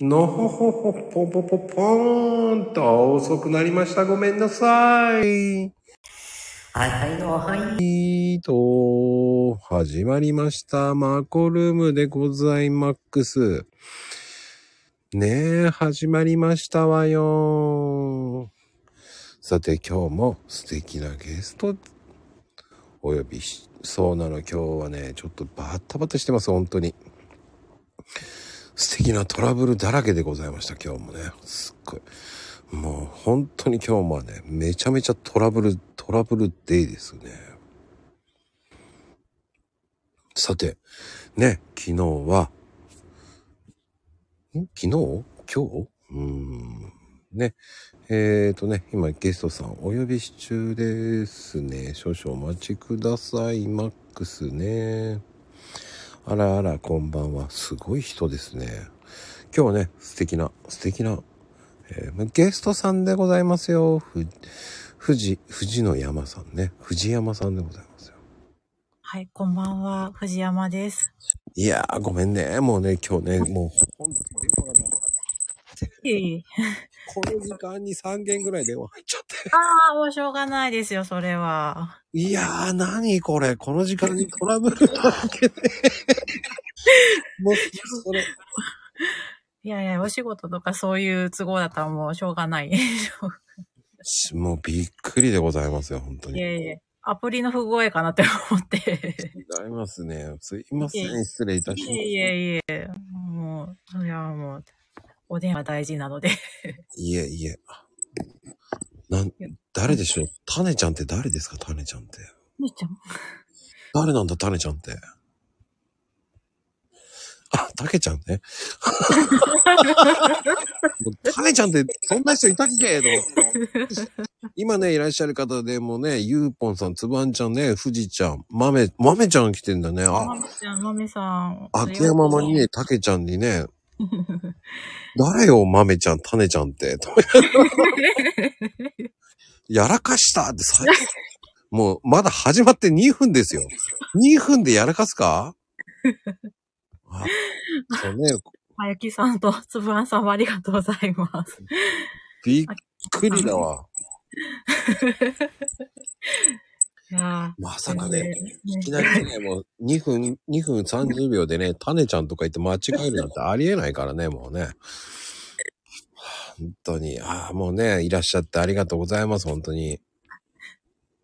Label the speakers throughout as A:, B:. A: のほほほぽぽぽぽーんと遅くなりましたごめんなさい
B: はいはいのはい。
A: いいと始まりましたマコルームでございまっくすねえ始まりましたわよさて今日も素敵なゲストお呼びしそうなの今日はねちょっとバッタバタしてます本当に素敵なトラブルだらけでございました今日もねすっごいもう本当に今日もねめちゃめちゃトラブルトラブルデイですねさてね昨日はん昨日今日うーんねえーとね今ゲストさんお呼びし中ですね少々お待ちくださいマックスねあらあら、こんばんは。すごい人ですね。今日はね、素敵な、素敵な、えーゲストさんでございますよ。ふ富士、富士の山さんね。藤山さんでございますよ。
C: はい、こんばんは、藤山です。
A: いやー、ごめんね。もうね、今日ね、もう、ほんと電話がなこの時間に3件ぐらい電話入っちゃって。
C: ああ、もうしょうがないですよ、それは。
A: いやー、なにこれ。この時間にトラブルだらけで。もう、それ、
C: いやいや、お仕事とかそういう都合だったらもうしょうが ない。い
A: しもうびっくりでございますよ、本当に。
C: やいや、アプリの不具合かなって思って。
A: ございますね。すいませ
C: いえい
A: ん。失礼いたしまし
C: い
A: た。
C: やいやいや、もう、それはもう、お電話大事なので。
A: いえいえ。なん、誰でしょうタネちゃんって誰ですかタネちゃんって。
C: みーちゃん
A: 誰なんだタネちゃんって。あ、タケちゃん ね。もうタネちゃんってそんな人いたっけと思って今ね、いらっしゃる方でもね、ゆうぽんさん、つばんちゃんね、ふじちゃん、まめ、まめちゃん来てんだね。
C: ま
A: あ、
C: みちゃん、まみさん。
A: 秋山もにね、たけちゃんにね、誰よ、まめちゃん、たねちゃんって。やらかしたって最初。もう、まだ始まって2分ですよ。2分でやらかすかあ、そうね、
C: まゆきさんとつぶあんさんもありがとうございます。
A: びっくりだわ。
C: いや
A: まさかね、
C: ね
A: いきなりね、もう2分、2分30秒でね、タネちゃんとか言って間違えるなんてありえないからね、もうね。本当に、ああ、もうね、いらっしゃってありがとうございます、本当に。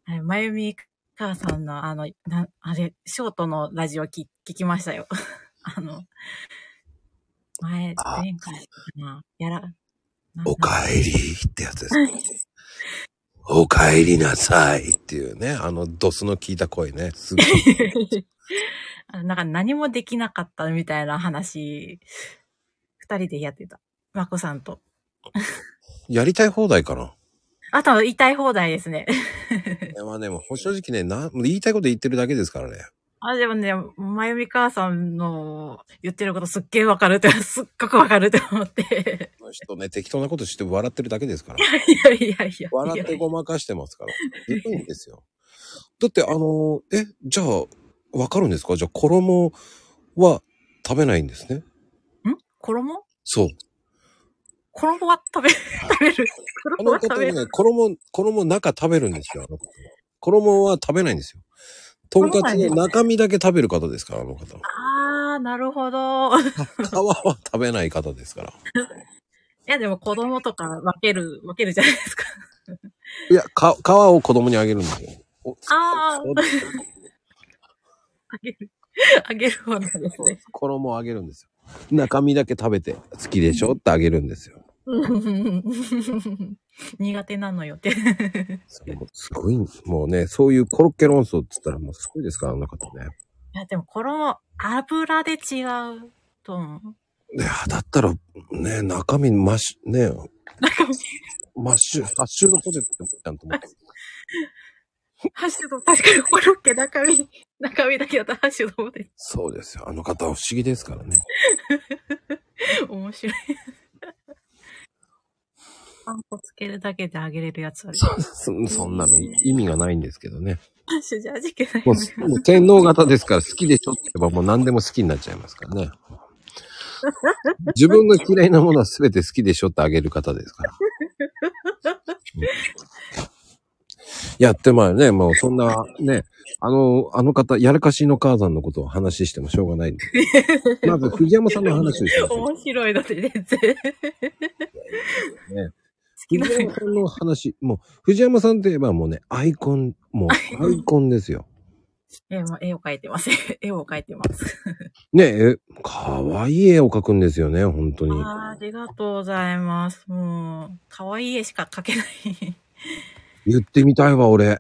C: はい、まゆみ母さんの、あの、なあれ、ショートのラジオ聞聞きましたよ。 あの、前、
A: あ
C: 前回かな、やら、なん
A: おかえりってやつですね。おかえりなさいっていうね、あのドスの効いた声ね。すごい。
C: あのなんか何もできなかったみたいな話、二人でやってた。まこさんと。
A: やりたい放題かな。
C: あとは言いたい放題ですね。
A: これはね、もう正直ね、な言いたいこと言ってるだけですからね。
C: あ、でもね、まゆみ母さんの言ってることすっげえわかるって、すっごくわかるって思って。
A: この人ね、適当なことして笑ってるだけですから。
C: いやいやいや。
A: 笑ってごまかしてますから。十分ですよ。だって、あの、え、じゃあ、わかるんですかじゃあ、衣は食べないんですね。
C: ん衣
A: そう。
C: 衣は食べ、食べる。
A: あ
C: 衣
A: の
C: は
A: 方
C: 食べる。
A: ね、衣、衣中食べるんですよ、あの方は。衣は食べないんですよ。とんかつの中身だけ食べる方ですから、あの方は。
C: あー、なるほ ど。い
A: 皮は食べない方ですから。
C: や、でも子供とか分ける、分けるじゃないですか。
A: いや、か皮を子供にあげるんですよ。お
C: あー、
A: そうです
C: あげる。 あげる方なんですね。
A: 衣をあげるんですよ。中身だけ食べて、好きでしょってあげるんですよ。
C: 苦手なのよ って。
A: もうすごい、もうね、そういうコロッケ論争って言ったらもうすごいですから、あの方ね。
C: いや、でも衣、油で違うと思う。
A: いや、だったら、ね、中身マッシュ、ね、
C: 中身
A: マッシュ、ハッシュドポテトってもいいなんと思って。
C: ハッシュド、確かにコロッケ中身、中身だけだったらハッシュドで
A: そうですよ。あの方は不思議ですからね。
C: 面白い。パン粉つけるだけであげれるやつあ る。
A: そそんなの意味がないんですけどね。
C: ハッシュじゃ味気ない
A: も
C: のよ。
A: うもう天皇型ですから好きでしょって言えばもう何でも好きになっちゃいますからね。自分が嫌いなものは全て好きでしょってあげる方ですから。うんやってまあね、もうそんなね、あの、あの方、やらかしの母さんのことを話してもしょうがないんで。まず藤山さんの話をしましょう。
C: 面白いので全然。きな
A: 藤山さんの話、もう藤山さんといえばもうね、アイコン、もうアイコンですよ。
C: 絵も絵を描いてます。 絵を描いてます。
A: ねえ、かわいい絵を描くんですよね、本当
C: あ
A: に。
C: ーありがとうございます。もう、可愛い絵しか描けない。
A: 言ってみたいわ、俺。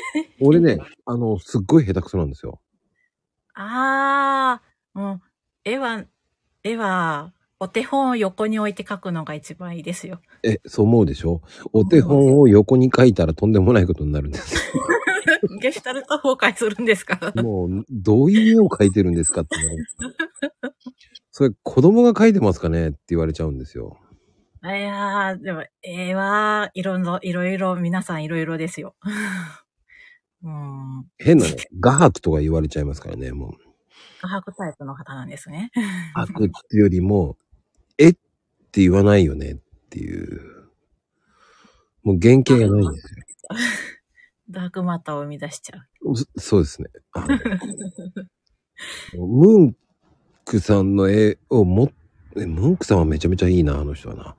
A: 俺ね、あの、すっごい下手くそなんですよ。
C: ああ、もう、絵は、絵は、お手本を横に置いて描くのが一番いいです よ。
A: え、そう思うでしょお手本を横に書いたらとんでもないことになるんです。
C: ゲシュタルト崩壊するんですから。
A: もう、どういう絵を描いてるんですかって言われる。それ、子供が描いてますかねって言われちゃうんですよ。
C: いやー、でも、絵はいろいろ、いろいろ、皆さんいろいろですよ。 うん、
A: 変なね、画伯とか言われちゃいますからね、もう。
C: 画伯タイプの方なんですね。
A: 画伯っていうよりも、えって言わないよねっていう。もう原型がないんですよ。
C: ダークマターを生み出しちゃう。
A: そそうですね。あのムンクさんの絵をもっえムンクさんはめちゃめちゃいいな、あの人はな。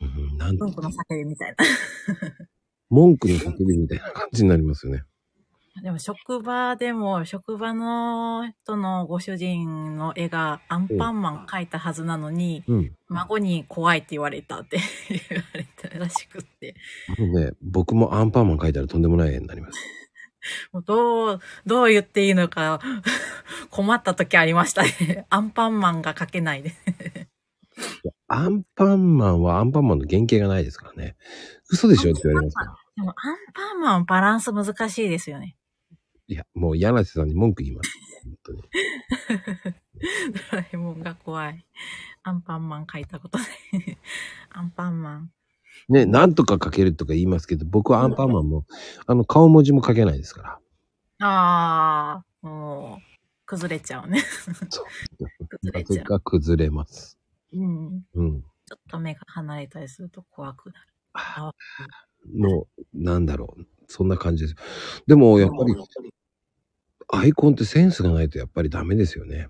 A: うん、なん
C: 文庫の叫びみたいな。
A: 文句の叫びみたいな感じになりますよね。
C: でも職場でも、職場の人のご主人の絵がアンパンマン描いたはずなのに、
A: うん。
C: 孫に怖いって言われたって 言われたらしくって。
A: あのね、僕もアンパンマン描いたらとんでもない絵になります。
C: もうどう、どう言っていいのか 困った時ありましたね。アンパンマンが描けないです。
A: アンパンマンはアンパンマンの原型がないですからね。嘘でしょって言われますから。
C: でもアンパンマンバランス難しいですよね。
A: いや、もう柳瀬さんに文句言います。本当に。
C: ドラえもんが怖い。アンパンマン描いたことない。アンパンマン。
A: ね、なんとか描けるとか言いますけど、僕はアンパンマンも、あの、顔文字も描けないですから。
C: あー、もう、崩れちゃうね。
A: そう
C: 崩れ
A: そ
C: ち
A: れ
C: ゃう。
A: が崩れます。
C: うん。
A: うん。
C: ちょっと目が離れたりすると怖くなる。
A: あもう、なんだろう。そんな感じです。でも、やっぱり、アイコンってセンスがないとやっぱりダメですよね。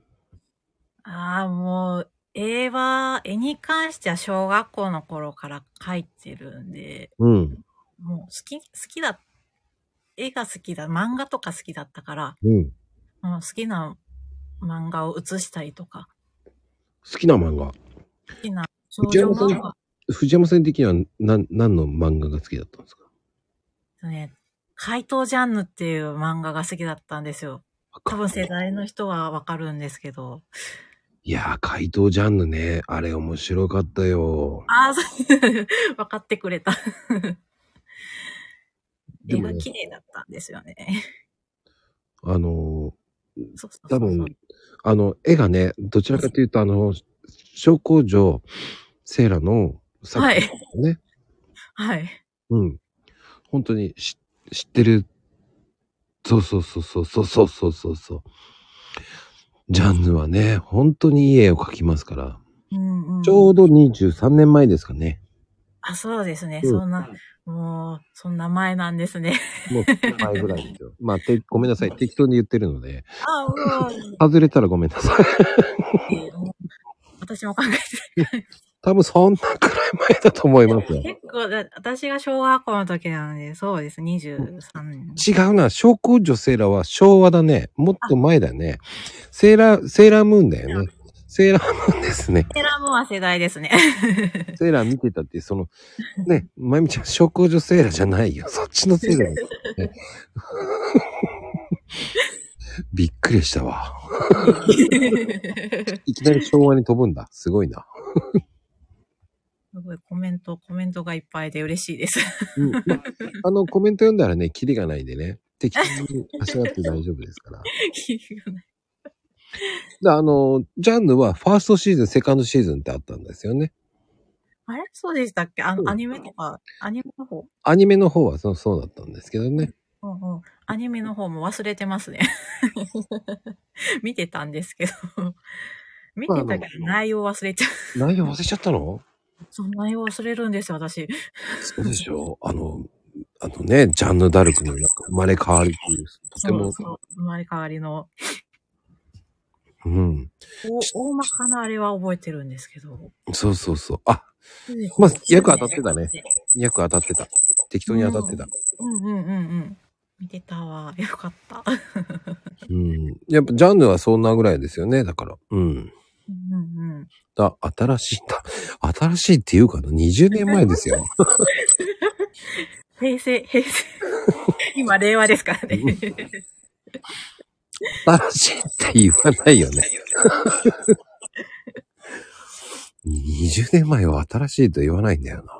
C: ああ、もう、絵は、絵に関しては小学校の頃から描いてるんで、
A: うん。
C: もう好き、好きだ、絵が好きだ、漫画とか好きだったから、
A: うん。
C: もう好きな漫画を写したりとか、
A: 好きな漫画。
C: 好きな少
A: 藤
C: 女
A: 山さん
C: 漫画、
A: 藤山さん的には何、何の漫画が好きだったんですか
C: ね、怪盗ジャンヌっていう漫画が好きだったんですよ。多分世代の人はわかるんですけど。
A: いやー、怪盗ジャンヌね。あれ面白かったよ。
C: ああ、そう、 わかってくれた。
A: で
C: 絵
A: も
C: が
A: ね
C: 綺麗だったんですよね。
A: あの
C: そうそうそう
A: ー、多分、あの、絵がね、どちらかというと、あの、小工女セイラの作
C: はい
A: 品ですね。
C: はい。
A: うん。本当にし知ってる。そうそうそうそうそうそうそうそうそう。ジャンヌはね、本当にいい絵を描きますから。
C: うんうん、
A: ちょうど23年前ですかね。
C: あ、そうですね。
A: うん
C: そんな、もう、そんな前なんですね。
A: もう前ぐらいですよ。 まあ、てごめんなさい。適当に言ってるので。
C: あ、もう、
A: 外れたらごめんなさい。
C: えーもう私も考え
A: 多分そんなくらい前だと思いますよ
C: て。。結構だ、私が小学校の時なので、そうです。23年。
A: 違うな。小工女セーラは昭和だね。もっと前だね。セーラー、セーラームーンだよね。セーラームーンですね。
C: セーラームーンは世代で すね。
A: セーラー見てたって、 その、ね、まゆみちゃん、小公女セーラーじゃないよ。そっちのセーラーだ よ、ね。 びっくりしたわ。いきなり昭和に飛ぶんだ。すごいな。
C: すごいコメント、コメントがいっぱいで嬉しいです。
A: うんまあの、コメント読んだらね、キリがないんでね、適当にあしらって大丈夫ですから。で、あの、ジャンヌはファーストシーズン、セカンドシーズンってあったんですよね。
C: あれそうでしたっけあ
A: うん
C: の、アニメとか、アニメの方
A: アニメの方はそうそうだったんですけどね。
C: うんうん。ア ニメの方も忘れてますね。見てたんですけど。見てたけど内容忘れちゃ
A: 内容忘れちゃった の
C: う。そう、内容忘れるんですよ、私。
A: そうでしょあの、あのね、ジャンヌ・ダルクの生まれ変わりっていう、とて
C: そ
A: も
C: う、そう。生まれ変わりの。
A: うん。
C: お大まかなあれは覚えてるんですけど。
A: そうそうそう。あ、まあ役当たってたね。役当たってた。適当に当たってた。
C: うんうんうんうん。見てたわ。よかった。
A: うん。やっぱジャンヌはそんなぐらいですよね、だから。うん。
C: うんうんうん。
A: だ新しいんだ。新しいっていうかな、20年前です よ。
C: 平成、平成。今、令和ですからね。
A: 新しいって言わないよね。20年前は新しいと言わないんだよな。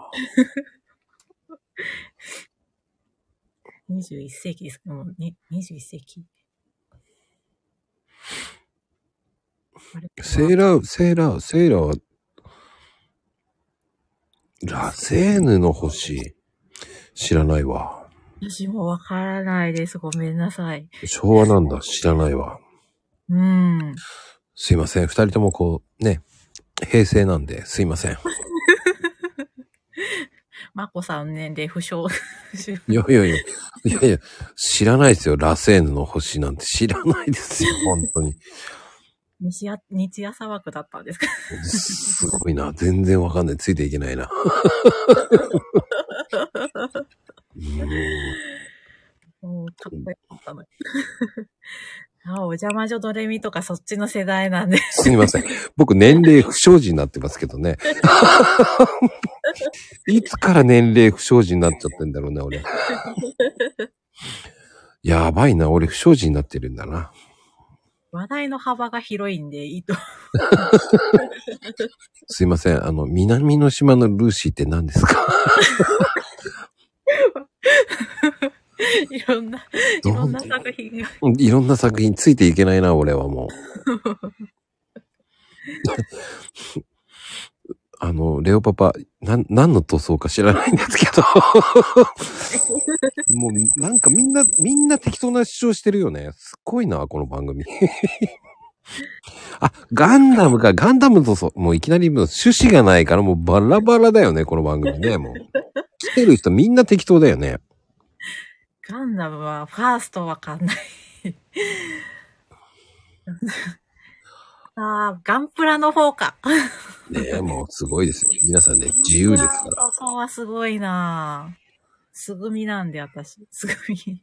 C: 21世紀ですけども、ね、21世紀。あれ
A: セーラー、セーラー、セーラーは、ラセーヌの星。知らないわ。
C: 私もわからないです。ごめんなさい。
A: 昭和なんだ。知らないわ。
C: うん。
A: すいません。二人ともこう、ね、平成なんで、すいません。
C: まこさん年齢不詳。
A: いやいやいや、いやいや、知らないですよ。ラセーヌの星なんて知らないですよ。本当に。
C: 西や、日朝枠だったんですか
A: すごいな。全然わかんない。ついていけないな。うん
C: もう、かっこよかったのに。 あ、お邪魔女ドレミとかそっちの世代なんで。
A: すみません。僕、年齢不祥事になってますけどね。いつから年齢不祥事になっちゃってんだろうね、俺。やばいな、俺不祥事になってるんだな。
C: 話題の幅が広いんでいいと。
A: すいません。あの、南の島のルーシーって何ですか
C: いろんな、い
A: どう
C: ろんな作品が。
A: いろんな作品ついていけないな、俺はもう。 あの、レオパパ、なん、何の塗装か知らないんですけど。 もう、なんかみんな、みんな適当な主張してるよね。すごいな、この番組。あ、ガンダムか、ガンダム塗装。もういきなりもう趣旨がないから、もうバラバラだよね、この番組ね、もう。来てる人みんな適当だよね。
C: ガンダムは、ファーストわかんない。 ああ、ガンプラの方か。
A: ねえ、もうすごいですよ。皆さんね、自由ですか
C: ガンプ
A: ら
C: ラ。のそうはすごいなぁすぐみなんで、私。すぐみ。
A: い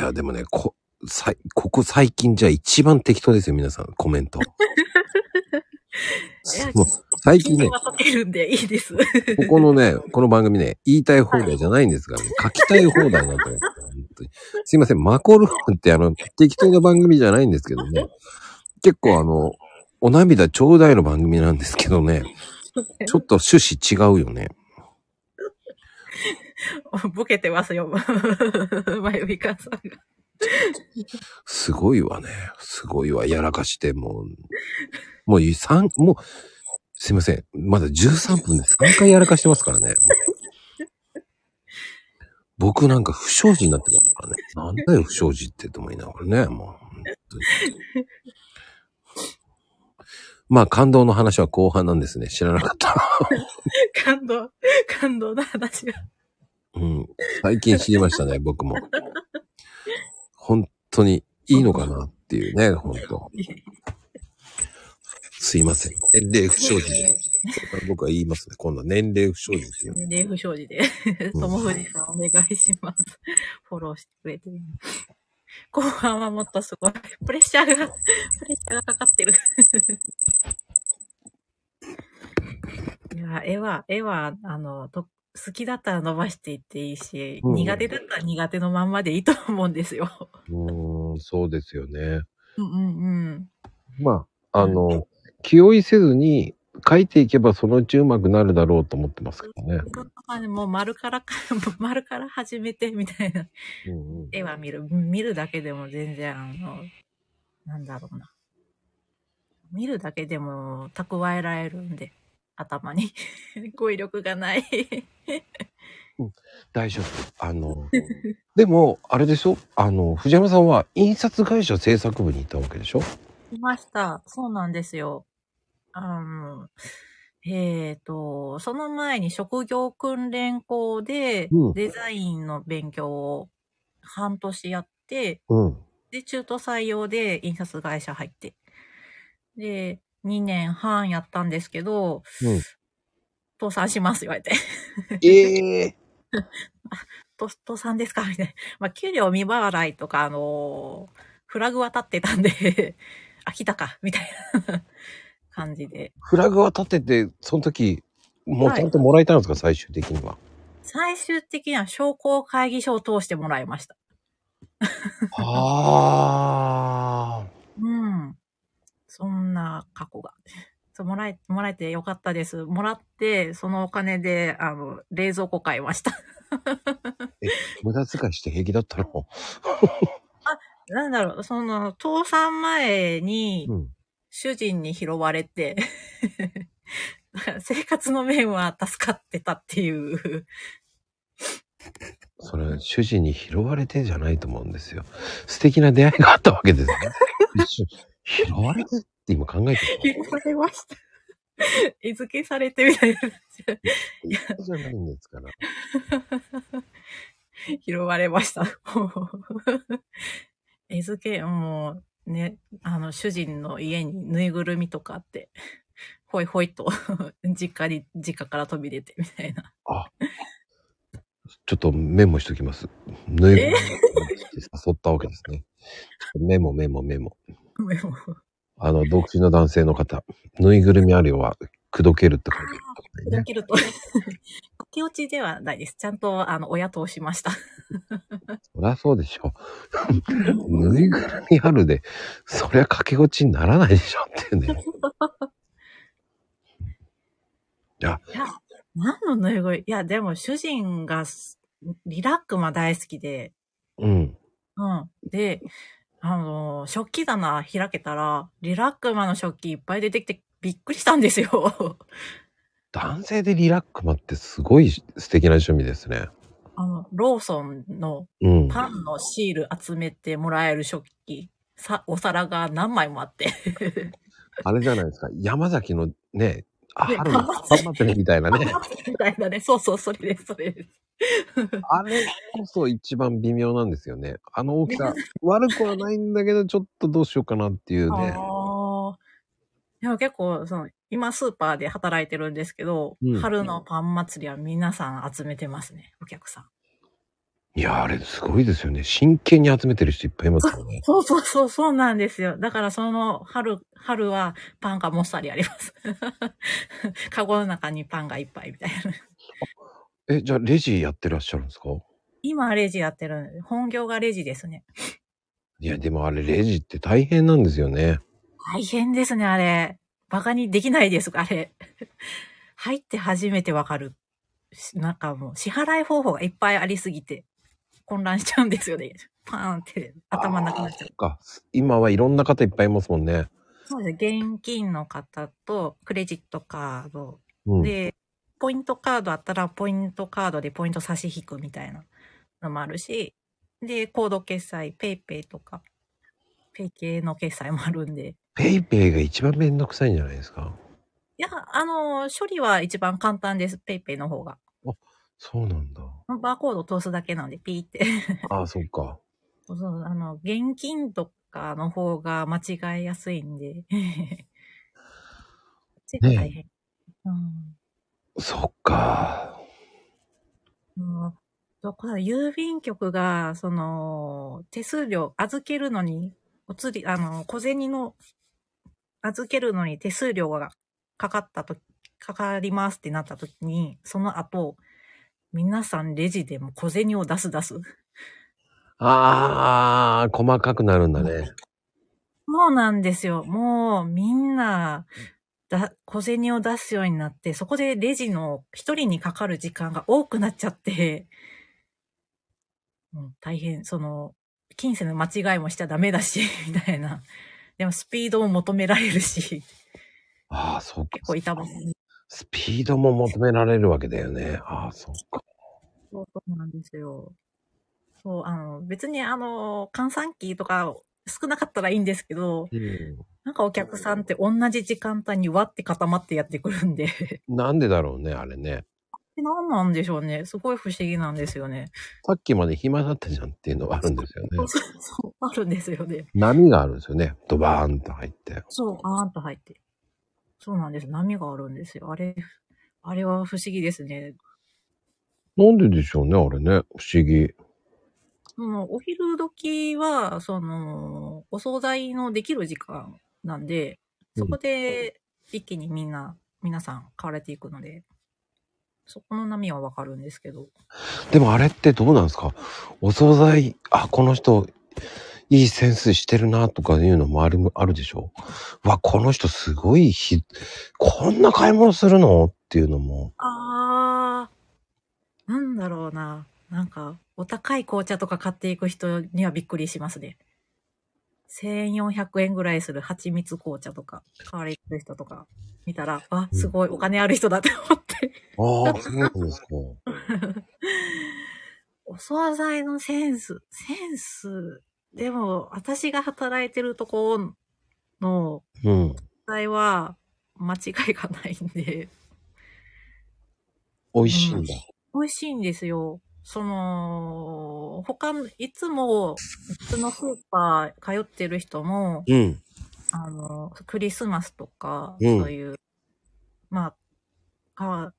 A: や、でもね、こ、さい、ここ最近じゃ一番適当ですよ、皆さん、コメント。もう最近
C: 緊
A: ね
C: 張、が解けるんで、いいです。
A: ここのね、この番組ね、言いたい放題じゃないんですからね、書きたい放題なんて、本当にすいません、マコルームってあの、適当な番組じゃないんですけどね、結構あの、お涙ちょうだいの番組なんですけどね、ちょっと趣旨違うよね。
C: ボケてますよ。 マユミカさんが。
A: すごいわね。すごいわ。やらかして、もう。もう三もう、すいません。まだ13分で3回やらかしてますからね。僕なんか不祥事になってますからね。なんだよ、不祥事ってと思いながらね、もう本当に。まあ、感動の話は後半なんですね。知らなかった。
C: 感動、感動の話が。
A: うん。最近知りましたね、僕も。本当にいいのかなっていうね、本当。すいません。年齢不祥事で。僕は言いますね。今度は年齢不祥事ですよ。
C: レ不祥事で。 友藤さんお願いします。フォローしてくれて。後半はもっとすごい。プレッシャーが、プレッシャーがかかってる。 いや、絵は、絵は、あの、と好きだったら伸ばしていっていいし、
A: うん
C: 苦手だったら苦手のまんまでいいと思うんですよ。
A: うーん、そうですよね。
C: うんうんうん。
A: まあ、あの、気負いせずに書いていけばそのうち上手くなるだろうと思ってますからね。
C: まあでも丸から か、丸から始めてみたいな。
A: うんうん
C: 絵は見る。見るだけでも全然、あの、なんだろうな。見るだけでも蓄えられるんで、頭に。 語彙力がない。
A: 大丈夫。あの、でも、あれでしょあの、藤山さんは印刷会社制作部にいたわけでしょ
C: いました。そうなんですよ。あの、えっ、と、その前に職業訓練校で
A: うん
C: デザインの勉強を半年やって、
A: うん。
C: で、中途採用で印刷会社入って。で、2年半やったんですけど、
A: うん
C: 倒産します言われて。
A: ええ
C: と倒産ですかみたいな。まあ、給料未払いとか、あのーフラグは立ってたんで、 あ、来たか、みたいな 感じで。
A: フラグは立てて、その時、もうちゃんともらえたんですか、最終的には。
C: 最終的には商工会議所を通してもらいました。
A: ああ。
C: うん。そんな過去が。そう、もらえ、もらえてよかったです。もらって、そのお金で、あの、冷蔵庫買いました。
A: 無駄遣いして平気だったの。
C: なんだろう、その、倒産前に
A: う、ん。
C: 主人に拾われて、 だから生活の面は助かってたっていう。
A: それ、主人に拾われてじゃないと思うんですよ。素敵な出会いがあったわけです ね。一緒拾われてって今考えて
C: 言
A: る。
C: われました。 餌付けされてみたいな。
A: じゃないんですから。
C: 拾われました。 もう餌付け、もう、ね、あの、主人の家にぬいぐるみとかあって、ほいほいと、実家に、実家から飛び出てみたいな。
A: ちょっとメモしときます。ぬいぐる
C: え
A: み誘ったわけですね。メモメモメモ。
C: もう
A: あの、独身の男性の方、ぬいぐるみあるよは、くどけるって書いてある、
C: 砕けると、 駆け落ちではないです。ちゃんと、あの、親通しました。
A: そりゃそうでしょ。ぬいぐるみあるで、そりゃ駆け落ちにならないでしょってね。
C: いや、何のぬいぐるみいや、でも主人がすリラックマ大好きで、
A: うん。
C: うん。で、あのー、食器棚開けたら、リラックマの食器いっぱい出てきてびっくりしたんですよ。
A: 男性でリラックマってすごい素敵な趣味ですね。
C: あの、ローソンの
A: うん。
C: パンのシール集めてもらえる食器、さ、お皿が何枚もあって。
A: あれじゃないですか。山崎のね、あ
C: ね
A: 春の
C: 山崎
A: 浜祭りみたいなね。
C: みたいなね。そうそう、それです、それです。
A: あれこそ一番微妙なんですよね。あの大きさ、悪くはないんだけど、ちょっとどうしようかなっていうね。
C: ああ。でも結構、その、今スーパーで働いてるんですけど、
A: うん
C: 春のパン祭りは皆さん集めてますね、お客さん。
A: いや、あれすごいですよね。真剣に集めてる人いっぱいいますよ ね。
C: そうそうそう、そうなんですよ。だからその春、春はパンがもっさりあります。 カゴの中にパンがいっぱいみたいな。
A: え、じゃあレジやってらっしゃるんですか
C: 今レジやってるんで、本業がレジですね。
A: いや、でもあれレジって大変なんですよね。
C: 大変ですね、あれ。バカにできないです、あれ。 入って初めてわかる。しなんかもう、支払い方法がいっぱいありすぎて、混乱しちゃうんですよね。パーンって頭なくなっちゃう。
A: そっか。今はいろんな方いっぱいいますもんね。
C: そうです。現金の方と、クレジットカード
A: うん。
C: で、ポイントカードあったら、ポイントカードでポイント差し引くみたいなのもあるし、で、コード決済、ペイペイとか、ペイ系の決済もあるんで。
A: ペイペイが一番めんどくさいんじゃないですか。
C: いや、あの、処理は一番簡単です。ペイペイの方が。
A: そうなんだ。
C: バーコード通すだけなんで、ピーって。
A: ああ、そっか。
C: そうそう、あの、現金とかの方が間違えやすいんで。 そっちが大変。うん
A: そっか。
C: もうどこだ郵便局が、その、手数料預けるのに、お釣り、あの、小銭の預けるのに手数料がかかったとき、かかりますってなったときに、その後、皆さんレジでも小銭を出す出す。
A: ああ、細かくなるんだね。
C: そうなんですよ。もう、みんな、だ、小銭を出すようになって、そこでレジの一人にかかる時間が多くなっちゃって、うん、大変、その、金銭の間違いもしちゃダメだし、 みたいな。でも、スピードも求められるし、
A: ああ、そっ
C: 結構
A: か。
C: 痛ましい。
A: スピードも求められるわけだよね。ああ、そっか。
C: そうなんですよ。そう、あの、別にあの、換算機とか少なかったらいいんですけど、
A: うん。
C: なんかお客さんって同じ時間帯にわって固まってやってくるんで。
A: なんでだろうね、あれね。
C: 何なんでしょうね。すごい不思議なんですよね。
A: さっきまで暇だったじゃんっていうのはあるんですよね
C: そう。そう、あるんですよね。
A: 波があるんですよね。ドバーンと入って。
C: そう、あーんと入って。そうなんです。波があるんですよ。あれ、あれは不思議ですね。
A: なんででしょうね、あれね。不思議。
C: そのお昼時は、その、お惣菜のできる時間なんで、そこで一気にみんな、皆さん買われていくので、そこの波はわかるんですけど。
A: でもあれってどうなんですかお惣菜、あ、この人、いいセンスしてるなとかいうのもある、あるでしょうわ、この人すごいひ、こんな買い物するのっていうのも。
C: あー、なんだろうな。なんか、お高い紅茶とか買っていく人にはびっくりしますね。1400円ぐらいする蜂蜜紅茶とか、買われてる人とか見たら、あ、すごいお金ある人だって思って。
A: ああ、そうなんですか。
C: お惣菜のセンス、センス、でも、私が働いてるとこの、
A: うん。
C: お惣菜は、間違いがないんで、
A: 美味しいんだ。
C: 美味しいんですよ。その、他の、いつも、普通のスーパー通ってる人も、
A: うん。
C: あの、クリスマスとか、
A: うん
C: そういう、まあ、か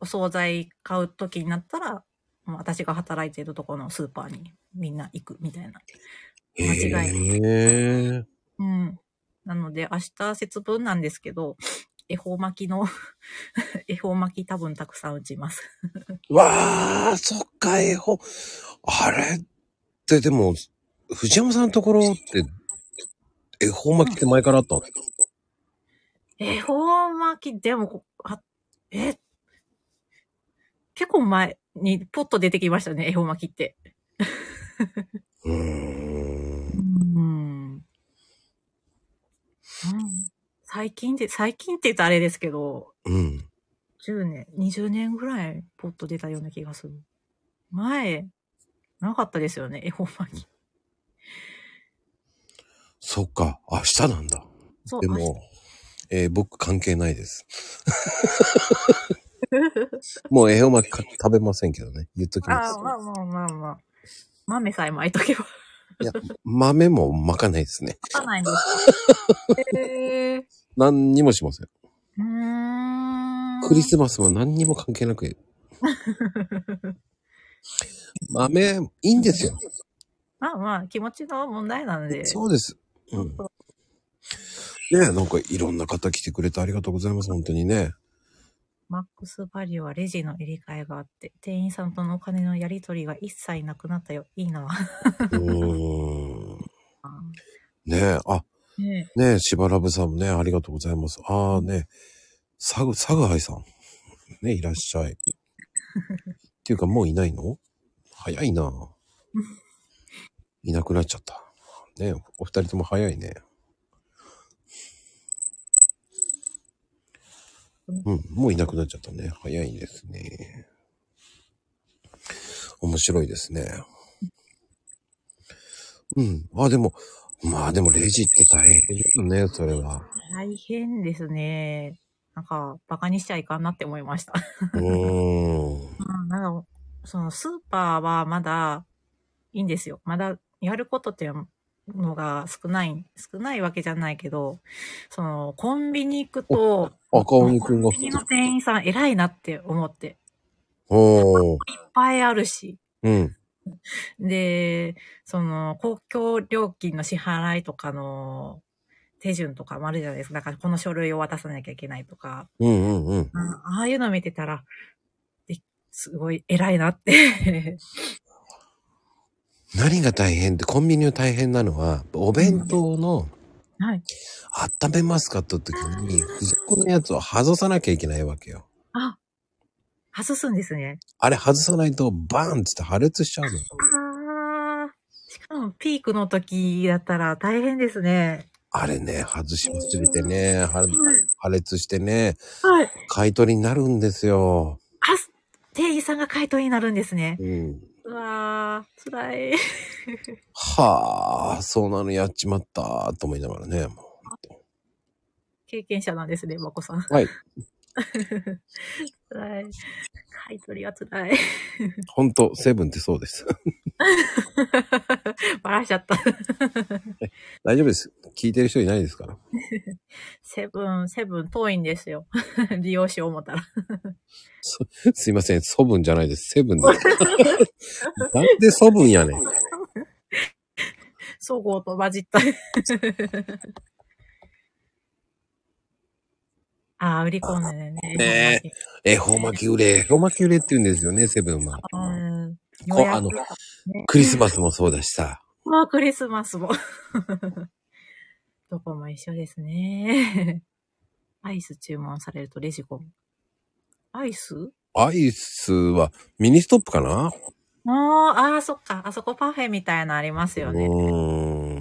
C: お惣菜買う時になったら、もう私が働いてるところのスーパーにみんな行くみたいな。間違
A: いへえ。
C: うん。なので、明日節分なんですけど、恵方巻きの、 恵方巻き多分たくさん打ちます。
A: わあ、そっか、絵本。あれってでも、藤山さんのところって、恵方巻きって前からあったの
C: 恵方巻き、でもこ、あ、え、結構前にポッと出てきましたね、恵方巻きって。
A: うー。
C: うんん。うん、最近で、最近って言うとあれですけど、
A: うん。
C: 10年、20年ぐらいポッと出たような気がする。前、なかったですよね、恵方巻き。
A: そっか、明日なんだ。
C: そう、
A: で
C: 明日
A: も、えー僕関係ないです。もう恵方巻きか食べませんけどね。言っときま
C: あ
A: す
C: あ、。まあまあまあまあ。豆さえ巻いと けば。
A: いや、豆も巻かないですね。
C: わかんないんです。へ え。
A: 何にもしません。
C: うーん。
A: クリスマスも何にも関係な く。豆、いいんですよ。
C: まあまあ、気持ちの問題なんで。
A: そうです。うん。ねえ、なんかいろんな方来てくれてありがとうございます、本当に ね。
C: マックスバリューはレジの入れ替えがあって、店員さんとのお金のやり取りが一切なくなったよ。いいな。
A: うーん。ねえ、あ、
C: ね
A: ねえ、しばらぶさんもね、ありがとうございます。ああね、サグ、サグハイさん。 ね、いらっ しゃい。っていうか、もういないの早い な。いなくなっちゃった。ねえお二人とも早いね。うん、もういなくなっちゃったね。早いですね。面白いですね。うん。あ、でも、まあでもレジって大変ですね、それは。
C: 大変ですね。なんか、バカにしちゃいかんなって思いました。
A: うーん。
C: うん、なんか、そのスーパーはまだいいんですよ。まだやることっていうのが少ない、少ないわけじゃないけど、その、コンビニ行くと、
A: 赤鬼くんが
C: コンビニの店員さん偉いなって思って。
A: おー。
C: いっぱいあるし。
A: うん。
C: で、その、公共料金の支払いとかの手順とかもあるじゃないですか。だから、この書類を渡さなきゃいけないとか。
A: うんうんうん。
C: あああいうの見てたら、ですごい偉いなって。
A: 何が大変って、コンビニの大変なのは、お弁当の
C: はい。
A: 温めますかと時に、そこのやつを外さなきゃいけないわけよ。
C: あ、外すんですね。
A: あれ外さないと、バーンっつって破裂しちゃうの。
C: ああ。しかも、ピークの時だったら大変ですね。
A: あれね、外し忘れてね、破破裂してね、
C: はい。
A: 買い取りになるんですよ。
C: あ、店員さんが回答になるんですね。
A: うん。
C: うわー、辛い。
A: はあ、そうなのやっちまった、と思いながらね。も
C: 経験者なんですね、まこさん。
A: うはい。
C: 辛い。買い取りは辛い。
A: ほんと、セブンってそうです。
C: バラしちゃった。
A: 大丈夫です。聞いてる人いないですから。
C: セブン、セブン遠いんですよ。 利用しよう思ったら。
A: すいません、ソブンじゃないです。セブンです。 なんでソブンやねん。
C: 総合と混じった。 ああ、売り込んでね。
A: ね恵方巻き売れ、恵方巻き売れって言うんですよね、セブンは。
C: うん。
A: こ
C: 予約
A: あのクリスマスもそうだしさ。
C: まあ、クリスマスも。 どこも一緒ですね。アイス注文されるとレジコン。アイス
A: アイスはミニストップかな
C: ああ、ああ、そっか。あそこパフェみたいなのありますよ
A: う
C: ね。
A: ーん
C: う。ん。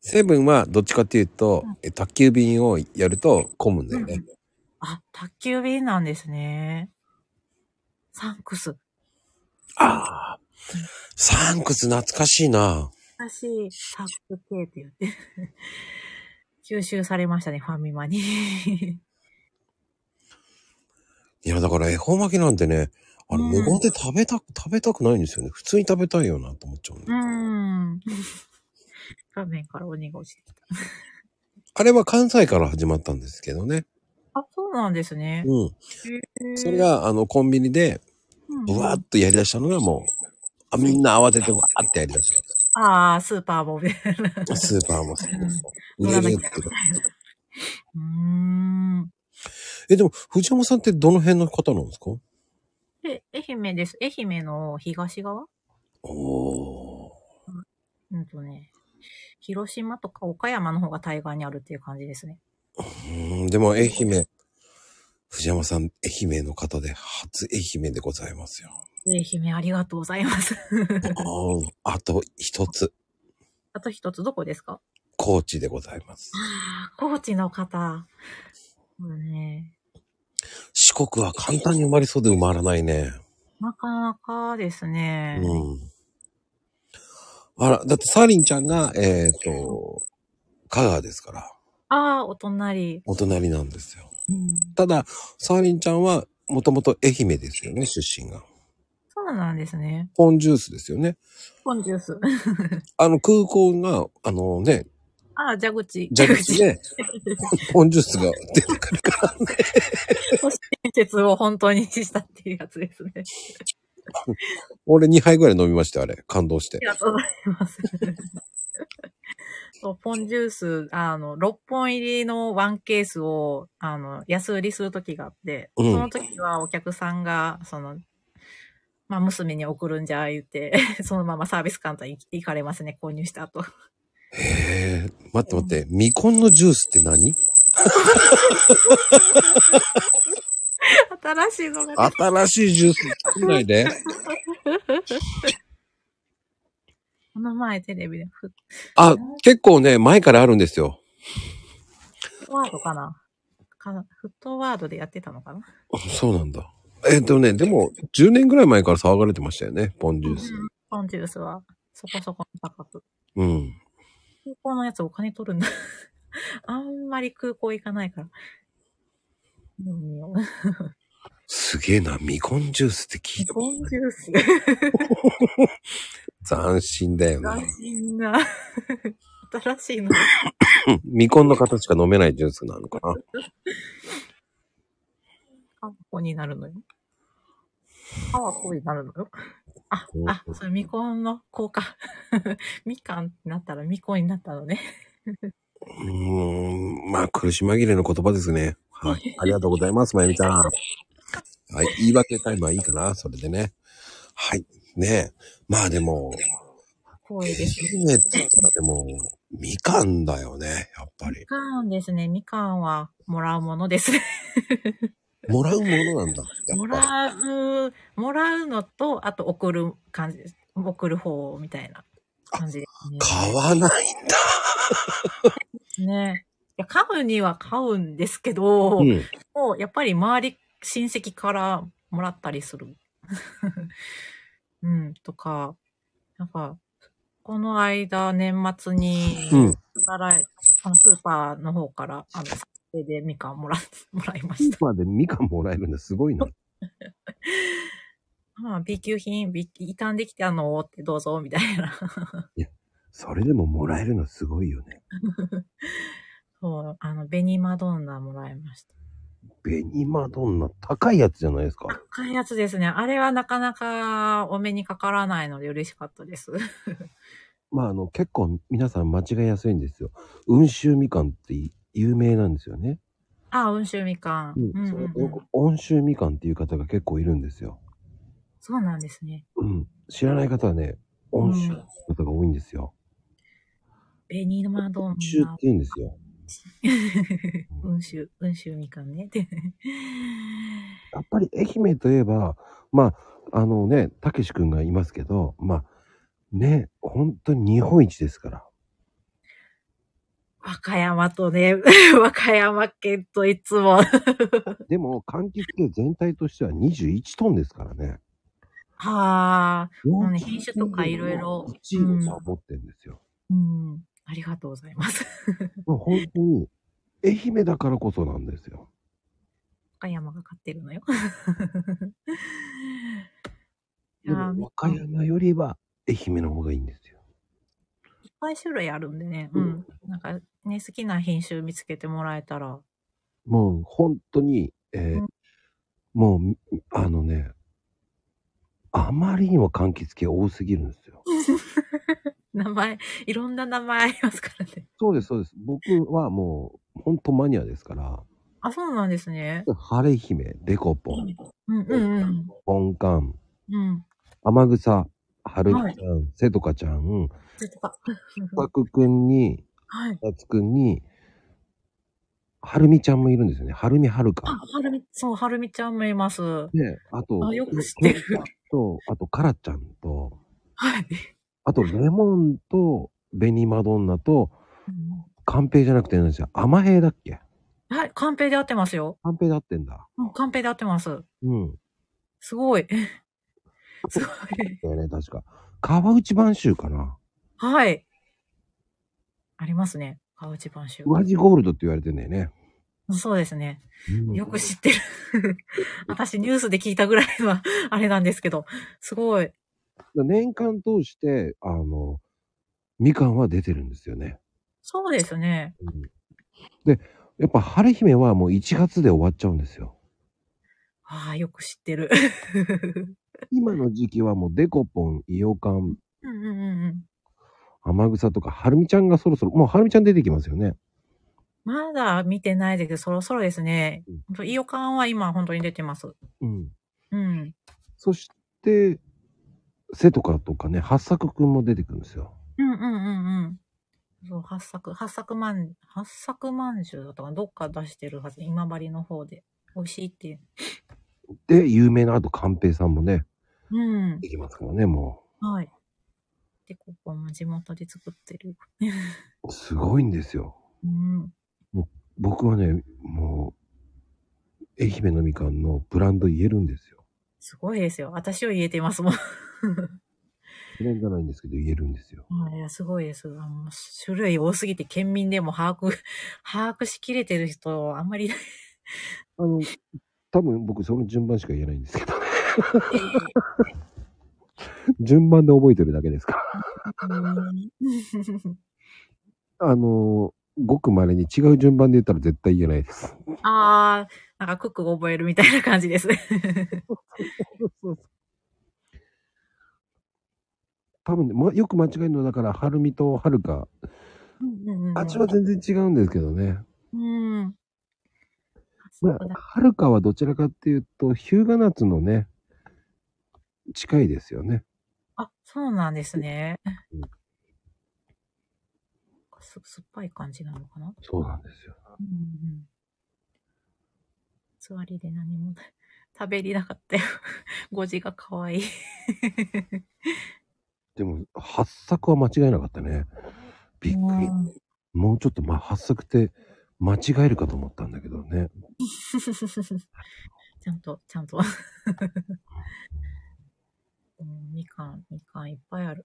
A: セブンはどっちかっていうと、え宅急便をやると混むんだよね。
C: あ、宅急便なんですね。サンクス。
A: ああ。サンクス懐かしいな。
C: 私、サック系って言って。 吸収されましたね、ファミマに。
A: いや、だから恵方巻きなんてね、あれ
C: うん
A: 無言で食べたく、食べたくないんですよね。普通に食べたいよなと思っちゃうん
C: う
A: だよ
C: ん。画面から鬼が落ちてきた。
A: あれは関西から始まったんですけどね。
C: あ、そうなんですね。
A: うん。
C: へー
A: それ、が、あの、コンビニで、
C: うん
A: ブワーっとやり出したのがもう、あみんな慌ててわーってやり出した。
C: ああ、スーパーボール。
A: スーパーもそう
C: うん
A: 売れるってこと。
C: うーん。
A: え、でも、藤山さんってどの辺の方なんですか
C: で、愛媛です。愛媛の東側
A: おー。
C: うんとね、広島とか岡山の方が対岸にあるっていう感じですね。
A: うん、でも愛媛、藤山さん、愛媛の方で、初愛媛でございます よ。
C: 愛媛ありがとうござい ます。
A: あーあと一つ、
C: あと一つどこですか
A: 高知でございます。
C: 高知の方。そうだね。
A: 四国は簡単に生まれそうで埋まらないね。
C: なかなかですね。
A: うん。あら、だってサーリンちゃんが、えっ、と、香川ですから、
C: ああ、お隣。
A: お隣なんですよ。
C: うん
A: ただ、サーリンちゃんは、もともと愛媛ですよね、出身が。
C: そうなんですね。
A: ポンジュースですよね。
C: ポンジュース。
A: あの、空港が、あのね、
C: ああ、蛇口。
A: 蛇口で、ポンジュースが出てくるから、ね、
C: 都市伝説を本当にしたっていうやつですね。
A: 俺2杯ぐらい飲みましたよ、あれ。感動して
C: あり。がとうございます。 そうポンジュース、あの、6本入りのワンケースを、あの、安売りする時があって、
A: うん
C: その時はお客さんが、その、まあ、娘に送るんじゃ、言って、 そのままサービスカウンターに行かれますね、購入した後。
A: へえ、待って待って、未婚のジュースって何
C: 新しいのが、ね、
A: 新しいジュース作んないで。
C: この前テレビで、フ
A: あ、結構ね、前からあるんですよ。
C: ットワードかなかなフットワードでやってたのかな
A: あそうなんだ。えっ、とね、でも、10年ぐらい前から騒がれてましたよね、ポンジュース。
C: ポンジュースは、そこそこの価格。
A: うん。
C: 空港のやつお金取るんだ。 あんまり空港行かないから。うん
A: すげえな、未婚ジュースって聞いた。
C: ポンジュース。
A: 斬新だよ
C: 斬
A: ね。
C: 新な。 新しいの。
A: うん未婚の方しか飲めないジュースなのかな。
C: あんこになるのよ。あわこになるのよ。あ、あ、それ未婚の子か。 みかんってなったら未婚になったのね。
A: うーん、まあ、苦し紛れの言葉ですね。はい。ありがとうございます、まゆみちゃん。はい。言い訳タイムはいいかな、それでね。はい。ねえ。まあでも、
C: 光
A: 愛
C: 栄です。
A: 媛って言ったらでも、みかんだよね、やっぱり
C: み。かんですね。みかんはもらうものです。
A: もらうものなんだ。や
C: も
A: っぱ
C: らう、もらうのと、あと送る感じです。送る方みたいな感じですね。
A: 買わないんだ。
C: ねいや買うには買うんですけど、
A: うん。
C: もうやっぱり周り、親戚からもらったりする。うん、とか、なんか、この間、年末に、
A: うん。
C: 働いあのスーパーの方から、あの、撮影でみかんもら、もらいま
A: ス
C: し
A: ー
C: た。
A: パーでみかんもらえるんだ。すごいな。
C: まあ、B 級品、B、傷んできてあのってどうぞ、みたいな。
A: それでももらえるのすごいよね。
C: そう、あの、ベニマドンナもらいました。
A: ベニマドンナ、高いやつじゃないですか。
C: 高いやつですね。あれはなかなかお目にかからないので嬉しかったです。
A: まあ、あの、結構皆さん間違いやすいんですよ。温州みかんってい有名なんですよね。
C: あ、温州みかん。うんうんうん
A: その温州みかんっていう方が結構いるんですよ。
C: そうなんですね。
A: うん。知らない方はね、温州の方が多いんですよ。
C: ベニマドン
A: 温州って
C: ナ。
A: 言うんですよ。
C: 温州、温州みかんね。 で
A: やっぱり愛媛といえば、まあ、あのね、たけし君がいますけど、まあ、ね、本当に日本一ですから。
C: 和歌山とね、 和歌山県といつも。
A: でも、柑橘系全体としては21トンですからね。
C: はあ、
A: も
C: うね品種とかいろいろ
A: 1位の差を持ってるんですよ。
C: うん。ありがとうございます。
A: まあ本当に、愛媛だからこそなんですよ。
C: 和歌山が買ってるのよ。 い
A: で
C: や
A: も
C: ー、いっ
A: 和歌山よりは愛媛の方がいいんですよ。
C: ぱい種類あるんでね。うん。なんかね、好きな品種見つけてもらえたら。
A: もう本当に、えー
C: うん
A: もう、あのね、あまりにも柑橘系多すぎるんですよ。
C: 名前、 いろんな名前ありますか らね。
A: そうです、そうです。僕はもう、本当マニアですから、
C: あ、そうなんですね。
A: 晴れ姫、デコポン、
C: うんうん
A: ポンカン、
C: うん。うん。
A: 天草、春
C: は
A: 日
C: い
A: ちゃん、瀬戸かちゃん、
C: それとか。
A: 深くくんに、
C: はい。
A: 夏くんに、はるみちゃんもいるんですよね。はるみはる
C: あ、
A: か。
C: はるみ、そう、はるみちゃんもいます。は
A: で、あと、
C: あよく知ってる
A: と、あと、カラちゃんと、
C: い。
A: あと、レモンと、ベニマドンナと、カンペイじゃなくて、なんですよ。アマヘイだっけ
C: はい、カンペで合ってますよ。
A: カンペイで合ってんだ。
C: うん、カンペで合ってます。
A: うん。
C: すごい。 すごい。
A: だよね、確か。川内晩秋かな。
C: はい。ありますね。川内晩秋。
A: 宇ジゴールドって言われてんだよね。
C: そうですね。
A: うん
C: よく知ってる。 私ニュースで聞いたぐらいは、あれなんですけど。すごい。
A: 年間通して、あの、みかんは出てるんですよね。
C: そうですね。
A: で、やっぱ晴れ姫はもう1月で終わっちゃうんですよ。
C: ああ、よく知ってる。
A: 今の時期はもうデコポン、イオカン、
C: うんうんうんうん。
A: 天草とか、はるみちゃんがそろそろ、もうはるみちゃん出てきますよね。
C: まだ見てないですけど、そろそろですね。ほんと、イオカンは今本当に出てます。
A: うん。
C: うん。
A: そして、瀬戸かとかね、八作くんも出てくるんですよ。
C: うんうんうんうん。そう、八作、八作まん、八作まんじゅうだったかなどっか出してるはず、今治の方で。美味しいって。
A: で、有名なあと、寛平さんもね、
C: うん
A: で。きますからね、も
C: はい。で、ここも地元で作ってる。
A: う。すごいんですよ。
C: うん。
A: 僕はね、もう、愛媛のみかんのブランド言えるんですよ。
C: すごいですよ。私を言えてますもん。
A: ブランドじゃないんですけど、言えるんですよ。
C: いや、すごいです。あの、種類多すぎて県民でも把握、 把握しきれてる人、あんまりいない。
A: あの、多分僕その順番しか言えないんですけど。 順番で覚えてるだけですから。あの、ごく稀に違う順番で言ったら絶対言えないです。
C: ああ、なんかクックを覚えるみたいな感じです。
A: 多分ね、ま、よく間違えるのだから、はるみとはるか。味は全然違うんですけどね。
C: うん。
A: まあ、はるかはどちらかっていうと、日向夏のね、近いですよね。
C: あ、そうなんですね
A: うん。
C: す酸っぱい感じなのかな
A: そうなんですよ。
C: うんうん。つわりで何もない食べれなかったよ。 語字が可愛い。
A: でも、八作は間違えなかったね。びっくり。もうちょっと、まあ、八作って間違えるかと思ったんだけどね。
C: ちゃんと、ちゃんと。 うんみかん、みかんいっぱ いある。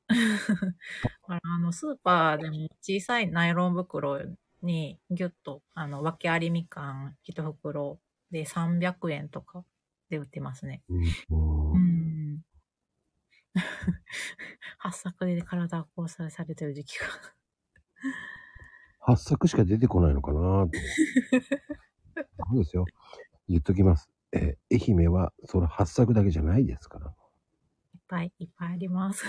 C: ああの、スーパーでも小さいナイロン袋にギュッと、あの、訳ありみかん一袋で300円とかで売ってますね。う
A: うん
C: ん。 発作で体が交際されてる時期が。
A: 発作しか出てこないのかなって。そうですよ。言っときます。えー愛媛は、それ発作だけじゃないですから。
C: いっぱいいっぱいあります。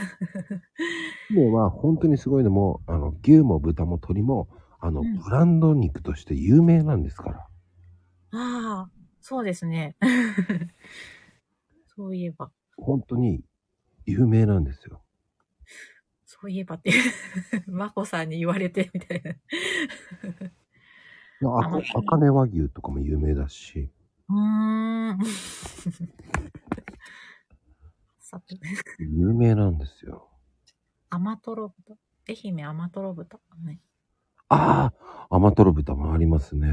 A: もうは本当にすごいのも、あの、牛も豚も鶏も、あの、
C: うん
A: ブランド肉として有名なんですから。
C: ああ、そうですね。 そういえば、
A: 本当に有名なんですよ。
C: そう いえばって、まこさんに言われてみたいな。
A: あか
C: あの
A: ね和牛とかも有名だし。
C: うーん。さて、
A: 有名なんですよ。
C: 甘とろ豚。愛媛甘とろ豚。ね。
A: ああ甘とろ豚もありますね。
C: い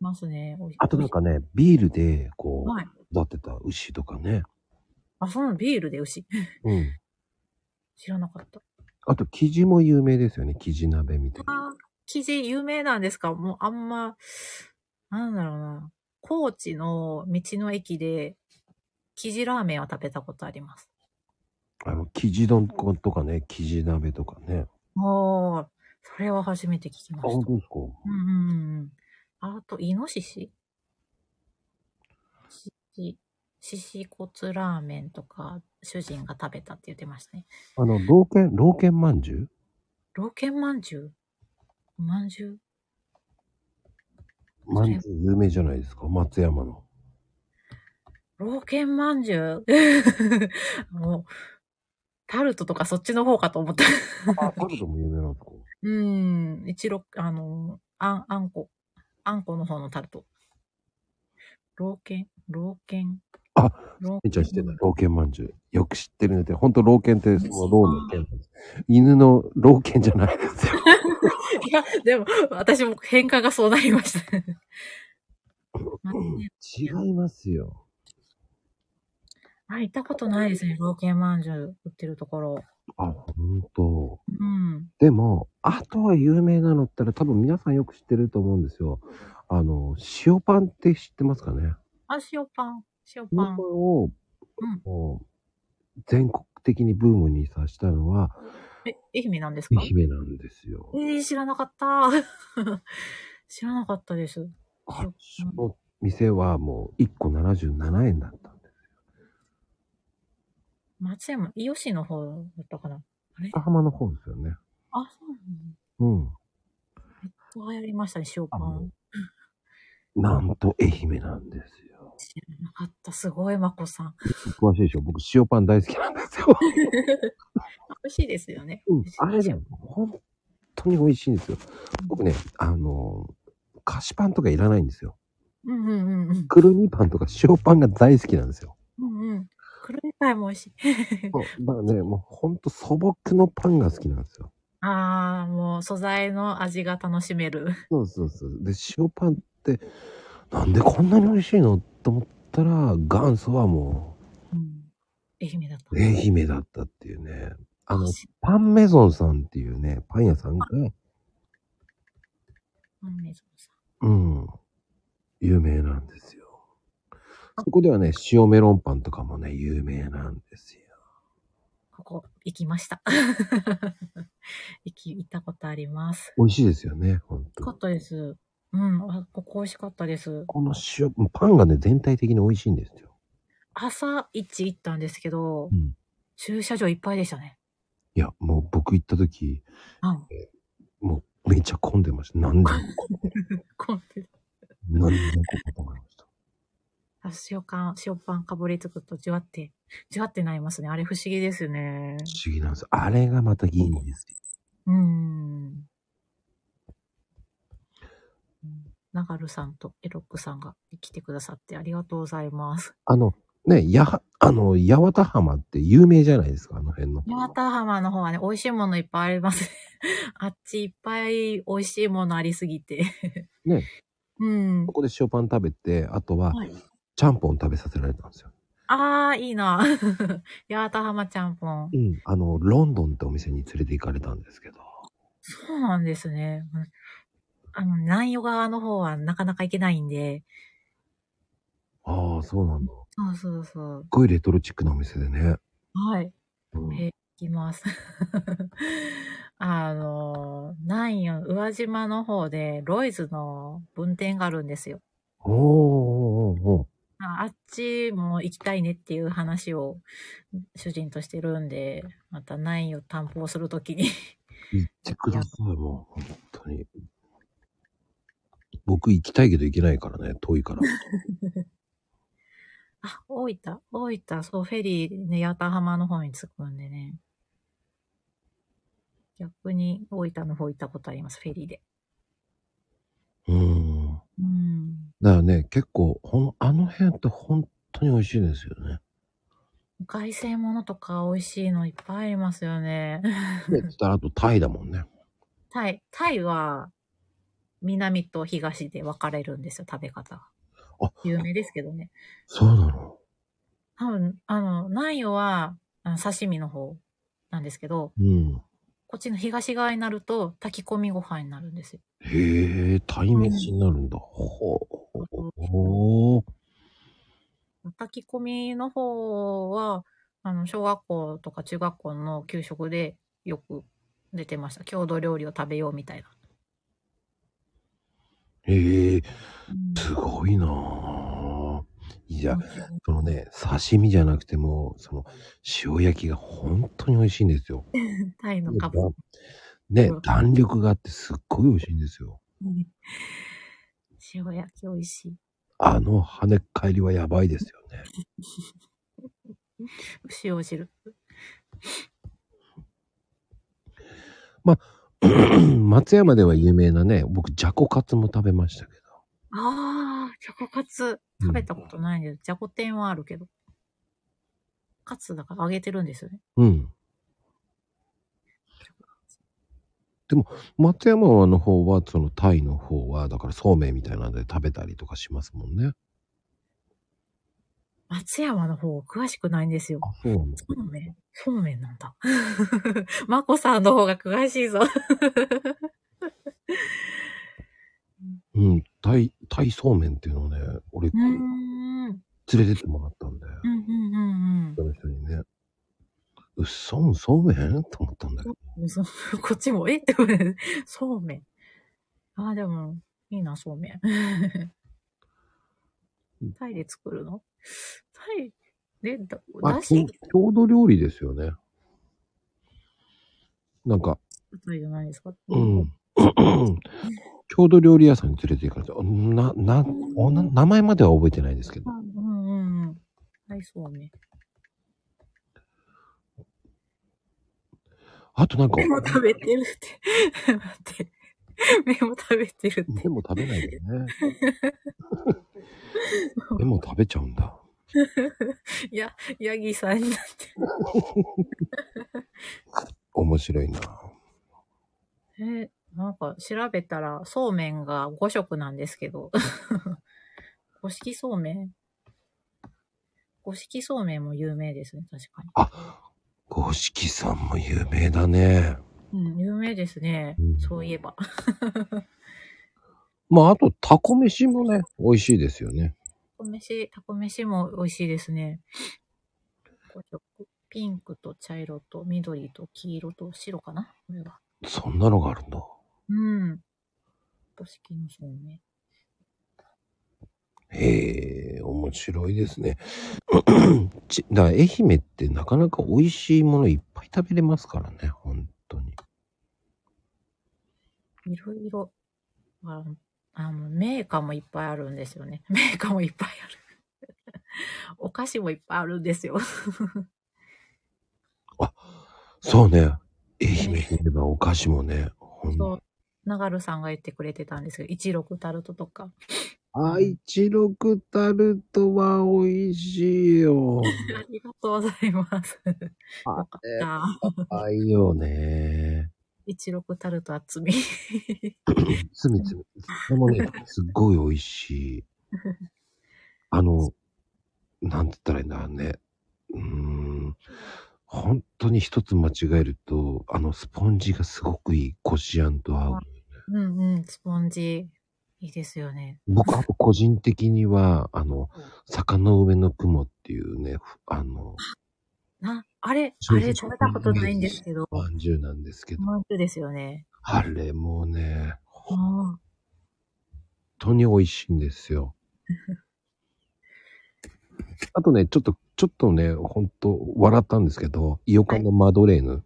C: ますね。おい
A: あとなんかね、ビールで、こ、
C: はいう
A: 育てた牛とかね。
C: あ、そのビールで牛。
A: うん。
C: 知らなかった。
A: あと、生地も有名ですよね。生地鍋みたいな。
C: あー生地有名なんですかもうあんま、なんだろうな。高知の道の駅で、生地ラーメンは食べたことあります。
A: あの、生地丼とかね、生地鍋とかね。
C: おー、それは初めて聞き
A: あ、
C: まし
A: 本
C: た。
A: 当ですか
C: うんうんうん。あと、イノシシシシ、シシ骨ラーメンとか、主人が食べたって言ってましたね。
A: あの、老犬、老犬まんじゅう
C: 老犬まんじゅうまんじゅう
A: まんじゅう有名じゃないですか。松山の。
C: 老犬まんじゅうもう、 タルトとかそっちの方かと思った。
A: あ、タルトも有名なんですか
C: うん、一六、あの、あん、あんこ。あんこの方のタルト。老犬、老犬。
A: あ
C: 老
A: めっちゃ知ってない。老犬まんじゅう。よく知ってるねって、ほんと老犬って、その老の犬なんです。犬の老犬じゃないですよ。
C: いや、でも、私も変化がそうなりました。まあね
A: 違いますよ。
C: あ、行ったことないですね。老犬まんじゅう売ってるところ。
A: あ、ほんと。
C: うん。
A: でも、あとは有名なのったら多分皆さんよく知ってると思うんですよ。あの、塩パンって知ってますかね
C: あ、塩パン。塩
A: 塩
C: パ
A: パン
C: ン。
A: を、
C: うん
A: もう全国的にブームにさしたのは
C: え、愛媛なんですか
A: 愛媛なんですよ
C: え。ー、知らなかった。 知らなかったです。
A: あっちの店はもう1個77円だったんです。
C: 松山、伊予市の方だったかな。あれ
A: 横浜の方ですよね。
C: あ、そうなんだ。
A: うん。
C: こうやりましたね、塩パ
A: あの
C: ン。
A: なんと愛媛なんですよ。
C: 知らなかった。すごい、まこさん。
A: 詳しいでしょ僕塩パン大好きなんですよ。
C: 美味しいですよね。
A: うん、あれね、本当に美味しいんですよ。僕ね、あの、菓子パンとかいらないんですよ。
C: うんうんうんうん。
A: くるみパンとか塩パンが大好きなんですよ。
C: うんうん。黒いパイも美味しい。
A: もうだからね、もう本当素朴のパンが好きなんですよ。
C: ああ、もう素材の味が楽しめる。
A: そうそうそう。で、塩パンって、なんでこんなに美味しいのと思ったら、元祖はも
C: 愛媛だった。
A: う、愛媛だったっていうね。あの
C: 美味、しい
A: パンメゾンさんっていうね、パン屋さんが、
C: うんねそうそう
A: うん。有名なんですよ。そこではね、塩メロンパンとかもね、有名なんですよ。
C: ここ、行きました。 行き、行ったことあります。
A: 美味しいですよね、本
C: 美味しか
A: 当
C: ったです。うん、あここ美味しかったです。
A: この塩、パンがね、全体的に美味しいんですよ。
C: 朝一行ったんですけど、
A: うん
C: 駐車場いっぱいでしたね。
A: いや、もう僕行った時、
C: うん。
A: もうめっちゃ混んでました。なんで、
C: 混んでる
A: なんでここと思いました。
C: あ塩パン、塩パンかぶりつくとじゅわって、じゅわってなりますね。あれ不思議ですよね。
A: 不思議なんです。あれがまたいいんですよ。
C: うん。ナガルさんとエロックさんが来てくださってありがとうございます。
A: あの、ね、やは、あの、八幡浜って有名じゃないですか、あの辺の。
C: 八幡浜の方はね、美味しいものいっぱいありますね。 あっちいっぱい美味しいものありすぎて。
A: ね。
C: うん
A: こ。こで塩パン食べて、あとは、
C: はい
A: ちゃんぽん食べさせられたんですよ。
C: ああ、いいな。 八幡浜ちゃんぽん。
A: うん。あの、ロンドンってお店に連れて行かれたんですけど。
C: そうなんですね。うんあの、南予側の方はなかなか行けないんで。
A: ああ、そうなんだ。す
C: そうそうそう。
A: ごいレトロチックなお店でね。
C: はい。
A: うん
C: え、行きます。 あの、南予、宇和島の方で、ロイズの分店があるんですよ。
A: おーおーおーおー
C: ああっちも行きたいねっていう話を主人としてるんで、また何を担保するときに。
A: 行ってください、もう。本当に。僕行きたいけど行けないからね。遠い から。
C: あ、大分、大分、そう、フェリーね、八幡浜の方に着くんでね。逆に大分の方行ったことあります、フェリーで。
A: うん。
C: うん。
A: だからね、結構、ほん、あの辺って本当に美味しいですよね。
C: お海鮮物とか美味しいのいっぱいありますよね。
A: で、つったらあとタイだもんね。
C: タイ、タイは南と東で分かれるんですよ、食べ方が
A: あ。
C: 有名ですけどね。
A: そうなの。
C: 多分、あの、南予は、あの刺身の方なんですけど、
A: うん。
C: こっちの東側になると、炊き込みご飯になるんですよ。
A: へえ、タイ飯になるんだ。ほおー。
C: 炊き込みの方は、あの、小学校とか中学校の給食でよく出てました。郷土料理を食べようみたいな。
A: へえ、すごいなぁ。いや、そのね、刺身じゃなくても、その、塩焼きが本当に美味しいんですよ。
C: タイのカブ。
A: ね
C: うん、
A: 弾力があってすっごい美味しいんですよ。
C: 塩焼き美味しい。
A: あの跳ね返りはやばいですよね。
C: 塩汁。
A: 松山では有名なね、僕、じゃこカツも食べましたけど。
C: ああ、じゃこカツ。食べたことないんです。じゃこ天はあるけど。カツだから揚げてるんですよね。
A: うん。でも、松山の方は、そのタイの方は、だからそうめんみたいなので食べたりとかしますもんね。
C: 松山の方詳しくないんですよ。
A: あ、そうなの
C: そうめんそうめんなんだ。 まこさんの方が詳しいぞ。
A: うん、タイ、タイそうめんっていうのをね、俺、
C: うー
A: 連
C: ん。うん
A: れてってもらったんだよ。
C: うんうん
A: その人にね。うっそん、そうめんと思ったんだけど。
C: うん。そこっちも、えってことでそうめん。ああ、でも、いいな、そうめん。タイで作るのタイで、だ、
A: まあ、
C: だし
A: 郷郷土料理ですよね。なんか、
C: タイじゃないですか。
A: うん。 郷土料理屋さんに連れて行かれた。な、な、おな名前までは覚えてないですけど
C: う。んうんうん。タイそうめん。
A: あとなんか、
C: メモ食べてるって。 待って。メモ食べてるって
A: で。も食べないよね。 でも食べちゃうんだ。
C: いや、ヤギさんになって
A: 面白いな。
C: る。え、なんか調べたら、そうめんが5色なんですけど。 五色そうめん五色そうめんも有名ですね、確かに。
A: 五色さんも有名だね。
C: うん、有名ですね
A: う。ん
C: そういえば。
A: まあ、あと、タコ飯もね、美味しいですよね。
C: タコ飯、タコ飯も美味しいですね。5色。ピンクと茶色と緑と黄色と白かなこれは。
A: そんなのがあるんだ。
C: うん。五色のそうめん。
A: へえ、面白いですね。 ちだから愛媛ってなかなか美味しいものいっぱい食べれますからね、本当に。
C: いろいろ、ああの、メーカーもいっぱいあるんですよね。 メーカーもいっぱいある。 お菓子もいっぱいあるんですよ。
A: そうね。愛媛にいればお菓子もね、ほん
C: そう。長るさんが言ってくれてたんですけど、一六タルトとか。
A: あ、一六タルトは美味しい よ。
C: ありがとうございます。
A: あ
C: よかった。
A: あいよね。
C: 一六タルト厚み。
A: つみつみ。でもね、すっごい美味しい。あの、なんて言ったらいいんだろうね。うーん。本当に一つ間違えると、あのスポンジがすごくいい。こしあんと合う。
C: うんうん、スポンジ。いいですよね。
A: 僕、あと個人的には、あの、坂の上の雲っていうね、ふあの、
C: な、あれ、あ
A: そうそう
C: れ食べたことないんですけど、
A: まんじゅうなんですけど、
C: まんじゅうですよね。
A: あれもね、
C: ああ、
A: 本当に美味しいんですよ。あとね、ちょっと、ちょっとね、本当笑ったんですけど、イオカのマドレーヌ。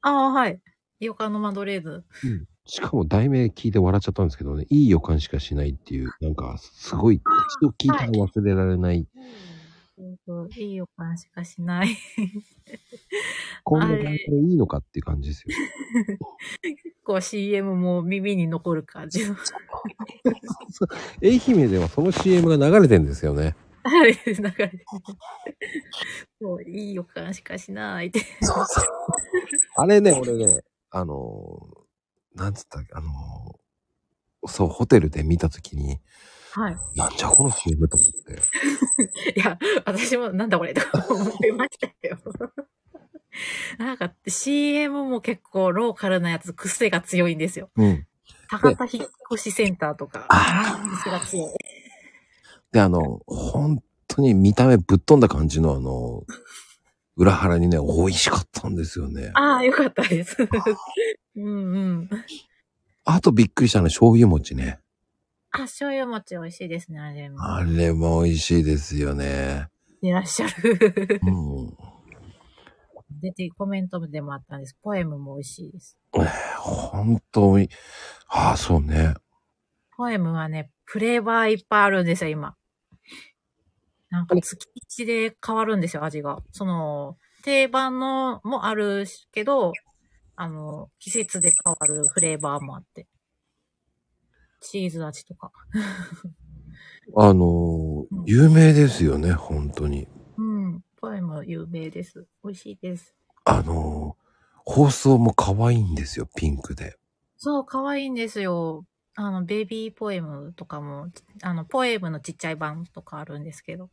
C: ああ、はい。旅館のマドレーヌ。
A: しかも題名聞いて笑っちゃったんですけどね、いい予感しかしないっていう、なんか、すごい、一度聞いたら忘れられない。
C: そうそういい予感しかしない。
A: こんな題名でいいのかっていう感じですよ。
C: こう CM も耳に残る感じの。
A: 愛媛ではその CM が流れてんですよね。
C: あれ、流れ てて。もういい予感しかしないって。
A: そうそう。あれね、俺ね、あのー、なんつったっけ、あのー、そう、ホテルで見たときに、
C: はい。
A: なんじゃこの CM と思って。
C: いや、私もなんだこれと思いましたよ。 なんか CM も結構ローカルなやつ癖が強いんですよ。
A: うん。
C: 高田引っ越しセンターとか。
A: あ
C: 癖が強い。
A: で、あの、本当に見た目ぶっ飛んだ感じのあの、裏腹にね、美味しかったんですよね。
C: ああ、よかったです。 うんうん。
A: あとびっくりしたのは醤油餅ね。
C: あ、醤油餅美味しいですね、あれも。
A: あれも美味しいですよね。
C: いらっしゃる。
A: うん。
C: 出て、コメントでもあったんです。ポエムも美味しいです。
A: 本当に。ああ、そうね。
C: ポエムはね、フレーバーいっぱいあるんですよ、今。なんか月一で変わるんですよ、味が。その、定番のもあるしけど、あの、季節で変わるフレーバーもあって。チーズ味とか。
A: あのー
C: うん
A: 有名ですよね、本当に。
C: うん。ポエム有名です。美味しいです。
A: あのー包装も可愛いんですよ、ピンクで。
C: そう、可愛いんですよ。あの、ベビーポエムとかも、あの、ポエムのちっちゃい版とかあるんですけど、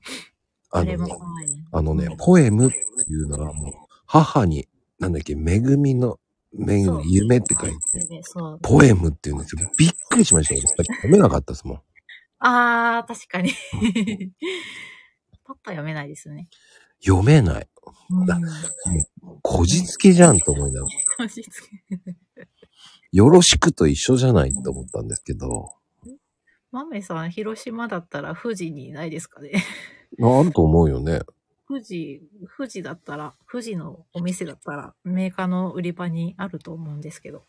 A: あ
C: あ
A: の
C: れも
A: ね
C: 可、愛い。
A: あのね
C: うん、
A: ポエムっていうのはもう、母に、なんだっけ、恵みの、恵
C: そう
A: み、夢って書いて、
C: でそう。
A: ポエムっていうんですよ。びっくりしました よ。さっき読めなかったですもん。
C: あー、確かに。パッと読めないですね。
A: 読めない。
C: うん。
A: こじつけじゃんと思いながら。
C: 押し付け
A: よろしくと一緒じゃないと思ったんですけど、
C: マメさん、広島だったら富士にいないですかね。
A: あると思うよね。
C: 富士、富士だったら、富士のお店だったら、メーカーの売り場にあると思うんですけど。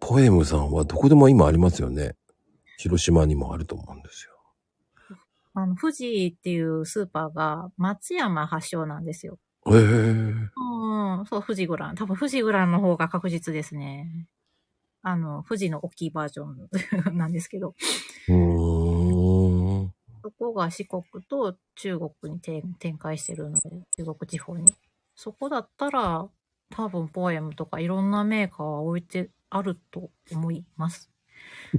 A: ポエムさんはどこでも今ありますよね。広島にもあると思うんですよ。
C: あの、富士っていうスーパーが松山発祥なんですよ。
A: へえ
C: うん、そう、富士グラン。多分富士グランの方が確実ですね。あの、富士の大きいバージョンなんですけど、
A: うーん。
C: そこが四国と中国に展展開してるので、中国地方に。そこだったら、多分ポエムとかいろんなメーカーは置いてあると思います。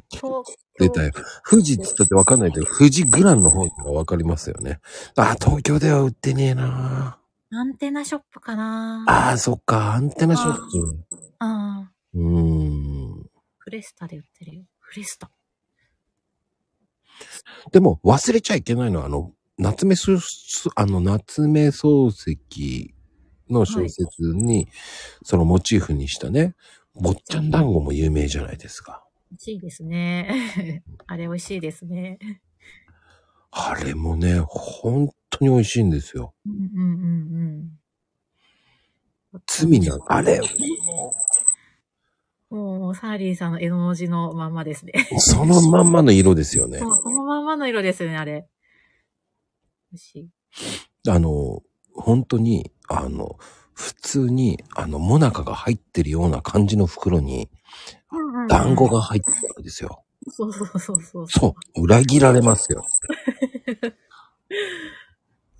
C: 東
A: 出たよ。富士って言ったってわかんないけど、富士グランの方がわかりますよね。あー、東京では売ってねえな
C: アンテナショップかな
A: ああ、そっか、アンテナショップ。
C: ああ、
A: うーん。
C: フレスタで売ってるよ。フレスタ。
A: でも忘れちゃいけないのは、あの、夏目す、すあの、夏目漱石の小説に、そのモチーフにしたね、坊ちゃん団子も有名じゃないですか。
C: 美味しいですね。 あれ美味しいですね。
A: あれもね、本当に美味しいんですよ。
C: うんうんうんうん。
A: 罪な、あれ、
C: もう、サーリーさんの絵の文字のまんまですね。
A: そのまんまの色ですよね
C: そ。うそのまんまの色ですよね、あれ。美味しい。
A: あの、本当に、あの、普通に、あの、モナカが入ってるような感じの袋に、団子が入ってるわけですよ。
C: そうそうそうそう。
A: そう、裏切られますよ。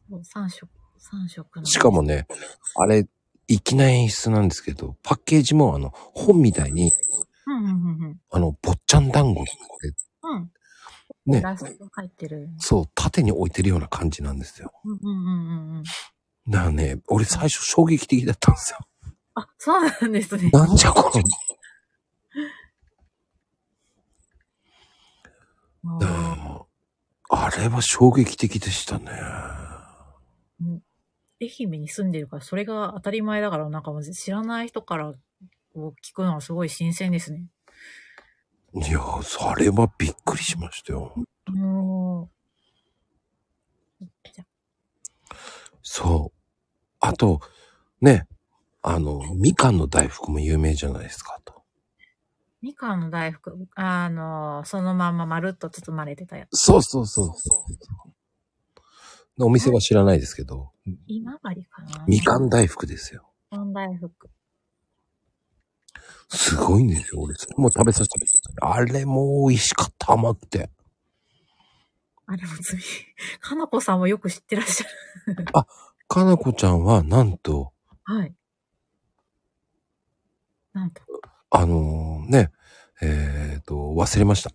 C: もう3色、三色の。
A: しかもね、あれ、粋な演出なんですけど、パッケージもあの、本みたいに、
C: うんうんうんうん。
A: あの、坊ちゃん団子って
C: うん。イ
A: ね、
C: ラスト入ってる。
A: そう、縦に置いてるような感じなんですよ。
C: うんうんうんうんうん。
A: だからね、俺最初衝撃的だったんですよ。
C: あ、そうなんですね。
A: なんじゃこの
C: もう
A: うんあれは衝撃的でしたね。
C: 愛媛に住んでるから、それが当たり前だから、なんかもう知らない人からを聞くのはすごい新鮮ですね。
A: いや、あれはびっくりしましたよ。
C: も
A: そう。あと、ね、あの、みかんの大福も有名じゃないですかと。
C: う、みかんの大福、あの、そのまんままるっと包まれてたやつ。
A: そうそうそうそう。お店は知らないですけど、
C: 今治かな
A: みかん大福ですよ。
C: みかん大福。
A: すごいんですよ、俺。それも食べさせて。あれも美味しかった、甘くて。
C: あれも罪。かなこさんもよく知ってらっしゃる。
A: かなこちゃんは、なんと、
C: はい。なんと。
A: あのね、えっ、と、忘れました。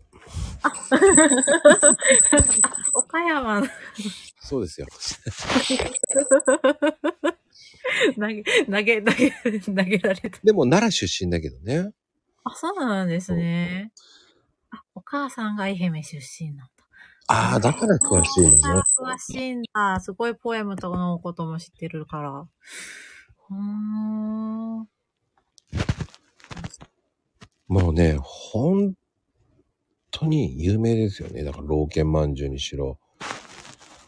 C: 岡山の
A: そうですよ。
C: 投げ、投げ、投げ、投げられた。
A: でも、奈良出身だけどね。
C: あ、そうなんですね。あ、お母さんが愛媛出身なんだ。
A: ああ、だから詳しいよね。
C: 詳しいんだ。すごいポエムとかのことも知ってるから。うーん。
A: もうね、本当に有名ですよね。だから、老犬まんじゅうにしろ。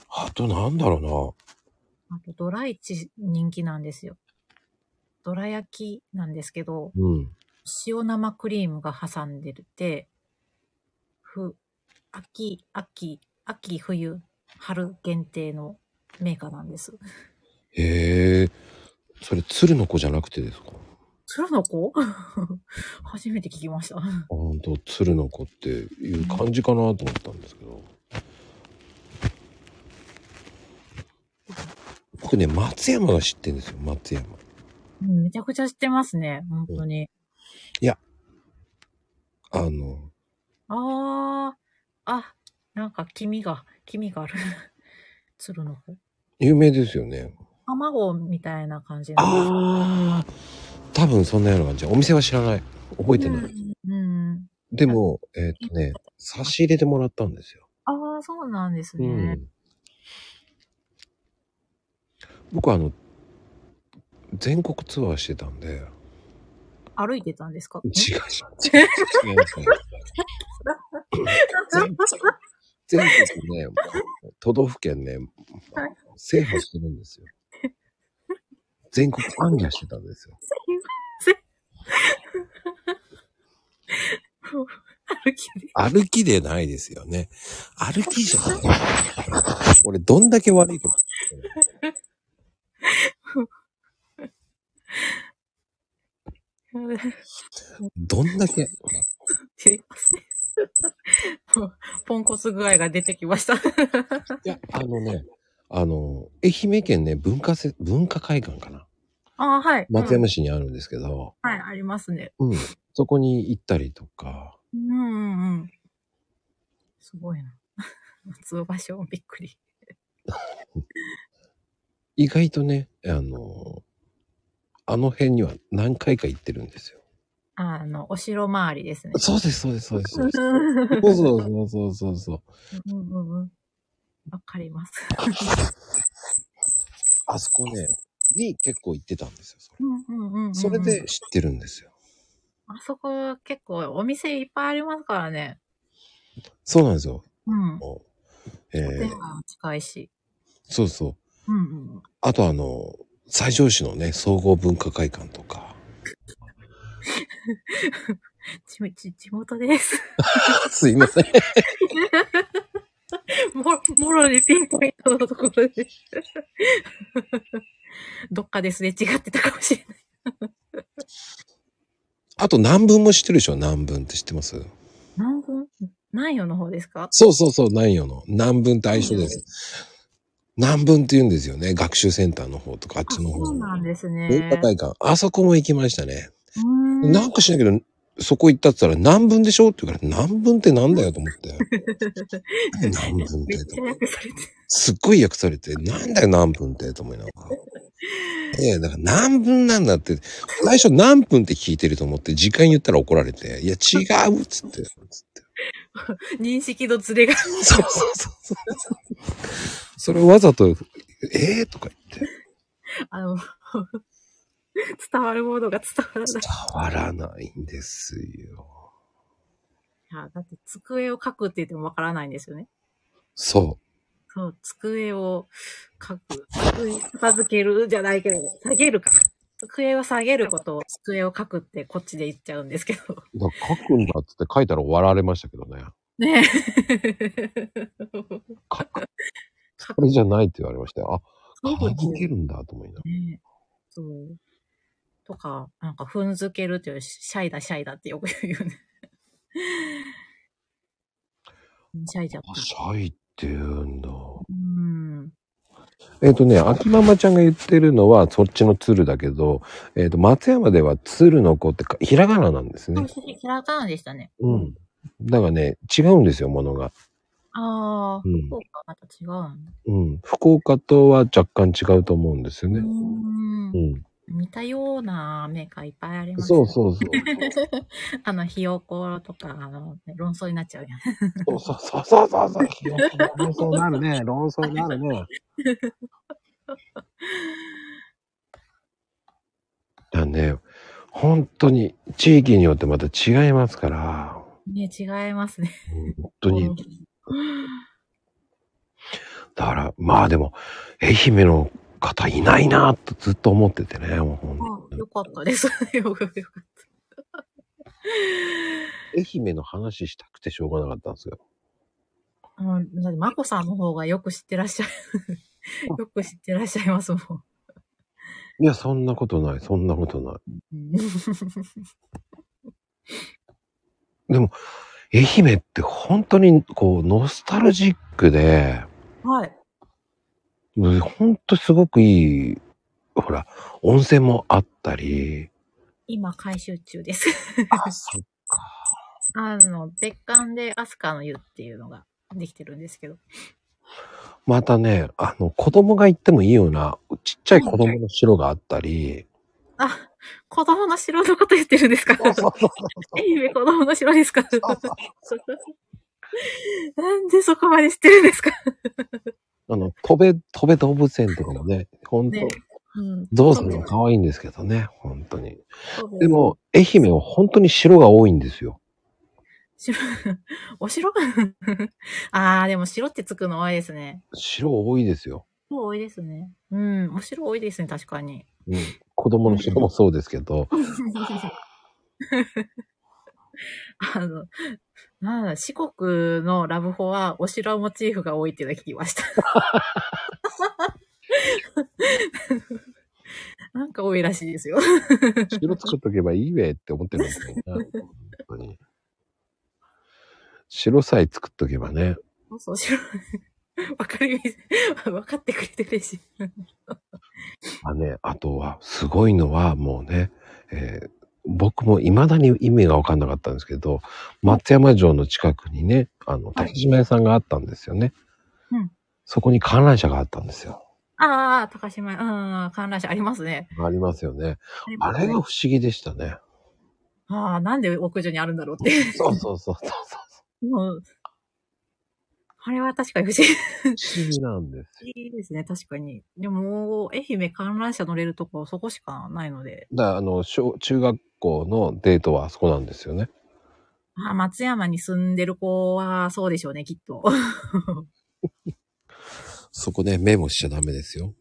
A: あと、なんだろ
C: あと、ドライチ人気なんですよ。ドラ焼きなんですけど、
A: うな。うん。
C: 塩生クリームが挟んでるって、ふ、秋、秋、秋、冬、春限定のメーカーなんです。
A: へえ。それ、鶴の子じゃなくてですか
C: 鶴の子 初めて聞きました。
A: 本当鶴の子っていう感じかなと思ったんですけど。僕ね、松山が知ってんですよ、松山。
C: うんめちゃくちゃ知ってますね、本当に。
A: あの、
C: ああ、あ、なんか黄身が、黄身がある。 鶴の子。
A: 有名ですよね。
C: 卵みたいな感じの。
A: ああ多分そんなような感じ。お店は知らない。覚えてない。
C: うんうん。
A: でも、えーっとね、差し入れてもらったんですよ。
C: ああ、そうなんです
A: う
C: ね。
A: ん。僕あの、全国ツアーしてたんで、
C: 歩いてたんですか
A: 違う、違う、違う。違いますね 全全国ね、都道府県ね
C: はい、
A: 制覇してるんですよ。全国暗夜してたんですよ。
C: 歩きで。
A: 歩きでないですよね。歩きじゃない。 俺、どんだけ悪いことどんだけ。
C: すいません。もう ポンコツ具合が出てきました。
A: いや、あのね、あの、愛媛県ね、文化せ、文化会館かな。
C: ああ、はい。
A: 松
C: うん
A: 山市にあるんですけど、
C: はい、ありますね。
A: うん。そこに行ったりとか、
C: うんうんうん。すごいな。 松尾芭蕉びっくり。
A: 意外とね、あの、あの辺には何回か行ってるんですよ。
C: あの、お城周りですね。
A: そうです、そうです、そう です。そうです
C: うん
A: そうそうそうそうそう。
C: うんうんうん。わかります。
A: あそこね、に結構行ってたんですよ。それ
C: うんうんうんうん
A: それで。知ってるんですよ。
C: あそこ結構お店いっぱいありますからね。
A: そうなんですよ。
C: うん。
A: もうえ
C: 店
A: ー
C: 街も近いし。
A: そうそう。
C: うんうんうん。
A: あとあの、西条市のね、総合文化会館とか。
C: ちち地元です。
A: すいません。
C: もろ、もろにピンポイントのところで。 どっかですれ違ってたかもしれない。
A: あと南文も知ってるでしょ南文って知ってます
C: 何分南予の方ですか
A: そうそうそう、南よの。南文って相性です。南文って言うんですよね。学習センターの方とか、あっ
C: あ
A: ちの
C: そ
A: 方
C: うなんですね。
A: 文化会館。あそこも行きましたね。
C: うーん
A: なんかしないけど、そこ行ったって言ったら何分でしょって言うから何分ってなんだよと思って。 何分っ
C: めって
A: と
C: ちゃ訳されて
A: すっごい訳されて、なんだよ何分ってと思いながら。 ええだから何分なんだって、最初何分って聞いてると思って時間言ったら怒られて、いや違うっつって。
C: 認識のズレが。
A: そうそうそうそう。それをわざと、ええとか言って、
C: あの、伝わるものが伝わらない。
A: 伝わらないんですよ。
C: いや、だって机を書くって言ってもわからないんですよね。
A: そ
C: そう、机を書く。机を片付けるじゃないけど、下げるか。机を下げることを机を書くってこっちで言っちゃうんですけど。
A: う。だから書くんだっつって書いたら笑われましたけどね。
C: ね
A: 書く。これじゃないって言われましたよ。あ、
C: そうです
A: 書
C: ね
A: けるんだと思いながら。
C: え。ねえそう。とか、なんか踏んづけるっていう、シャイだシャイだってよく言うね。シャイじゃっ
A: あ、
C: た。
A: シャイって言うんだ。
C: うん。
A: えっ、とね、秋ママちゃんが言ってるのはそっちの鶴だけど、えっ、と、松山では鶴の子ってかひらがななんですね。
C: ひひらがなでしたね。
A: うん。。だからね、違うんですよ、ものが。
C: ああ、
A: うん
C: 福岡はまた違うんだ。
A: うん。福岡とは若干違うと思うんですよ
C: う
A: ね。
C: ん
A: う。ん。
C: 似たようなメーカーいっぱいあります。
A: そうそうそう。
C: あの、ひよことか、あの、論争になっちゃうやん。
A: そうそうそうそうそう そう。論争になるね。論争になるね。だね、本当に地域によってまた違いますから、
C: ね、違いますね。
A: うん本当に。 だから、まあでも、愛媛の方いないなとずっと思っててね、もうほん
C: あよかったです。 よかった。
A: 愛媛の話したくてしょうがなかったんですよ。
C: うん、だってまこさんの方がよく知ってらっしゃ る。よく知ってらっしゃいますもん。
A: いや、そんなことない、そんなことない。
C: うん
A: 愛媛って本当にこうノスタルジックで、
C: はい。
A: 本当すごくいい、ほら、温泉もあったり、
C: 今、回収中です。 あの、別館でアスカの湯っていうのができてるんですけど。
A: またね、あの、子供が行ってもいいような、ちっちゃい子供の城があったり、
C: あ、子供の城のこと言ってるんですか
A: そうそうそう
C: 愛媛子供の城ですか なんでそこまで知ってるんですか
A: あの、飛べ、飛べ動物園とかもね、本当、
C: ねうん
A: ゾウさんも可愛いんですけどね、本当に。
C: そう
A: でも、愛媛は本当に城が多いんですよ。
C: 城お城 ああ、でも城ってつくの多いですね。
A: 城多いですよ。
C: もう多いですね。うん、お城多いですね、確か に。
A: うん。子供の城もそうですけど、
C: あの、なんだ、四国のラブホはお城モチーフが多いっていうのは聞きま した。なんか多いらしいですよ。
A: 城作っとけばいいべって思ってるんですよね。本当に。城さえ作っとけばね。
C: そうそう、白い。わかりみ、わかってくれて 嬉しい。
A: あね、あとは、すごいのはもうね、えー僕も未だに意味がわかんなかったんですけど、松山城の近くにね、あの、
C: はい
A: 竹島屋さんがあったんですよね。
C: うん
A: そこに観覧車があったんですよ。
C: ああ、高島屋、うん、観覧車ありますね。
A: ありますよね。あ
C: ます
A: れ
C: ね
A: が不思議でした ね。
C: ああ、なんで屋上にあるんだろうって。
A: そうそうそうそう
C: もうあれは確かに不思
A: そう。不思議なんですよ。
C: 議ですね、確かに。でも、愛媛観覧車乗れるとこそこしかないので。
A: だからあの、小、中学校のデートはあそこなんですよね。
C: ああ、松山に住んでる子はそうでしょうね、きっと。
A: そこね、メモしちゃダメですよ。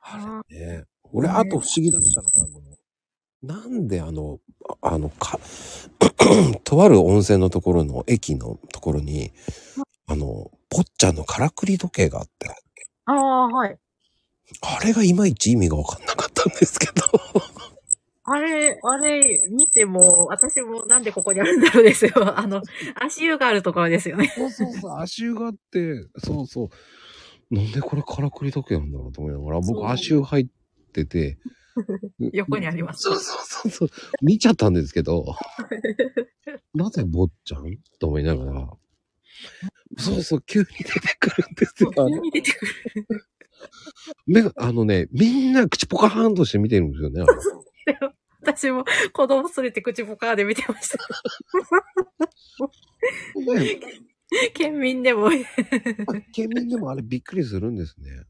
A: あれね。俺、
C: ね
A: あと不思議だったのが、あのなんであの、ああの、か、 とある温泉のところの、駅のところに、あの、ぽっちゃんのからくり時計があって、
C: ああ、はい。
A: あれがいまいち意味がわかんなかったんですけど。
C: あれ、あれ、見ても、私もなんでここにあるんだろうですよ。 あの、足湯があるところですよね。
A: そうそうそう、足湯があって、そうそう。なんでこれからくり時計なんだろうと思いながら、
C: そ
A: 僕
C: う
A: 足湯入ってて、
C: 横にあります。
A: そうそうそうそう。見ちゃったんですけ ど。なぜ坊ちゃんと思いながら。そうそう、急に出てくるんですよ。あ
C: 急
A: の
C: に出てくる。
A: 目が、あのね、みんな口ポカハーンとして見てるんですよね。あれ
C: 私も子供連れて口ポカーで見てました。
A: ね
C: 県民でも、うん
A: 県民でもあれびっくりするんですね。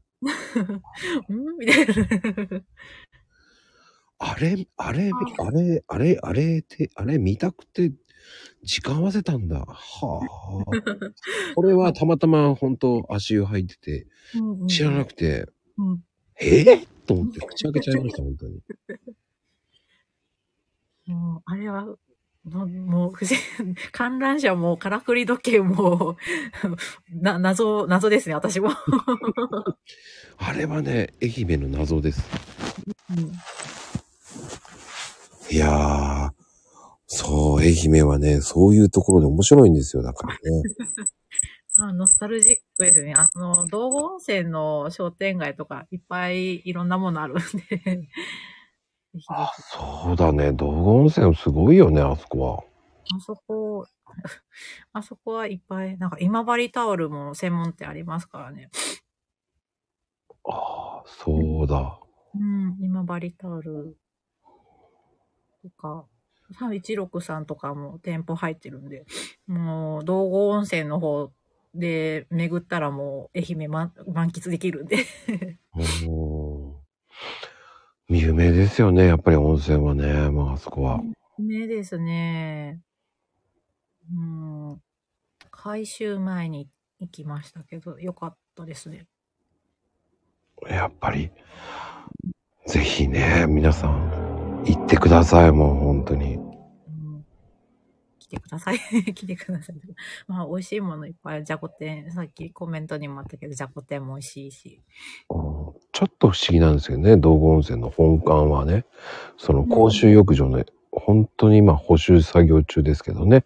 C: みたいな。
A: あれ、あれ、あれ、あれ、あれって、あれ見たくて、時間合わせたんだ。はあ。これ はたまたま本当足湯入ってて、
C: うんうん
A: 知らなくて、
C: うん
A: ええと思 って口開けちゃいました、本当に。
C: もう、あれは、なもう、不正、 観覧車も、からくり時計も、 な、謎、謎ですね、私も。
A: あれはね、愛媛の謎です。いやー、そう、愛媛はね、そういうところで面白いんですよ、だから ね。
C: あノスタルジックですね。あの、道後温泉の商店街とか、いっぱいいろんなものあるんで。ぜひ
A: あ
C: あ、
A: そうだね、道後温泉すごいよね、あそこは。
C: そこ、 あそこはいっぱい、なんか今治タオルも専門店ありますからね。
A: ああ、そうだ。
C: うん、今治タオルとか、316さんとかも店舗入ってるんで、もう道後温泉の方で巡ったらもう愛媛満満喫できるんで。
A: うーん。有名ですよね、やっぱり温泉はね、まあ、あそこは。
C: ねですね。うん。改修前に行きましたけど、よかったですね。
A: やっぱり、ぜひね、皆さん、行ってください、もう本当に。
C: うん来てください。 来てください。まあ、美味しいものいっぱい、じゃこ天、さっきコメントにもあったけど、じゃこ天も美味しいし。
A: うんちょっと不思議なんですけどね、道後温泉の本館はね、その公衆浴場の、本当に今補修作業中ですけどね、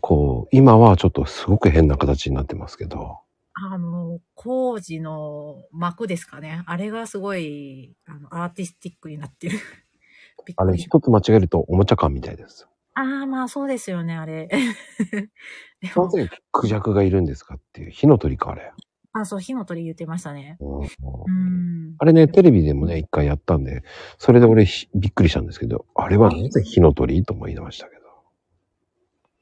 A: こう、今はちょっとすごく変な形になってますけど、
C: あの、工事の幕ですかね。あれがすごい、あの、アーティスティックになってる。 びっ
A: あ
C: く
A: れ
C: り。
A: 一つ間違えるとおもちゃ館みたいです。
C: ああ、まあそうですよね、あ れ。で
A: その
C: も、
A: 時にクジャクがいるんですかっていう、火の鳥かあれ。
C: あ、そう、火の鳥言ってましたね。
A: うん
C: うん。
A: あれね、テレビでもね、一回やったんで、それで俺ひびっくりしたんですけど、あれはなぜ火の鳥とも言いましたけど。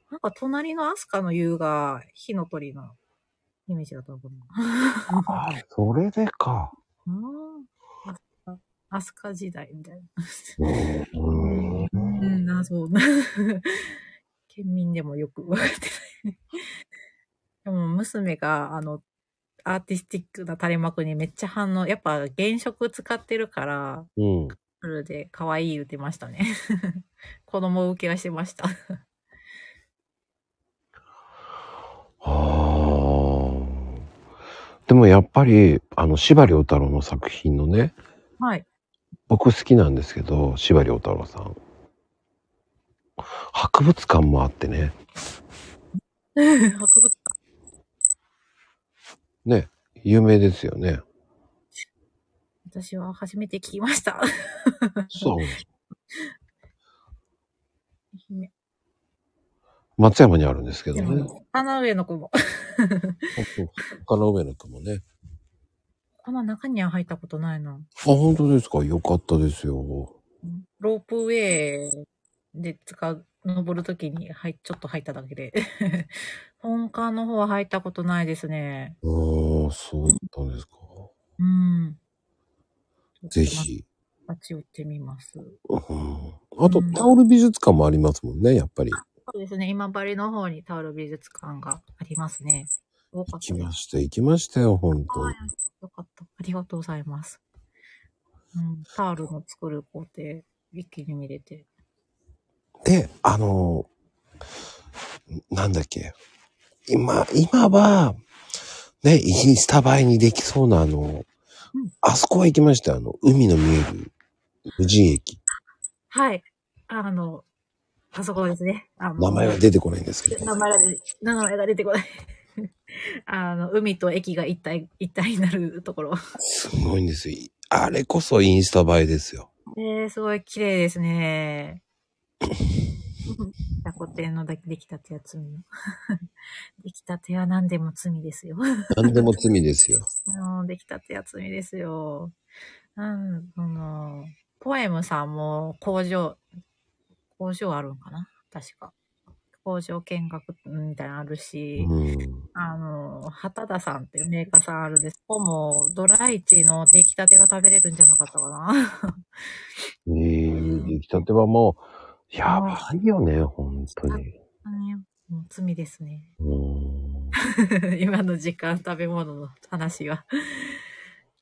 C: なんか隣のアスカの湯が火の鳥のイメージだと思う。
A: ああ、それでか。
C: あーアスカ時代みたいな。
A: うん
C: うん、な、そう。 県民でもよくわかってない。でも、娘が、あの、アーティスティックな垂れ幕にめっちゃ反応、やっぱ原色使ってるから、
A: うん。
C: それで可愛い言ってましたね。 子供受けがしてました。
A: ああ。でもやっぱり、あの、司馬遼太郎の作品のね、
C: はい。
A: 僕好きなんですけど、司馬遼太郎さん。博物館もあってね、
C: 博物
A: ね、有名ですよ ね。
C: 私は初めて聞きました。
A: そう。
C: 姫
A: 松山にあるんですけど
C: で
A: ね。
C: も、花上の子も。
A: 他の上野ともね。
C: この中には入ったことないな。
A: あ、本当ですか。よかったですよ。
C: ロープウェイで使う、登るときに、はい、ちょっと入っただけで。 本館の方は入ったことないですね。
A: ああ、そうだったんですか。
C: うん。
A: ぜ。ひ。
C: あっち寄ってみます。そ
A: うんあと、タオル美術館もありますもんね、やっぱり。
C: うですね。今治の方にタオル美術館がありますね。多か
A: 行
C: っ
A: き
C: た
A: ま
C: です。
A: した、行きましたよ、本当
C: はいよかった。ありがとうございます。うん、タオルの作る工程、一気に見れて。
A: で、あの、なんだっけ。今、今は、ね、インスタ映えにできそうな、あの
C: うん、
A: あそこは行きましたよ、あの、海の見える、無人駅。
C: はい。あの、あそこですね。あの
A: 名前は出てこないんですけど。
C: 名前が出て、名前が出てこない。 あの、海と駅が一体、一体になるところ。
A: すごいんですよ。あれこそインスタ映えですよ。
C: えー、すごい綺麗ですね。タコ天のだ けできたては罪よ。できたては何でも罪ですよ。
A: 何でも罪ですよ。
C: うんできたては罪ですよ。うん、その、ポエムさんも工場、工場あるんかな確か。工場見学みたいなのあるし、
A: うん。
C: あの、畑田さんっていうメーカーさんあるんです。ここもドライチの出来たてが食べれるんじゃなかったかな。
A: えー、出来たてはもう、やばいよね、本当に。
C: もう罪ですね。
A: うん。
C: 今の時間、食べ物の話は。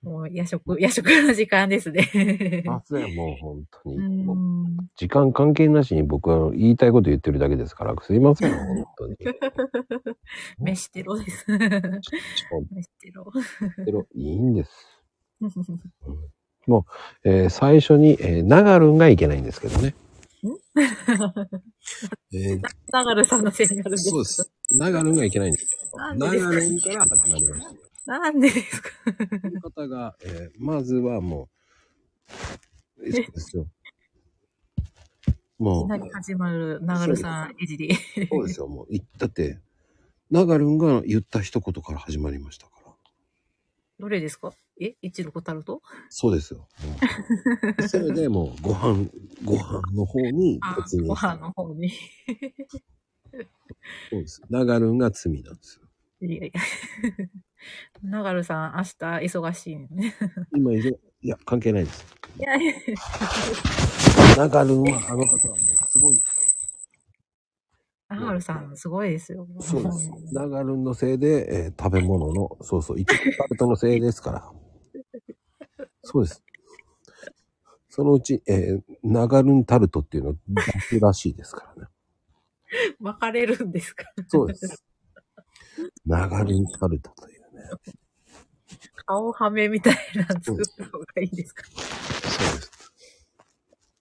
C: もう夜食、夜食の時間ですね。
A: あ、そうや、もう本当に。
C: う。
A: もうん時間関係なしに僕は言いたいこと言ってるだけですから、すいません、本 当に。
C: 飯テロです。飯
A: 本
C: テロ。
A: 当にいいんです。えー最初に、えー、ナガルンがいけないんですけどね。えー
C: ナガルさんのせいになるんです
A: そうです。ナガルンがいけないんです。
C: なん
A: ナ
C: でです
A: ガルン
C: か
A: から始まります。
C: なんでですか
A: この方が、えーまずはも う、そうですよ。
C: い
A: も
C: き
A: う
C: な、り始まるナガルさん、エジリ。
A: そうですよ。もう、いだって、ナガルンが言った一言から始まりましたから。
C: どれですかえ一度タルト
A: そうですよ。も うそれでもう、ご飯、ご飯の方に
C: あ
A: 突、入
C: ご
A: した
C: 飯の方に。い
A: そうです。ナガルンが罪なんですよ。
C: やいや。 ナガルさん、明日忙しいね。
A: 今いる、いや、関係ないです。
C: いやいや
A: ナガルンは、あの方はもう、すごい。
C: ナガルさん、すごいですよ。
A: そうです。ナガルンのせいで、えー食べ物の、そうそう、一応パルトのせいですから。そうです。そのうち、えーナガルンタルトっていうの出すらしいですからね。
C: 分かれるんですか
A: そうです。ナガルンタルトというね。
C: 顔はめみたいなの作った方がいい ですか
A: そう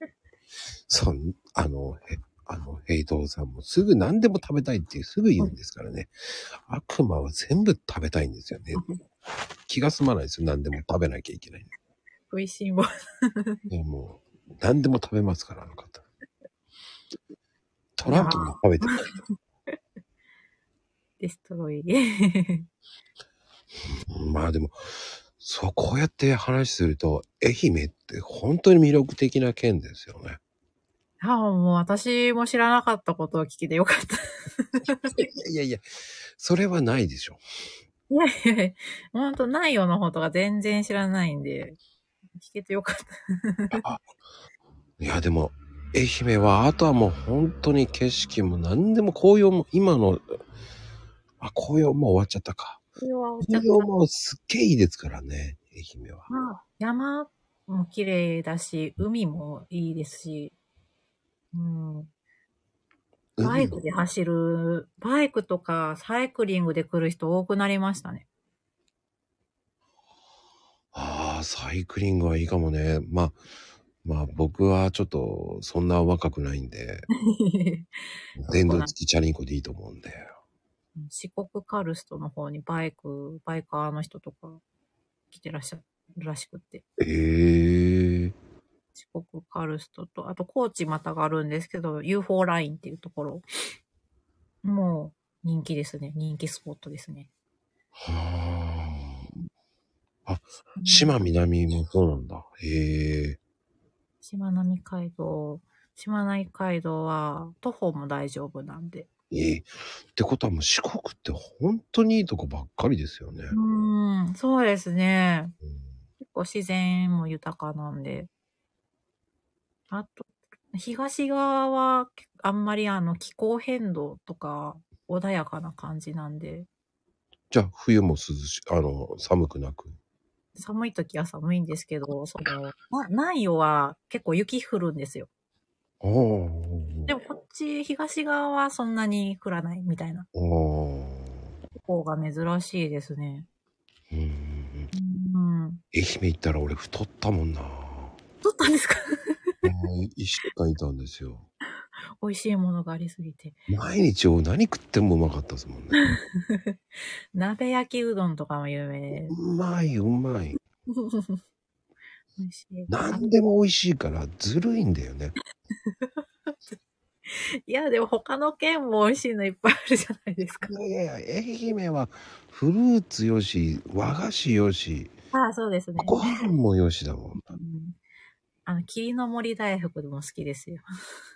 A: です。そう、あの、へあの、ヘイトーさんもすぐ何でも食べたいってすぐ言うんですからね。悪魔は全部食べたいんですよね。気が済まないですよ。何でも食べなきゃいけない。
C: 食いしん坊。
A: でもう、何でも食べますから、あの方。トランプも食べてる。
C: デストロイ。
A: まあでも、そう、こうやって話すると、愛媛って本当に魅力的な県ですよね。
C: ああ、もう私も知らなかったことを聞けてよかった。
A: いやいや、それはないでしょ。
C: いやいや、ほんと内容の方とか全然知らないんで、聞けてよかった。
A: いや、でも、愛媛は、あとはもう本当に景色も何でも紅葉も、今の、あ、紅葉もう終わっちゃったか。
C: これはお茶
A: 紅葉もすっげえいいですからね、愛媛は。
C: まあ、山も綺麗だし、海もいいですし、うん、バイクで走る、バイクとかサイクリングで来る人多くなりましたね。
A: ああ、サイクリングはいいかもね。まあ、まあ僕はちょっとそんな若くないんで、電動付きチャリンコでいいと思うんで。
C: 四国カルストの方にバイク、バイカーの人とか来てらっしゃるらしくって。
A: ええ
C: 四国カルストと、あと高知またがあるんですけど、UFO ラインっていうところ。もう人気ですね。人気スポットですね。
A: はあ。あ、島南もそうなんだ。ええ
C: しまなみ海道、しまなみ海道は徒歩も大丈夫なんで。
A: ええってことはもう四国って本当にいいとこばっかりですよね。
C: うーん、そうですね。
A: うん
C: 結構自然も豊かなんで。あと、東側はけあんまりあの気候変動とか穏やかな感じなんで、
A: じゃあ冬も涼し、あの、寒くなく。
C: 寒い時は寒いんですけど、その、な南予は結構雪降るんですよ。
A: ああ。
C: でもこっち東側はそんなに降らないみたいな
A: ああ。
C: 方が珍しいですね。
A: うん。
C: うん。
A: 愛媛行ったら俺太ったもんな。
C: どったんですか
A: うん一週間いたんですよ。
C: 美味しいものがありすぎて。
A: 毎日何食ってもうまかったですもんね。
C: 鍋焼きうどんとかも有名で
A: うまいうまい。
C: 美味しい。
A: 何でも美味しいからずるいんだよね。
C: いや、でも他の県も美味しいのいっぱいあるじゃないですか。
A: いやいや、愛媛はフルーツよし、和菓子よし、
C: ああ、そうですね。
A: ご飯もよしだもん。
C: うんあの、霧の森大福でも好きですよ。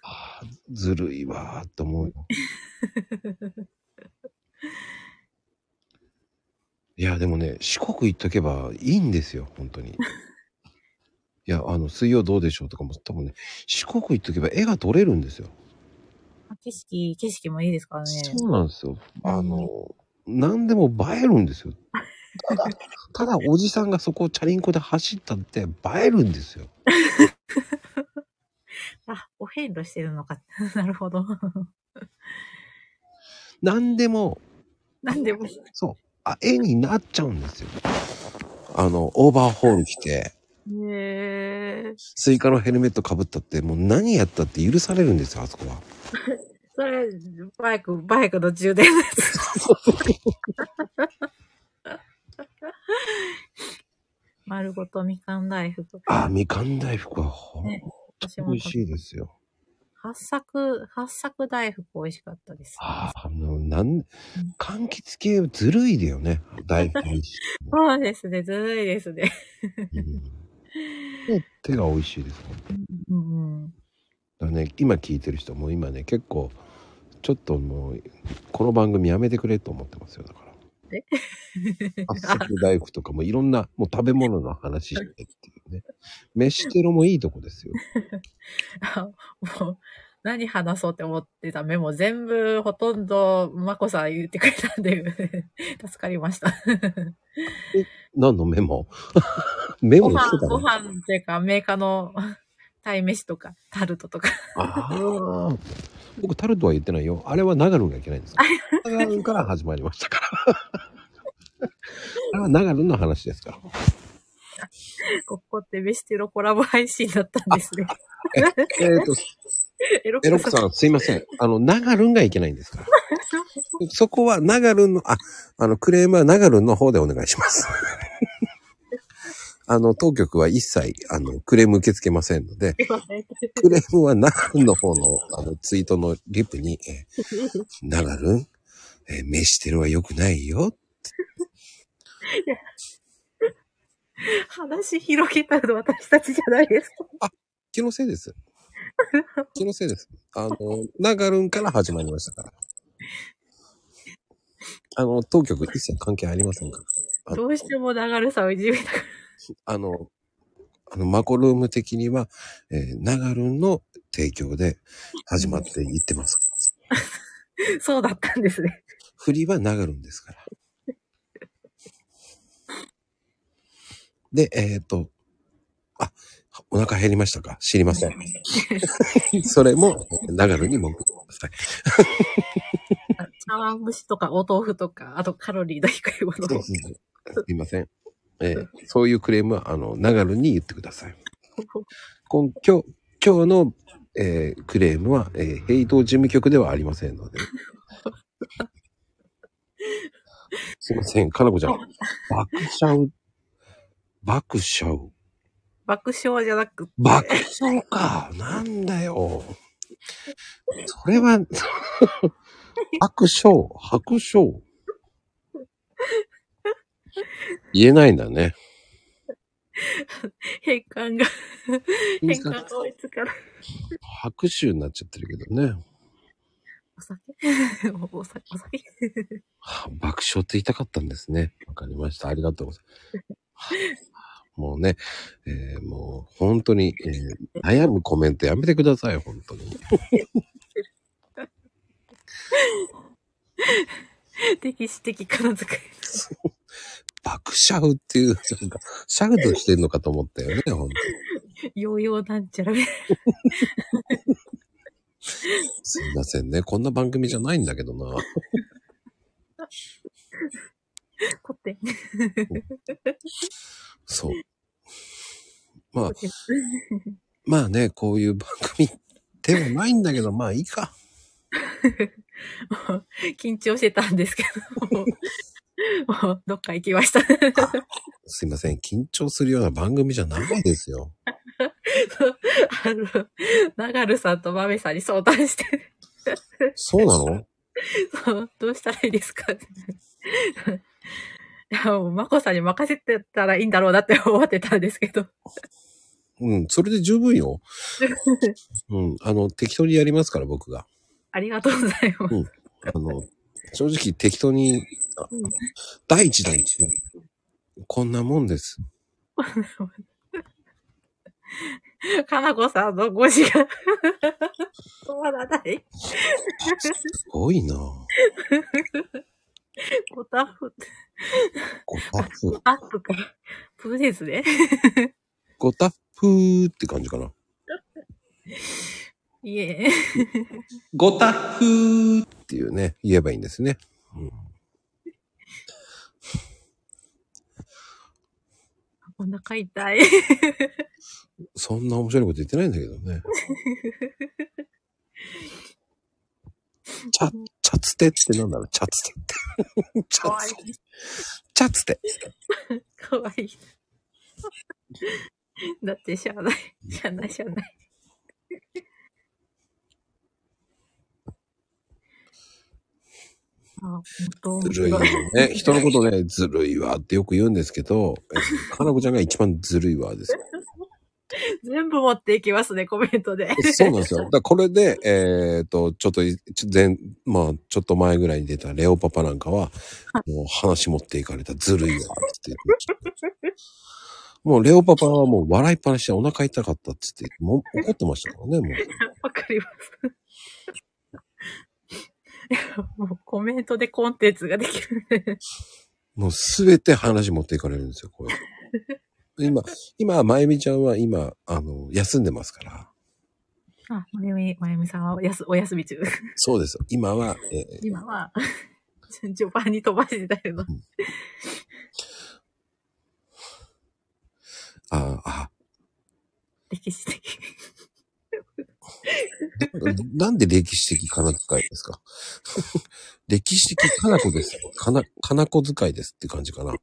A: ああずるいわーと思うよ。いや、でもね、四国行っとけばいいんですよ、本当に。いや、あの、水曜どうでしょうとかも、多分ね、四国行っとけば絵が撮れるんですよ。
C: 景色、景色もいいですからね。
A: そうなんですよ。あの、何でも映えるんですよ。ただ、ただおじさんがそこをチャリンコで走ったって映えるんですよ。
C: あ、お遍路してるのか。 なる ほど。
A: 何でも、
C: なんでも。
A: そう、あ、絵になっちゃうんですよ。あの、オーバーホール着て、
C: へえ。
A: スイカのヘルメットかぶったって、もう何やったって許されるんですよ、あそこ は。
C: それ、バイク、バイクの充 電のやつ。丸ごとみかん大福。
A: あ、みかん大福はほん
C: ね
A: と
C: 私も
A: 美味しいですよ。
C: 八作、八作大福美味しかったです。
A: ああ、もうなん、柑橘系ずるいだよね、大福美味しい。
C: そうですね、ずるいですね。
A: うんで手が美味しいです本当に
C: うんうん。
A: だからね今聞いてる人も今ね結構ちょっともうこの番組やめてくれと思ってますよだ から
C: え
A: 八作大福とかもいろんなもう食べ物の話してっていうね飯テロもいいとこですよ
C: あもう、何話そうって思ってたメモ全部ほとんどまこさん言ってくれたんで、助かりました。
A: 何のメモ メ
C: ご
A: モ
C: 飯
A: して、た
C: ご
A: ね
C: 飯っていうか、メーカーの鯛めしとか、タルトとか。
A: ああ僕タルトは言ってないよあれは長野がいけないんですよ長野から始まりましたから あれは長野の話ですから
C: ここってベシテロコラボ配信だったんですね。
A: えー、 と
C: エロ
A: エロックさん、すいません。あの、ナガルンがいけないんですから。そこは、ナガルンの、あ、あの、クレームはナガルンの方でお願いします。 あの、当局は一切、あの、クレーム受け付けませんので、クレームはナガルンの方の、あの、ツイートのリプに、えーナガルン、えー飯テロは良くないよ。
C: 話広げたの私たちじゃないですか。
A: 気のせいです。気のせいです。あの、ナガルンから始まりましたから。あの、当局一切関係ありませんから。あ
C: どうしても流れさんをいじめたか
A: あの、あの、マコルーム的には、えー、ナガルンの提供で始まっていってます。
C: ら、そうだったんですね。
A: 振りはナガルンですから。で、えっ、と、あ、お腹減りましたか知りません。それも、ナガルンに文句ください。
C: 茶碗蒸しとかお豆腐とか、あとカロリーの低いもの。
A: す いません。えーそういうクレームは、あの、ナガルンに言ってください。今今日、今日の、えークレームは、えー、平等事務局ではありませんので。 すいません、かなこちゃん。爆しちゃう。爆しちゃう。
C: 爆笑じゃなくて、
A: 爆笑か。なんだよ。それは、白笑、白笑。言えないんだね。
C: 変換が、変換が追いつかない。
A: 拍手になっちゃってるけどね。
C: お酒 お酒お酒
A: はあ爆笑って言いたかったんですね。わかりました。ありがとうございます。もうね、えーもう本当に、えー悩むコメントやめてください、本当に。
C: 歴史的金遣い。
A: 爆笑っていう、なんか、シャウトしてんのかと思ったよね、本当に。
C: ヨーヨーなんちゃらみたい
A: すいませんね。こんな番組じゃないんだけどな。
C: な。こって。
A: そう。まあ、まあね、こういう番組ではないんだけど、まあいいか。
C: 緊張してたんですけど、もうどっか行きました。
A: すいません。緊張するような番組じゃないですよ。
C: あの、流るさんとまめさんに相談して、
A: そうなの
C: そうどうしたらいいですかっていや、もう、まこさんに任せてたらいいんだろうなって思ってたんですけど。
A: うん。それで十分よ。うん。あの、適当にやりますから、僕が。
C: ありがとうございます。
A: あの、正直適当に、あ
C: うん
A: 第一弾。こんなもんです。
C: かなこさんの語字が止まらない。
A: すごいなぁ。
C: ごたふ、
A: ごたふ、
C: アップか。プーですね。
A: ごたふーって感じかな。
C: いえ。
A: ごたふーっていうね、言えばいいんですね。うん、
C: お腹痛い。
A: そんな面白いこと言ってないんだけどね。チャ、 チャツテってなんだろうチャツテって。チ
C: か
A: ャ
C: わ
A: ツテ。
C: いい。
A: チャツテ。
C: かわいい。だってしゃあない。しゃあない、しゃあない。あ、本当
A: ずるいよね。人のことね、ずるいわってよく言うんですけど、えかなこちゃんが一番ずるいわですよ。
C: 全部持っていきますね、コメントで。
A: そうなんですよ。だからこれで、えっ、と、ちょっとい、ちょ前、まあ、ちょっと前ぐらいに出たレオパパなんかは、もう話持っていかれたずるいわって言ってました。もうレオパパはもう笑いっぱなしでお腹痛かったって言って、もう怒ってましたからね、もう。
C: わかります。 いやもうコメントでコンテンツができるね。
A: もうすべて話持っていかれるんですよ、これ。 今、今、まゆみちゃんは今、あの、休んでますから。
C: あ、まゆみ、まゆみさんはおやすお休み中。
A: そうですよ。今は、えー
C: 今は、序盤に飛ばしてたけど。
A: ああ、
C: 歴史的。
A: なんで歴史的かな使いですか 歴史的かなこです。かな、かなこ使いですって感じかな。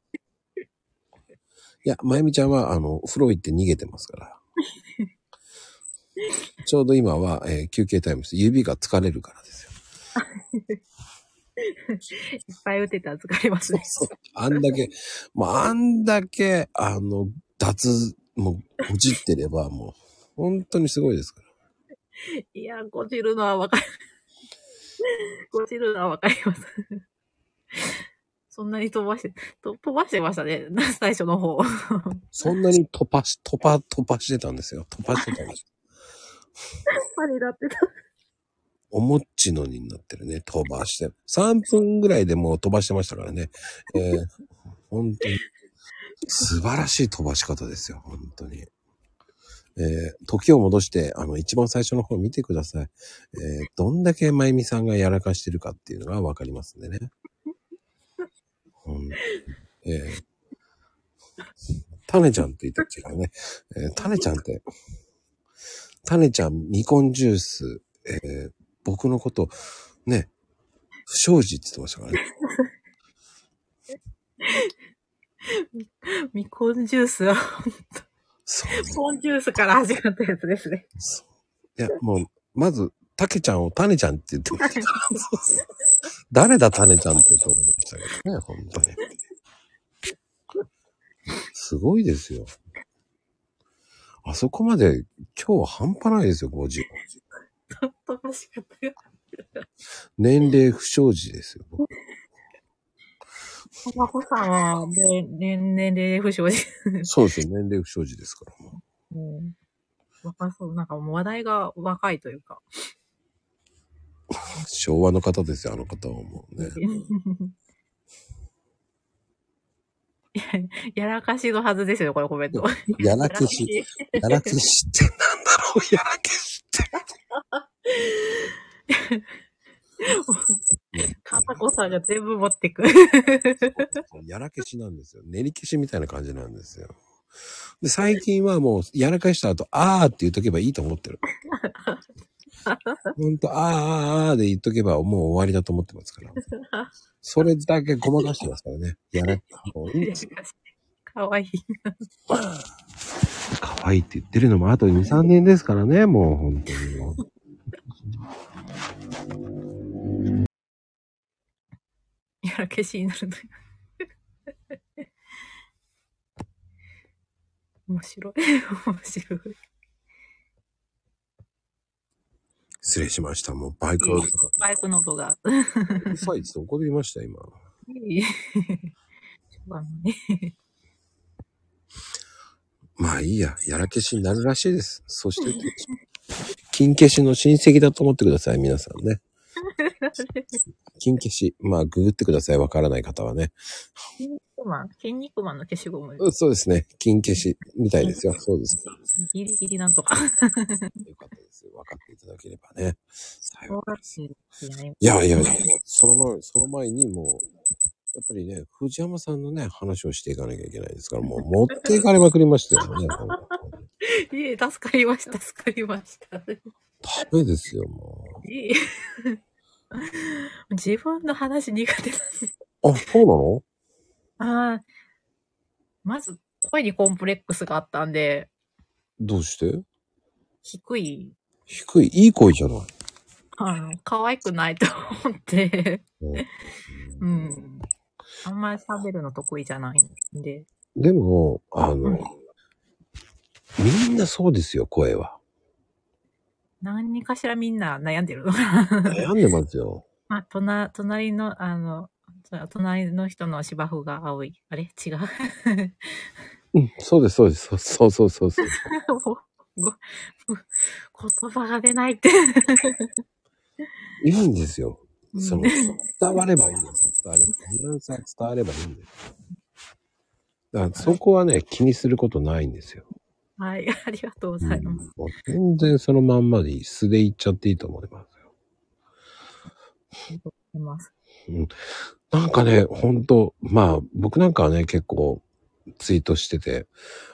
A: いや、まゆみちゃんは、あの、風呂行って逃げてます から。ちょうど今は、えー休憩タイムです。指が疲れるからですよ。
C: いっぱい打てたら疲れますね。
A: あんだけ、もうあんだけ、あの、脱、もう、ほじってれば、もう、本当にすごいですから。
C: いや、こじるのはわかる。こじるのはわかります。そんなに飛ばして、と飛ばしてましたね。最初の方。
A: そんなに突破し、突破、突破してたんですよ。突破してたんです。
C: パリだってた。
A: おもっちのになってるね。飛ばして。3分ぐらいでもう飛ばしてましたからね。えー、 本当に。素晴らしい飛ばし方ですよ。本当に。えー、時を戻して、あの、一番最初の方見てください。えー、どんだけまゆみさんがやらかしてるかっていうのがわかりますんでね。うん。えー、タネちゃんって言ったら違うね。えー、タネちゃんって、タネちゃん、ミコンジュース、えー、僕のこと、ね、不祥事って言ってましたからね。
C: ミコンジュースは、
A: そう。
C: コンジュースから始まったやつですね。
A: いや、もう、まず、たけちゃんをたねちゃんって言ってました。誰だたねちゃんってと思いましたけどね、本当に。すごいですよ。あそこまで今日は半端ないですよ、5時。
C: 飛ばし方が。
A: 年齢不祥事ですよ。僕
C: おまこさんは、ね、年年齢不詳です。
A: そうですよ、年齢不祥事ですから。もう
C: うん若そう。なんかもう話題が若いというか。
A: 昭和の方ですよ、あの方はもうね。
C: い ややらかしのはずですよ、これコメント。
A: やらけし、
C: い
A: やらけしってなんだろう、やらけしって。
C: かなこさんが全部持ってく。
A: やらけしなんですよ。練り消しみたいな感じなんですよ。で、最近はもう、やらかした後、あーって言っとけばいいと思ってる。ほんと、あーあーあーで言っとけばもう終わりだと思ってますから。それだけごまかしてますからね。やれ。もういい
C: かわいい。
A: 可愛いって言ってるのもあと2、3年ですからね、もう本当にもう。
C: やらけしになるのよ。面白い。面白い。
A: 失礼しました。もうバイクの音が。
C: バイクの音が。
A: うるさいっつって怒りました、今。
C: いい しょうがない
A: まあいいや、やらけしになるらしいです。そして、金消しの親戚だと思ってください、皆さんね。金消し。まあ、ググってください。わからない方はね。
C: 筋肉マン、筋肉マンの消しゴム。
A: うんそうですね。金消しみたいですよ。そうです。よ
C: ギリギリなん とか。
A: かったです。わかっていただければね。最後
C: 怖がってるってね
A: いやいやいや、その前、その前にもう、やっぱりね、藤山さんのね、話をしていかなきゃいけないですから、もう持っていかれまくりましたよね。
C: いえ、助かりました、助かりました。
A: ダメですよ、も
C: いえ。 自分の話苦手なんです。
A: う。あ、そうなの
C: ああ。まず、声にコンプレックスがあったんで、
A: どうして
C: 低い、
A: 低い、いい声じゃない。
C: あの、可愛くないと思って、
A: うん
C: うん。あんまり喋るの得意じゃないんで。
A: でも、あの、
C: うん
A: みんなそうですよ、声は。
C: 何かしらみんな悩んでるのかな。
A: 悩んでますよ。
C: まあ、とな、隣の、あの、そう隣の人の芝生が青い。あれ違 う。
A: うん、そうです、そうです。そうそうそうそう。
C: もうご言葉が出ないって。
A: いいんですよ。
C: うん
A: その、伝わればいいんです。伝われば。ニュアンスは伝わればいいんです。だからそこはね、気にすることないんですよ。
C: はい、ありがとうご
A: うん
C: ざいます。
A: もう全然そのまんまでいい素でいっちゃっていいと思いますよ。
C: います
A: なんかね、ほんと、まあ、僕なんかはね、結構ツイートしてて、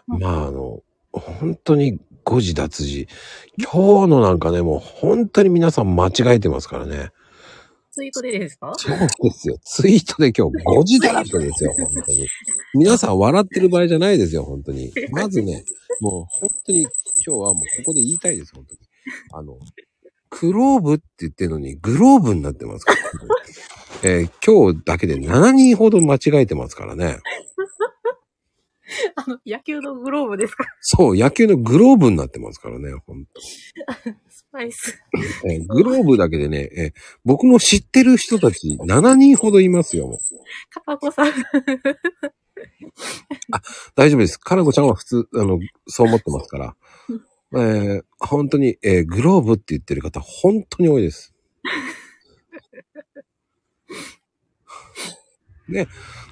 C: うん
A: まあ、あの、本当に誤字脱字。今日のなんかね、もう本当に皆さん間違えてますからね。
C: ツイートでですか
A: そうですよ。ツイートで今日5時だらけですよ、本当に。皆さん笑ってる場合じゃないですよ、本当に。まずね、もう本当に今日はもうここで言いたいです、本当に。あの、クローブって言ってるのにグローブになってますから、えー今日だけで7人ほど間違えてますからね。
C: あの、野球のグローブですか
A: そう、野球のグローブになってますからね、本
C: スパイス。
A: 当、えーグローブだけでね、えー僕の知ってる人たち7人ほどいますよ、もう
C: カパコさん。
A: 大丈夫です。かなこちゃんは普通、あの、そう思ってますから。えー、本当に、えーグローブって言ってる方、本当に多いです。ね、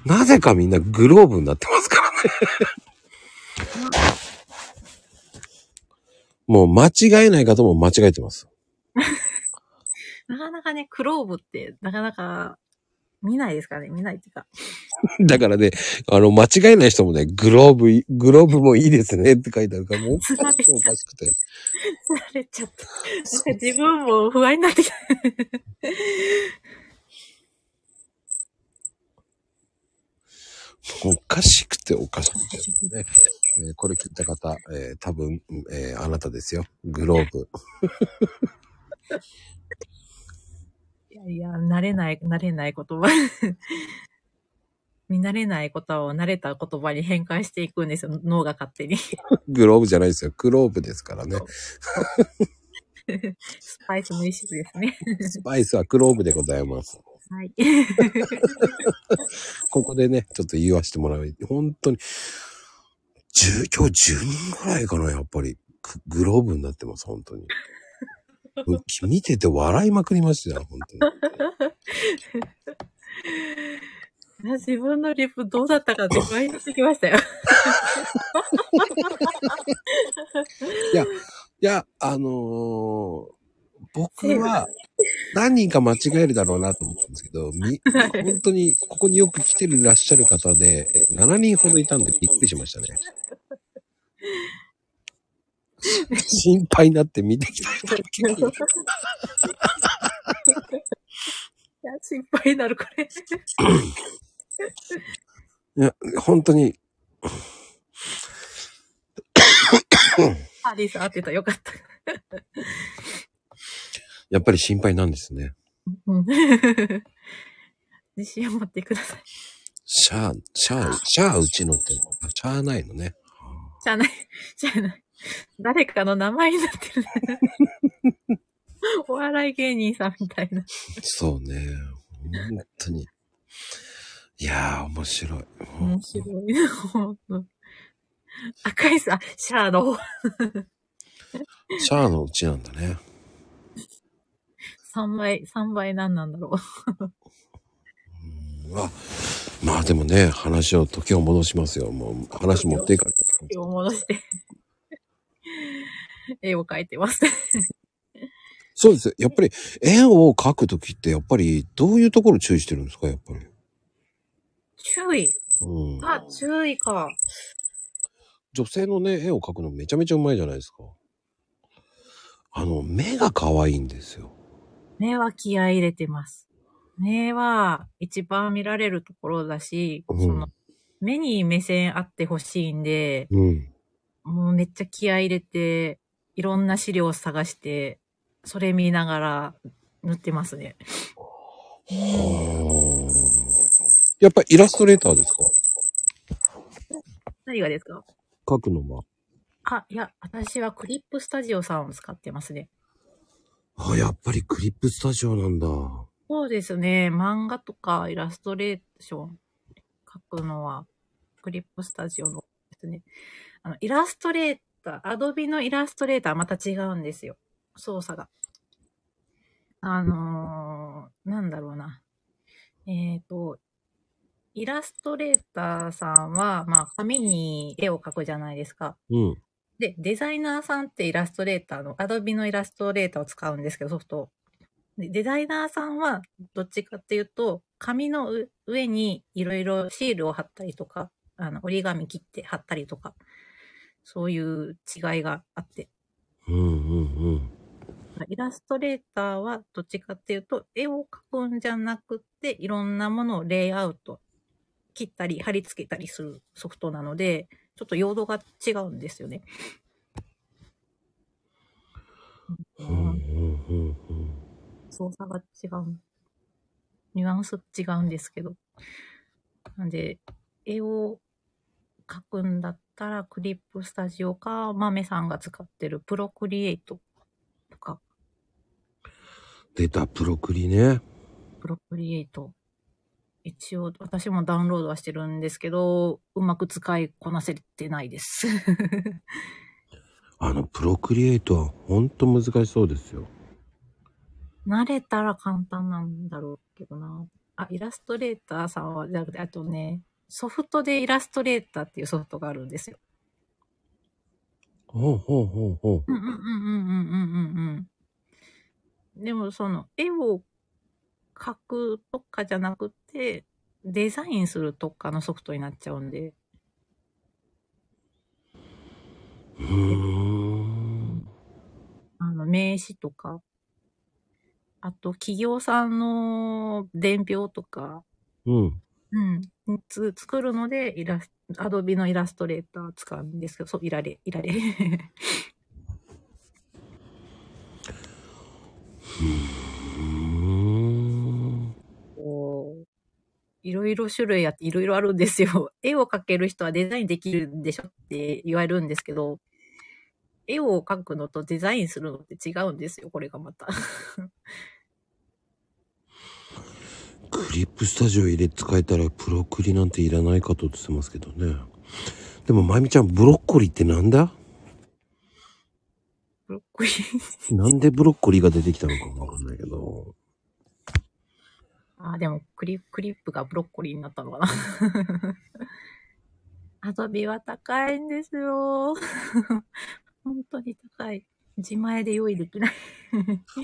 A: なぜかみんなグローブになってますからね。もう間違えない方も間違えてます。
C: なかなかね、クローブって、なかなか見ないですからね、見ないっていうか。
A: だからね、あの、間違えない人もね、グローブい、グローブもいいですねって書いてあるから、もうおかしくておかしくて。
C: 釣られちゃった。なんか自分も不安になってきた。
A: おかしくておかしくてですね。えーこれ聞いた方、えー多分、えーあなたですよ。グローブ。
C: いやいや、慣れない、慣れない言葉。 見慣れない言葉を慣れた言葉に変換していくんですよ、脳が勝手に。
A: グローブじゃないですよ。グローブですからね。
C: スパイスも一緒ですね。
A: スパイスはクローブでございます。
C: はい。
A: ここでね、ちょっと言わせてもらう。本当に、10、今日10人ぐらいかな、やっぱり。くグローブになってます、本当に。もう見てて笑いまくりましたよ、本当に。
C: 自分のリップどうだったかって倍にしてきましたよ。
A: いや、あのー僕は何人か間違えるだろうなと思ったんですけど、み本当にここによく来てるらっしゃる方で、え7人ほどいたんでびっくりしましたね。心配になって見てきた人も結構いる
C: いや、心配になる、これ。
A: いや、本当に、
C: あ、リーさん合ってた。よかった。
A: やっぱり心配なんですね。
C: うん。自信を持ってください。
A: シャー、シャー、シャーうちのって、あシャーないのね。
C: じゃあない。じゃあない。誰かの名前になってる、ね。 お笑い芸人さんみたいな。
A: そうね。本当に。いやー、面白い。
C: 面白い な、ほんと赤いさ、シャアの方
A: シャーのうちなんだね。
C: 3倍、3倍何なんだろう。
A: うんあまあでもね、話を時を戻しますよ。もう話持っていかれ
C: 手を戻して。 絵を描いてます。
A: そうです。やっぱり円を描くときって、やっぱりどういうところ注意してるんですか、やっぱり。
C: 注意。
A: うん。
C: あ、注意か。
A: 女性のね、絵を描くのめちゃめちゃうまいじゃないですか。あの、目が可愛いんですよ。
C: 目は気合い入れてます。目は一番見られるところだし、
A: うん
C: その目に目線あってほしいんで、
A: うん。
C: もうめっちゃ気合い入れて、いろんな資料を探して、それ見ながら塗ってますね。
A: はあ。やっぱりイラストレーターですか
C: 何がですか
A: 描くのは。
C: あ、いや、私はクリップスタジオさんを使ってますね。
A: あ、やっぱりクリップスタジオなんだ。
C: そうですね。漫画とかイラストレーション書くのは、クリップスタジオのですね。あの、イラストレーター、アドビのイラストレーターはまた違うんですよ。操作が。あのー、なんだろうな。えっ、と、イラストレーターさんは、まあ、紙に絵を描くじゃないですか。
A: うん。
C: で、デザイナーさんってイラストレーターの、アドビのイラストレーターを使うんですけど、ソフトを。でデザイナーさんは、どっちかっていうと、紙のう上にいろいろシールを貼ったりとか、あの、折り紙切って貼ったりとか、そういう違いがあって。
A: うんうんうん。
C: イラストレーターは、どっちかっていうと、絵を描くんじゃなくて、いろんなものをレイアウト、切ったり、貼り付けたりするソフトなので、ちょっと用途が違うんですよね。
A: うんうんうんうん。
C: 操作が違う。ニュアンス違うんですけど。なんで、絵を描くんだったら、クリップスタジオか、マメさんが使ってるプロクリエイトとか、
A: 出た、プロクリね。
C: プロクリエイト。一応、私もダウンロードはしてるんですけど、うまく使いこなせてないです。
A: あの、プロクリエイトはほんと難しそうですよ。
C: 慣れたら簡単なんだろうけどな。あ、イラストレーターさんは、じゃなくて、あとね、ソフトでイラストレーターっていうソフトがあるんですよ。
A: ほうほうほうほう。
C: うんうんうんうんうんうんうん。でもその絵を描くとかじゃなくて、デザインするとかのソフトになっちゃうんで、
A: うーん。
C: あの名刺とか、あと企業さんの伝票とか、
A: うん。
C: うん、つ作るのでイラス、アドビのイラストレーター使うんですけど、そう、いられ、いら れ。
A: うーん。
C: こういろいろ種類あっていろいろあるんですよ。 絵を描ける人はデザインできるんでしょって言われるんですけど、絵を描くのとデザインするのって違うんですよ、これがまた。
A: クリップスタジオ入れ使えたらプロクリなんていらないかとって言ってますけどね。でも、まゆみちゃん、ブロッコリーってなんだ
C: ブロッコリー。
A: なんでブロッコリーが出てきたのかもわかんないけど。
C: あ、でもクリクリップがブロッコリーになったのかな。 アドビは高いんですよ。 本当に高い。自前で用意できない。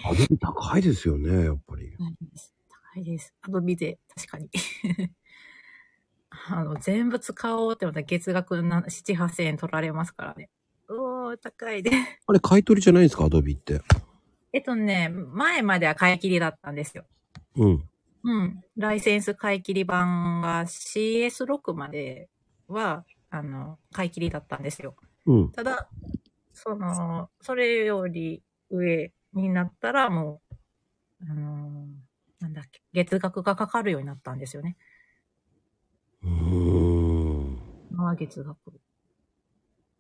A: アドビ高いですよね、やっぱり。
C: ないです。高いです。アドビで、確かに。あの、全部使おうって思ったら月額7、7、8000円取られますからね。うおそう、高いで。
A: あれ、買い取りじゃないんですかアドビって。
C: えっとね、前までは買い切りだったんですよ。
A: うん。
C: うん。ライセンス買い切り版が CS6 までは、あの、買い切りだったんですよ。
A: うん。
C: ただ、その、それより上になったらもう、あのーなんだっけ、月額がかかるようになったんですよね。
A: うーん。
C: まあ月額。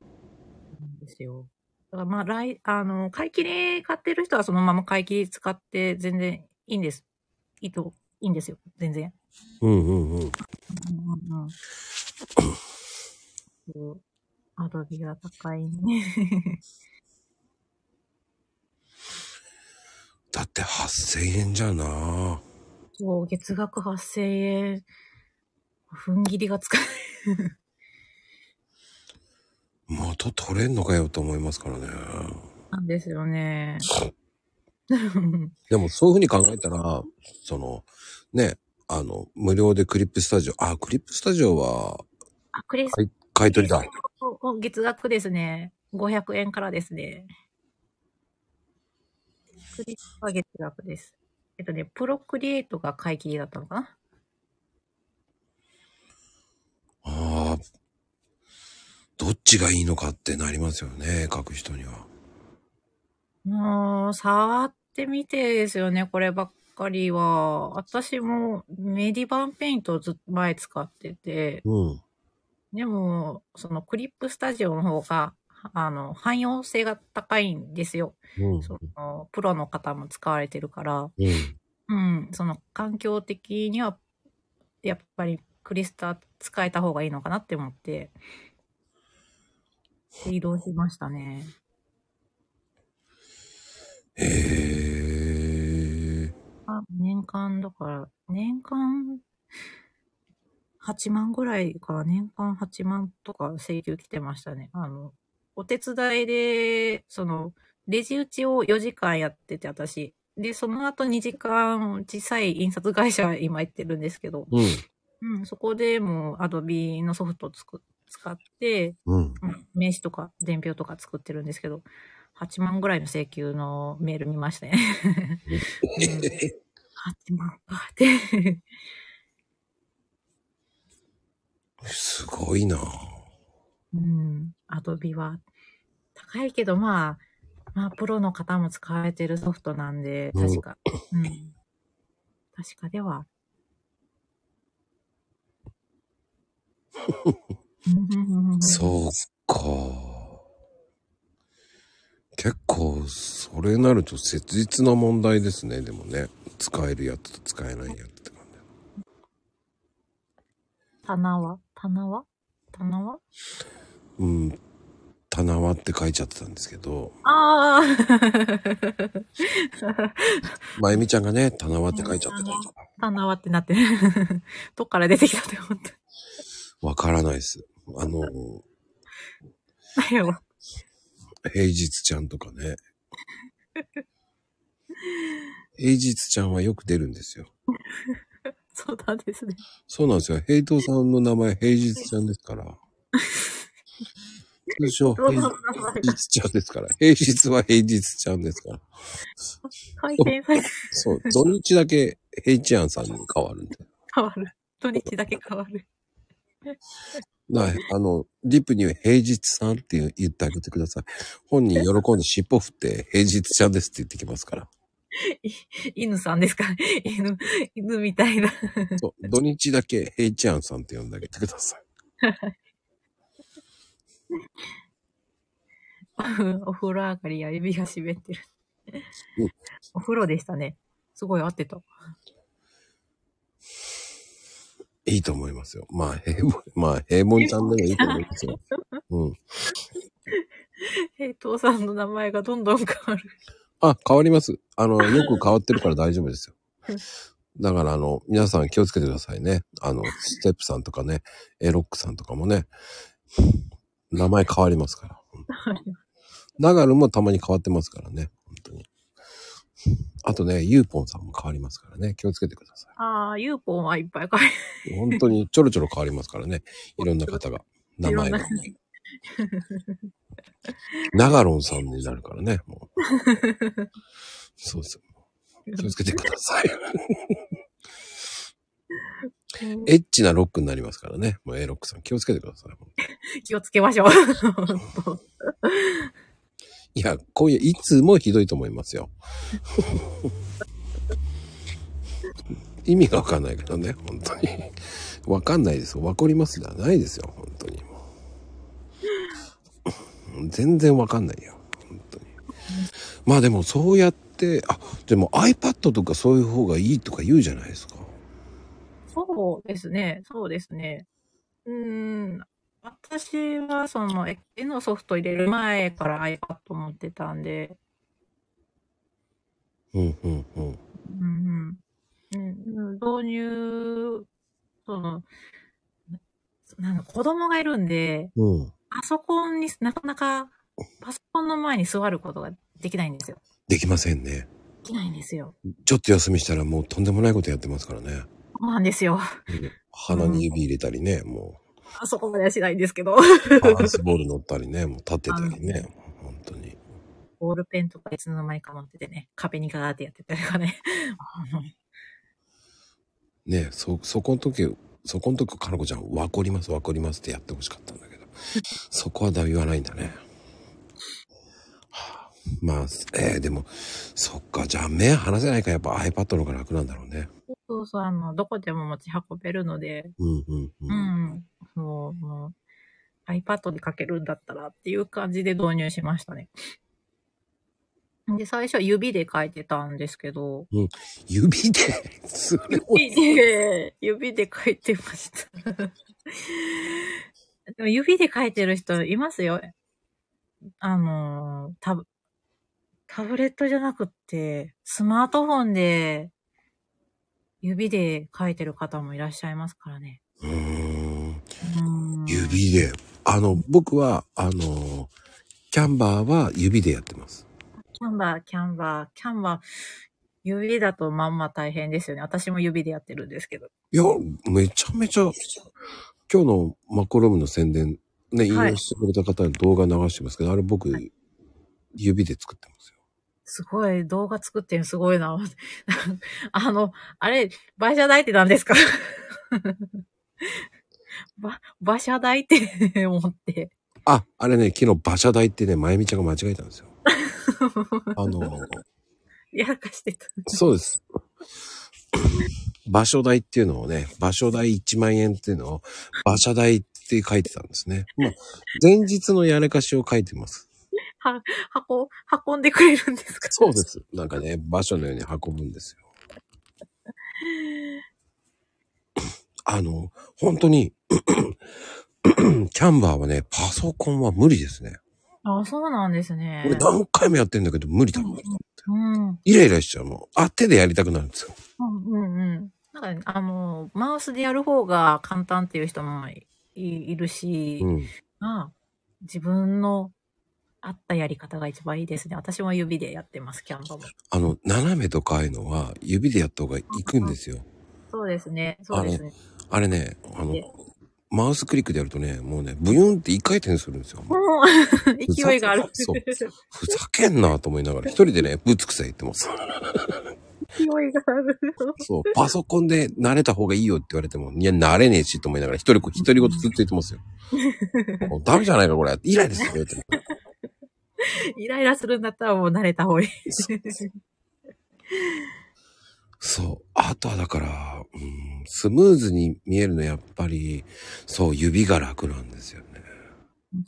C: なんですよ。だからまあ、来、あの、買い切り買ってる人はそのまま買い切り使って全然いいんです。いいと、いいんですよ。全然。
A: うんうんうん。
C: うんうんうん。そう。アドビが高いね。
A: だって8000円じゃな
C: そう、月額8000円。踏ん切りがつかない。
A: 元取れんのかよと思いますからね。
C: なんですよね。
A: でもそういうふうに考えたら、その、ね、あの、無料でクリップスタジオ、あ、クリップスタジオは
C: あ、クリス
A: 買い買い取りだ。
C: 月額ですね。500円からですね。クリスは月額です。えっとね、プロクリエイトが買い切りだったのかな
A: ああ、どっちがいいのかってなりますよね、書く人には。
C: もう、触ってみてですよね、こればっかりは。私もメディバンペイントをずっと前使ってて、
A: うん。
C: でも、そのクリップスタジオの方が、あの、汎用性が高いんですよ。
A: うん。
C: その、プロの方も使われてるから、
A: うん。
C: うん、その環境的には、やっぱりクリスタ使えた方がいいのかなって思って、で移動しましたね。
A: へえ。
C: あ、年間だから、年間8万ぐらいから年間8万とか請求来てましたね。あの、お手伝いで、その、レジ打ちを4時間やってて、私。で、その後2時間、小さい印刷会社今行ってるんですけど、
A: うん。
C: うん、そこでもう Adobe のソフトをつく使って、
A: うん。
C: うん名刺とか伝票とか作ってるんですけど、8万ぐらいの請求のメール見ましたね。うん8万かって。
A: すごいな
C: うん。アドビは高いけど、まあ、まあ、プロの方も使われてるソフトなんで、
A: うん
C: 確か。うん。確か では。う。
A: そうか。結構、それなると切実な問題ですね、でもね。使えるやつと使えないやつって感じ。
C: 棚は棚は棚は
A: うん。棚はって書いちゃってたんですけど、
C: ああ
A: まゆみちゃんがね、棚はって書いちゃってたから、
C: 棚はってなってる。 どっから出てきたって思 った。
A: わからないです。あの、
C: だよ。
A: 平日ちゃんとかね。平日ちゃんはよく出るんですよ。
C: そうなんですね。
A: そうなんですよ。平等さんの名前、平日ちゃんですから。通称、
C: どう
A: 平
C: ぞ
A: 日。ちゃんですから。平日は平日ちゃんですから。
C: 回転され
A: そう、土日だけ平日やんさんに変わるんで。
C: 変わる。土日だけ変わる。
A: だからあの、リップには平日さんって言ってあげてください。本人喜んで尻尾振って、平日ちゃんですって言ってきますから。
C: 犬さんですか 犬、犬みたいな。
A: そう、土日だけ平日やんさんって呼んであげてください。
C: お風呂上がりや指が湿ってる
A: うん。
C: お風呂でしたね。すごい合ってた。
A: いいと思いますよ。まあ、平凡、まあ、平凡ちゃんでもいいと思いますよ。うん。
C: 平等さんの名前がどんどん変わる。
A: あ、変わります。あの、よく変わってるから大丈夫ですよ。だから、あの、皆さん気をつけてくださいね。あの、ステップさんとかね、エロックさんとかもね、名前変わりますから。流るもたまに変わってますからね。本当に。あとね、ユーポンさんも変わりますからね。気をつけてくださ
C: ああ、ユーポンはいっぱい変わる。
A: い。本当にちょろちょろ変わりますからね。いろんな方が。名
C: いろん
A: 前
C: な
A: が。
C: 感じ
A: 長論さんになるからね、もう。そうです。気をつけてください。エッチなロックになりますからね。もう A ロックさん気をつけてください。
C: 気をつけましょう。 本当
A: いや、こういう、いつもひどいと思いますよ。 意味がわかんないけどね、本当に。わかんないです。わかりますではないですよ、本当に。全然わかんないよ、本当に。まあでもそうやって、あ、でも iPad とかそういう方がいいとか言うじゃないですか。
C: そうですね。そうですね。うーん。私はそのえ絵のソフト入れる前から iPad 持ってたんで、
A: うんうんうん。
C: うんうんうん、導入、その、ななんか子供がいるんで、
A: うん。
C: パソコンになかなか、パソコンの前に座ることができないんですよ。
A: できませんね。
C: できないんですよ。
A: ちょっと休みしたらもうとんでもないことやってますからね。
C: そうなんですよ。
A: 鼻に指入れたりね、も
C: あそこまではしないんですけ ど。
A: う、バランスボール乗ったりね、もう立ってたりね、本当に。
C: ボールペンとかいつの間にか持っててね、壁にガーってやってたりとかね。あの
A: ねそ、そこの時、そこの時、かなこちゃん、わかります、わかりますってやってほしかったんだけど、そこはだ言わないんだね。はあまあ、えーでも、そっか、じゃあ目離せないからやっぱ iPad の方が楽なんだろうね。
C: そうそう、あの、どこでも持ち運べるので、
A: うんうんう。
C: うんん。そう、もう、iPad で書けるんだったらっていう感じで導入しましたね。で、最初は指で書いてたんですけど、
A: 指で、それも、
C: 指で、指で書いてました。でも指で書いてる人いますよ。あの、タブ、タブレットじゃなくって、スマートフォンで、指で書いてる方もいらっしゃいますからね。
A: うーん。
C: うん
A: 指で。あの、僕は、あの、キャンバーは指でやってます。
C: キャンバー、キャンバー、キャンバー、指だとまんま大変ですよね。私も指でやってるんですけど。
A: いや、めちゃめちゃ、今日のマコロームの宣伝、ね、引用してくれた方の動画流してますけど、あれ僕、指で作ってますよ。
C: すごい、動画作ってるのすごいな。 あの、あれ、馬車台って何ですか ば、馬車台って思って。
A: あ、あれね、昨日馬車台ってね、まゆみちゃんが間違えたんですよ。あの、
C: やらかしてた。
A: そうです。場所代っていうのをね、場所代1万円っていうのを、馬車代って書いてたんですね。まあ、前日のやらかしを書いてます。
C: は、箱、運んでくれるんですか
A: そうで。す。なんかね、場所のように運ぶんです よ。あの、本当に、キャンバーはね、パソコンは無理ですね。
C: あ、そうなんですね。
A: 俺何回もやってんだけど無理だもん。
C: うん。
A: イライラしちゃうもん。あ、手でやりたくなるんですよ。
C: うんうんうん。なんかね、あの、マウスでやる方が簡単っていう人もいいるし、
A: うん。
C: まあ、自分の合ったやり方が一番いいですね。私も指でやってます、キャンバも。
A: あの、斜めとかああいうのは指でやった方がいくんですよ。
C: そうですね。そうですね。
A: あれね、あの
C: で、
A: マウスクリックでやるとね、もうね、ブヨンって一回転するんですよ。
C: もう、 勢いがある。
A: そう
C: 勢
A: ふざけんなと思いながら、一人でね、ぶつくさ言ってます。
C: いがある。
A: そう、パソコンで慣れた方がいいよって言われても、いや、慣れねえしと思いながら、一人、一人ごとずっと言ってます よ。もうダメじゃないか、これ。イライラするよって。
C: イライラするんだったらもう慣れた方がいい。
A: そう。あとはだから、うん、スムーズに見えるの、やっぱり、そう、指が楽なんですよね。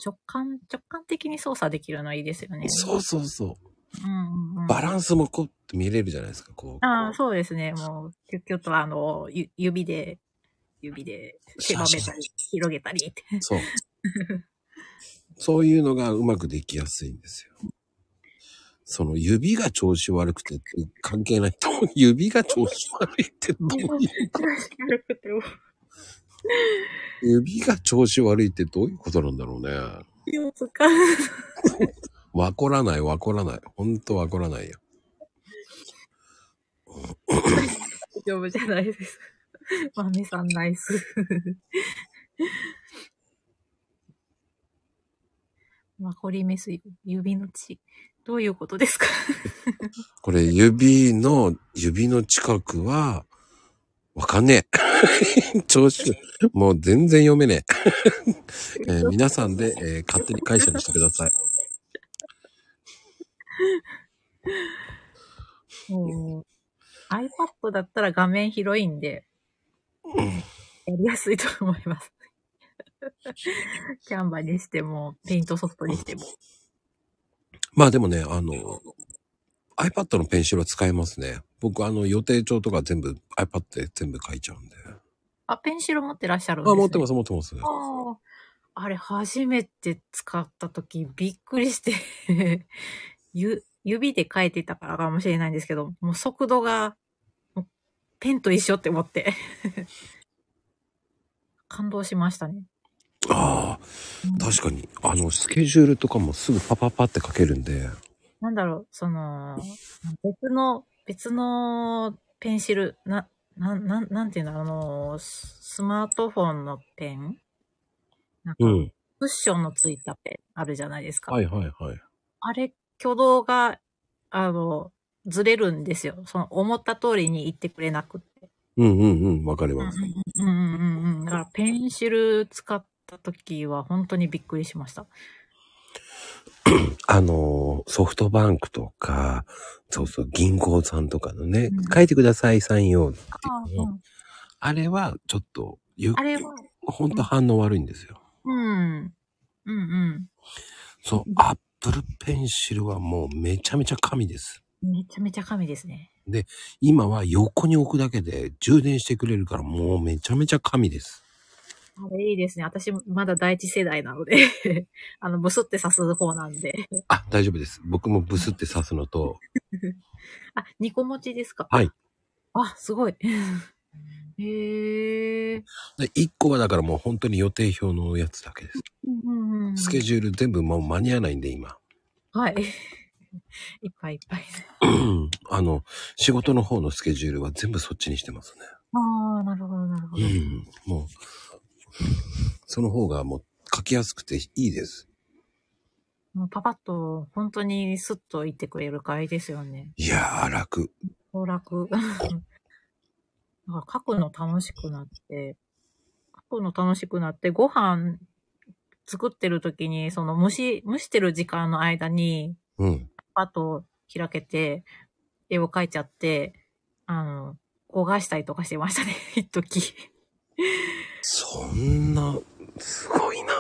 C: 直感、直感的に操作できるのはいいですよね。
A: そうそうそう。
C: うんうんうん。
A: バランスもこうって見れるじゃないですか、こう。
C: ああ、そうですね。もう、キュッキュッとあの、ゆ指で、指で、狭めたり、広げたりって。
A: そう。そういうのがうまくできやすいんですよ。その指が調子悪くてって関係ないと思う。指が調子悪いってどういう指が調子悪いってどういうことなんだろうね。
C: 手を使う。
A: わからない、わからない。ほんとわからないよ。
C: 大丈夫じゃないです。 マミさんナイ ス。マコリメス指の血。どういうことですか
A: これ指の、指の近くは、わかんねえ。 調子、もう全然読めねえ。えー皆さんで、えー勝手に解釈してください。
C: もう iPad だったら画面広いんで、やりやすいと思い ます。キャンバにしても、ペイントソフトにしても。
A: まあでもね、あの、iPad のペンシルは使えますね。僕、あの、予定帳とか全部 iPad で全部書いちゃうんで。
C: あ、ペンシル持ってらっしゃるんです、
A: あ、
C: ね、
A: 持ってます、持ってます。
C: あーあれ、初めて使った時びっくりして、 ゆ、指で書いてたからかもしれないんですけど、もう速度が、もうペンと一緒って思って。 感動しましたね。
A: あ
C: うん
A: あ、確かに。あの、スケジュールとかもすぐパパパって書けるんで。
C: なんだろう、その、別の、別のペンシル、な、な、なん、なんていうの、あの、ススマートフォンのペンなんか、
A: うん。
C: クッションのついたペンあるじゃないですか。
A: はいはいはい。
C: あれ、挙動が、あの、ずれるんですよ。その、思った通りに言ってくれなくって。
A: うんうんうん、わかります。
C: うんうんうんうん。だから、ペンシル使った時は、本当にびっくりしました。
A: あのー、ソフトバンクとか、そうそう、銀行さんとかのね、
C: うん
A: 書いてください、サインを。
C: あ
A: うんあれは、ちょっと、ゆ
C: あれは、
A: ほんと反応悪いんですよ。
C: うん。うんうん。
A: そう、アップルペンシルはもうめちゃめちゃ神です。
C: めちゃめちゃ神ですね。
A: 今は横に置くだけで充電してくれるからもうめちゃめちゃ神です。
C: あれいいですね。私、まだ第一世代なので、 あの、ブスって刺す方なんで。
A: あ、大丈夫です。僕もブスって刺すのと、
C: あ、2個持ちですか
A: はい。
C: あ、すごい。へえ。
A: で1個はだからもう本当に予定表のやつだけです。
C: うんうんうん
A: スケジュール全部もう間に合わないんで今。
C: はい。 いっぱいいっぱい。
A: あの、仕事の方のスケジュールは全部そっちにしてますね。
C: ああ、なるほど、なるほど。
A: うん、もう、その方がもう書きやすくていいです。
C: もうパパッと、本当にスッと言ってくれるからいいですよね。
A: いやー、楽。
C: 当落。 なんか書くの楽しくなって、書くの楽しくなって、ご飯作ってる時に、その蒸し、蒸してる時間の間に、
A: うん。
C: パッと開けて、絵を描いちゃって、あの、焦がしたりとかしてましたね、 一時。
A: そんな、すごいな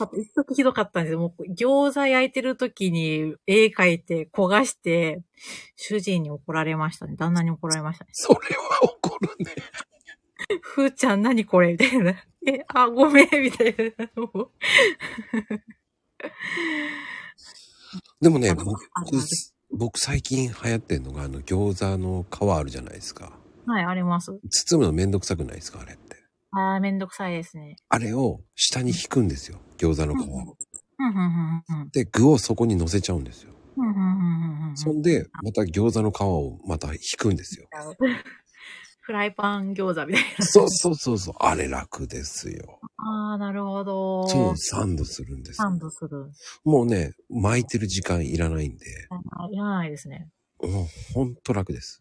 C: あと一時ひどかったんですよ。もう餃子焼いてる時に絵描いて焦がして、主人に怒られましたね。旦那に怒られましたね。
A: それは怒るね。
C: ふーちゃん何これみたいな。え、あ、ごめん、みたいな。もう
A: でもね、
C: あの
A: 僕
C: あの、
A: 僕最近流行ってんのが、あの、餃子の皮あるじゃないですか。
C: はい、あります。
A: 包むのめんどくさくないですか、あれって。
C: あーめんどくさいですね。
A: あれを下に引くんですよ。餃子の皮を。
C: うん、うん、うん、うん。
A: で、具をそこに乗せちゃうんですよ。
C: うん、うんうん、うんうん。
A: そんで、また餃子の皮をまた引くん ですよ。
C: フライパン餃子みたいな。
A: そうそうそうそう。あれ楽ですよ。
C: ああ、なるほど。
A: そう、サンドするんです
C: サ。ンドする。
A: もうね、巻いてる時間いらないんで、
C: あいらないですね。
A: もうほんと楽です。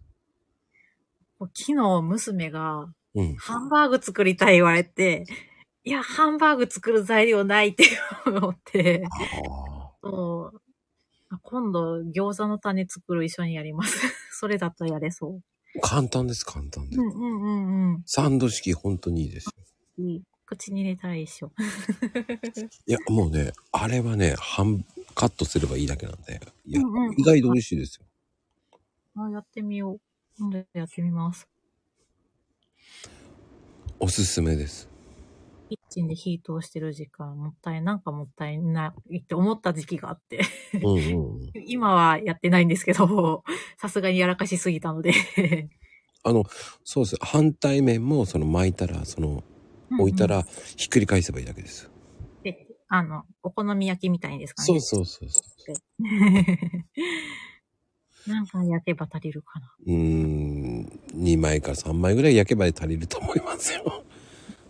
C: もう昨日、娘が、
A: うん。
C: ハンバーグ作りたい言われて、いや、ハンバーグ作る材料ないって思って、
A: ああ。
C: そうあ今度、餃子の種作る一緒にやります。それだとやれそ
A: 簡単です、簡単で
C: う。
A: す。
C: うんうんうんうん
A: サンド式本当にいいですよ。。
C: いい口に入れたら一緒。
A: いや、もうね、あれはね、半、カットすればいいだけなんで、いや
C: うんうん、
A: 意外と美味しいですよ。
C: あやってみよう。今度やってみます。
A: おすすめです。
C: キッチンで火通してる時間、もったい、なんかもったいないって思った時期があって。
A: うんうんうん。
C: 今はやってないんですけど、さすがにやらかしすぎたので。
A: あの、そうです。反対面も、その巻いたら、その、置いた
C: うんうん。
A: ら、ひっくり返せばいいだけです。
C: であの、お好み焼きみたいですかね。
A: そうそうそうそう。
C: なんか焼けば足りるかな。
A: うーん、2枚か3枚ぐらい焼けば足りると思いますよ。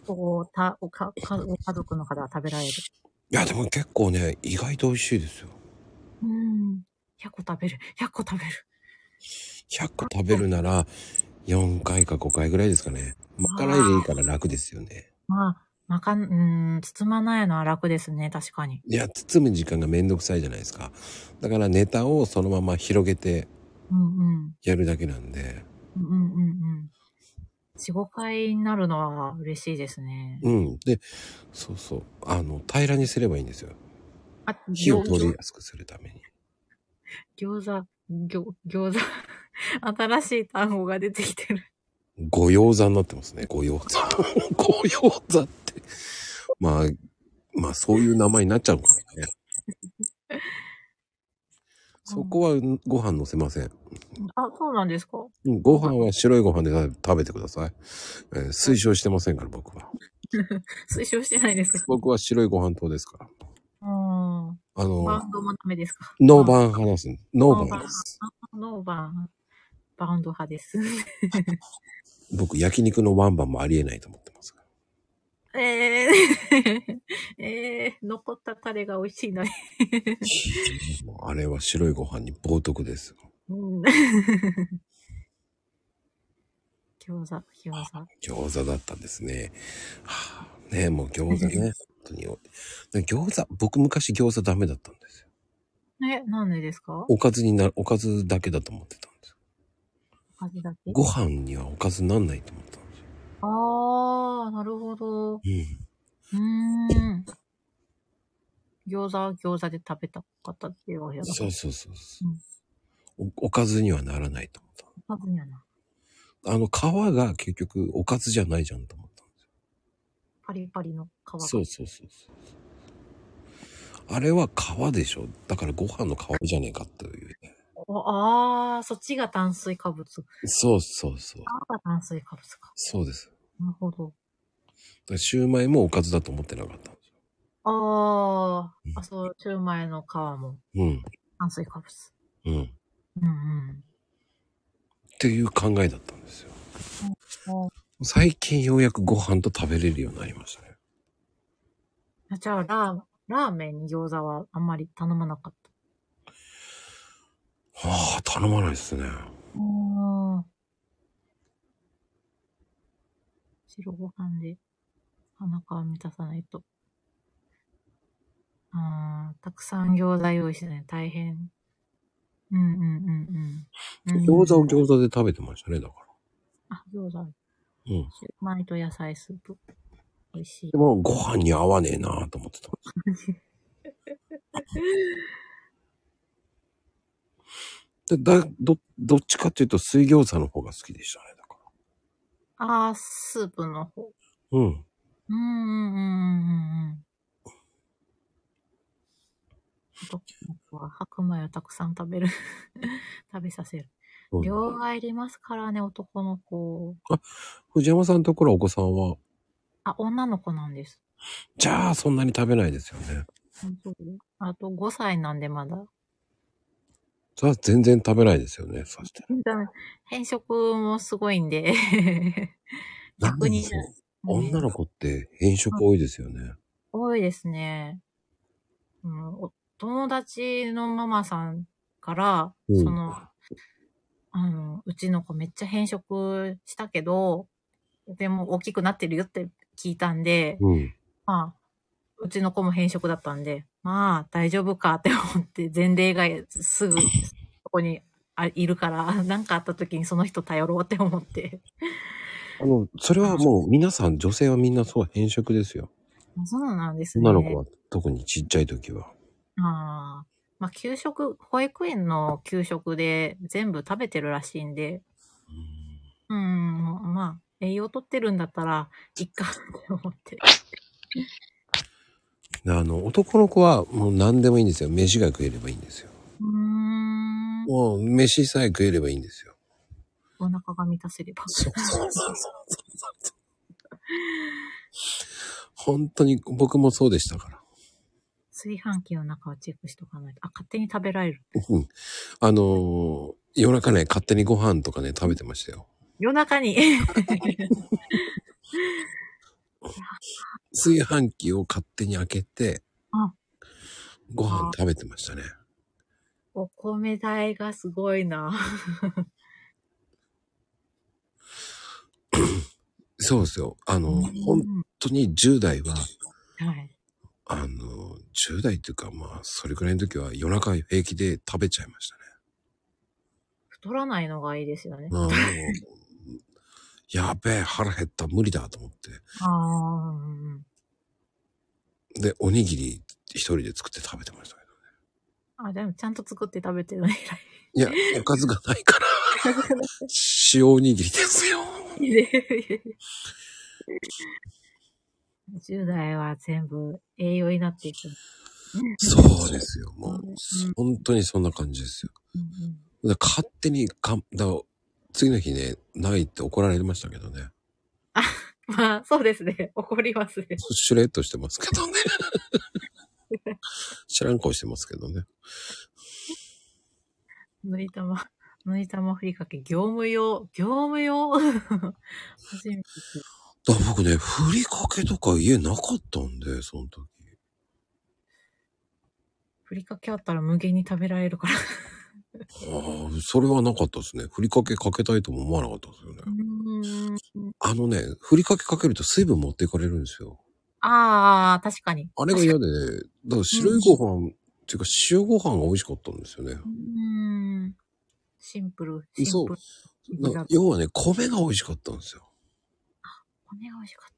C: おたおかかお家族の方は食べられ
A: い
C: る。
A: や、でも結構ね、意外と美味しいですよ。
C: うん。100個食べる。100個食べる。
A: 100個食べるなら、4回か5回ぐらいですかね。マカライでいいから楽ですよね。
C: まあ、まかん、うん、包まないのは楽ですね。確かに。
A: いや、包む時間がめんどくさいじゃないですか。だからネタをそのまま広げて
C: うんうん。
A: やるだけなんで。
C: うんうんうんうん。4、5回になるのは嬉しいですね。
A: うん。で、そうそう。あの、平らにすればいいんですよ。
C: あ、
A: 火を通り
C: 餃
A: やすくするために。
C: 子、餃子、餃子。 新しい単語が出てきてる。
A: ご用座になってますね。ご用座。 ご用座って。まあ、まあそういう名前になっちゃうからね。 そこはご飯乗せません。
C: あ、そうなんですか
A: うんご飯は白いご飯で食べ食べてください。えー推奨してませんから僕は。
C: 推奨してないですか
A: 僕は白いご飯党ですから。
C: うん。
A: あの、
C: バンドもダメですか
A: ノーバン派なんですね。ノーバンです。
C: あノーバン。バウンド派です。
A: 僕、焼肉のワンバンもありえないと思ってます。
C: えー、 えー、残ったタレが美味しいな。
A: もうあれは白いご飯に冒涜です。
C: うん 餃子、餃子。
A: 餃子だったんですね。はあ、ねもう餃子ね。本当に。で餃子、僕昔餃子ダメだったんですよ。
C: え、なんでですか
A: おかずにな、おかずだけだと思ってたんですよ。
C: 味だけ。
A: ご飯にはおかずになんないと思ってたんですよ。
C: あー、なるほど。う
A: うん。
C: ーん。餃子は餃子で食べたかったっていうわけだ。
A: そうそうそうそう、お。おかずにはならないと思っ
C: おかずやな。
A: た。あの皮が結局おかずじゃないじゃんと思ったんですよ。
C: パリパリの皮が。
A: そうそうそうそう。あれは皮でしょだからご飯の皮じゃねえかという、ね。
C: おああ、そっちが炭水化物。
A: そうそうそう。
C: あが炭水化物か。
A: そうです。
C: なるほど。
A: だからシューマイもおかずだと思ってなかったんですよ。
C: ああ、あ、そう、シューマイの皮も
A: うん。
C: 炭水化物。
A: うん。っ
C: うんうん。
A: ていう考えだったんですよ。最近ようやくご飯と食べれるようになりましたね。
C: あじゃあ、ラー、ラーメンに餃子はあんまり頼まなかっ
A: はあ、頼まないですね。
C: た。うん。白ご飯で、なか満たさないと。ああ、たくさん餃子用意してね、大変。うんうんうんうん。うん
A: 餃子を餃子で食べてましたね、だか
C: あ、餃子。
A: ら。うん。
C: シューマイと野菜スープ。美味しい
A: で。も、ご飯に合わねえなと思ってた。でだどどっちかっていうと水餃子の方が好きでしたねだか
C: あー、スープの方。
A: らうん
C: うんうんうんうんうん。僕は白米をたくさん食べる。 食べさせる。
A: うん
C: 量がいりますからね、男の子。
A: 藤山さんのところお子さんは
C: あ、女の子なんです。
A: じゃあそんなに食べないですよね
C: 本当にあと5歳なんでまだ。
A: それは全然食べないですよねそして
C: 変色もすごいんで。
A: なんで
C: 120
A: そう 女の子って変色多いですよね
C: 多いですね。うん、お友達のママさんから、
A: うん
C: その、あの、うちの子めっちゃ変色したけど、でも大きくなってるよって聞いたんで、
A: うん
C: まあ、うちの子も変色だったんで、まあ大丈夫かって思って、前例がすぐそこにあいるから、なんかあった時にその人頼ろうって思って。
A: あのそれはもう皆さん女性はみんなそう変色ですよ
C: そうなんですね。
A: 女の子は特にちっちゃい時は
C: ああ。まあ、給食、保育園の給食で全部食べてるらしいんで、うん、まあ、栄養取ってるんだったら、いっかって思って。
A: であの男の子はもう何でもいいんですよ飯が食えればいいんですよ
C: うーん、
A: もう飯さえ食えればいいんですよ
C: お腹が満たせれば。
A: 本当に僕もそうでしたから
C: 炊飯器の中をチェックしとかないと。あ、勝手に食べられる。
A: うんあのー夜中ね、勝手にご飯とかね、食べてましたよ。
C: 夜中 に。
A: 炊飯器を勝手に開けて
C: あ、
A: ご飯食べてましたね。
C: お米代がすごいな。
A: そうですよ。あの、本当に10代は、
C: はい。
A: あの、10代っていうか、まあ、それくらいの時は夜中平気で食べちゃいましたね。
C: 太らないのがいいですよね。
A: うん、やべえ、腹減った、無理だと思っ
C: ああ、うん
A: て。で、おにぎり一人で作って食べてましたけ
C: あ、でもちゃんと作って食べてるね。
A: ど。いや、おかずがないから、塩おにぎりですよ。
C: 10代は全部栄養になっていく。
A: そうですよ。もう
C: うん、
A: 本当にそんな感じですよ。
C: うんうん
A: だから勝手にかん、だから次の日ね、ないって怒られましたけどね。
C: まあ、そうですね。怒りますね。
A: シュレッとしてますけ どね。知らん顔してますけどね。
C: ぬいたま、 ぬいたまふりかけ、業務用、業務用 初めて聞いた
A: だから僕ね、ふりかけとか家なかったんで、その時。
C: ふりかけあったら無限に食べられるから。
A: ああ、それはなかったですね。ふりかけかけたいとも思わなかったですよね。
C: うん。
A: あのね、ふりかけかけると水分持っていかれるんですよ。
C: ああ、確かに。
A: あれが嫌で、ね、だから白いご飯、っていうか塩ご飯が美味しかったんですよね。
C: うん。シンプル。シ
A: そ
C: ン
A: う
C: プル。
A: だから要はね、米が美味しかったんですよ。
C: 骨が美味しかった。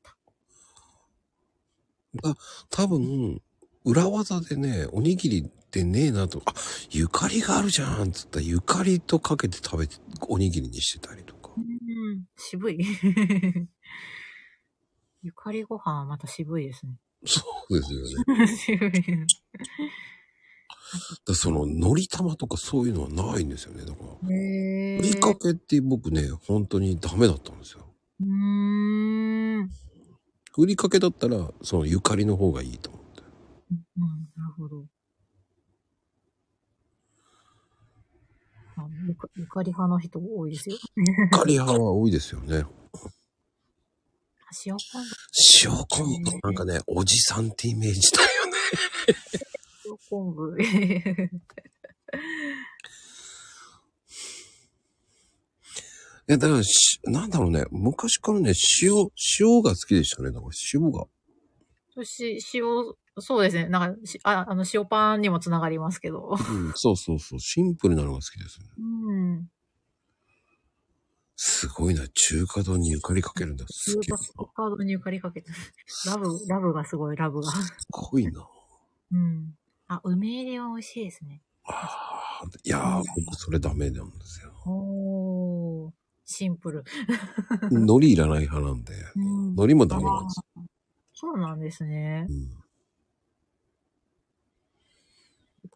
A: 多分、裏技でね、おにぎりってねえなと、あ、ゆかりがあるじゃんっつったら、ゆかりとかけて食べて、おにぎりにしてたりとか。
C: うん。渋い。 ゆかりご飯はまた渋いですね。
A: そうですよね。だか
C: 渋い。
A: らその、のり玉とかそういうのはないんですよね。だから、
C: へえ
A: ふりかけって僕ね、本当にダメだったんですよ。
C: うーん。うん、
A: ふりかけだったら、そのゆかりの方がいいと思って。
C: なるほど。あゆかゆかり派の人多いですよ。
A: ゆかり派は多いですよね。
C: 塩昆
A: 塩昆布なんかね、おじさんってイメージだ よね。
C: 布。塩昆布。
A: いや、だからし、なんだろうね。昔からね、塩、塩が好きでしたね。だから塩が。
C: し塩、そうですね。なんかしあ、あの、塩パンにもつながりますけど。
A: うん、そうそうそう。シンプルなのが好きです、ね。
C: うん。
A: すごいな。中華丼にゆかりかけるんだ。す
C: ず
A: げえな
C: ーっとカードにゆかりかけて。 ラブ、ラブがすごい、ラブが。
A: すごいな。
C: うん。あ、梅入れは美味しいですね。
A: ああ、いやー、僕それダメなんですよ。
C: おー。シンプル。
A: 海苔いらない派なんで。
C: うん
A: 海苔もダメなんです。
C: そうなんですね
A: う。ん。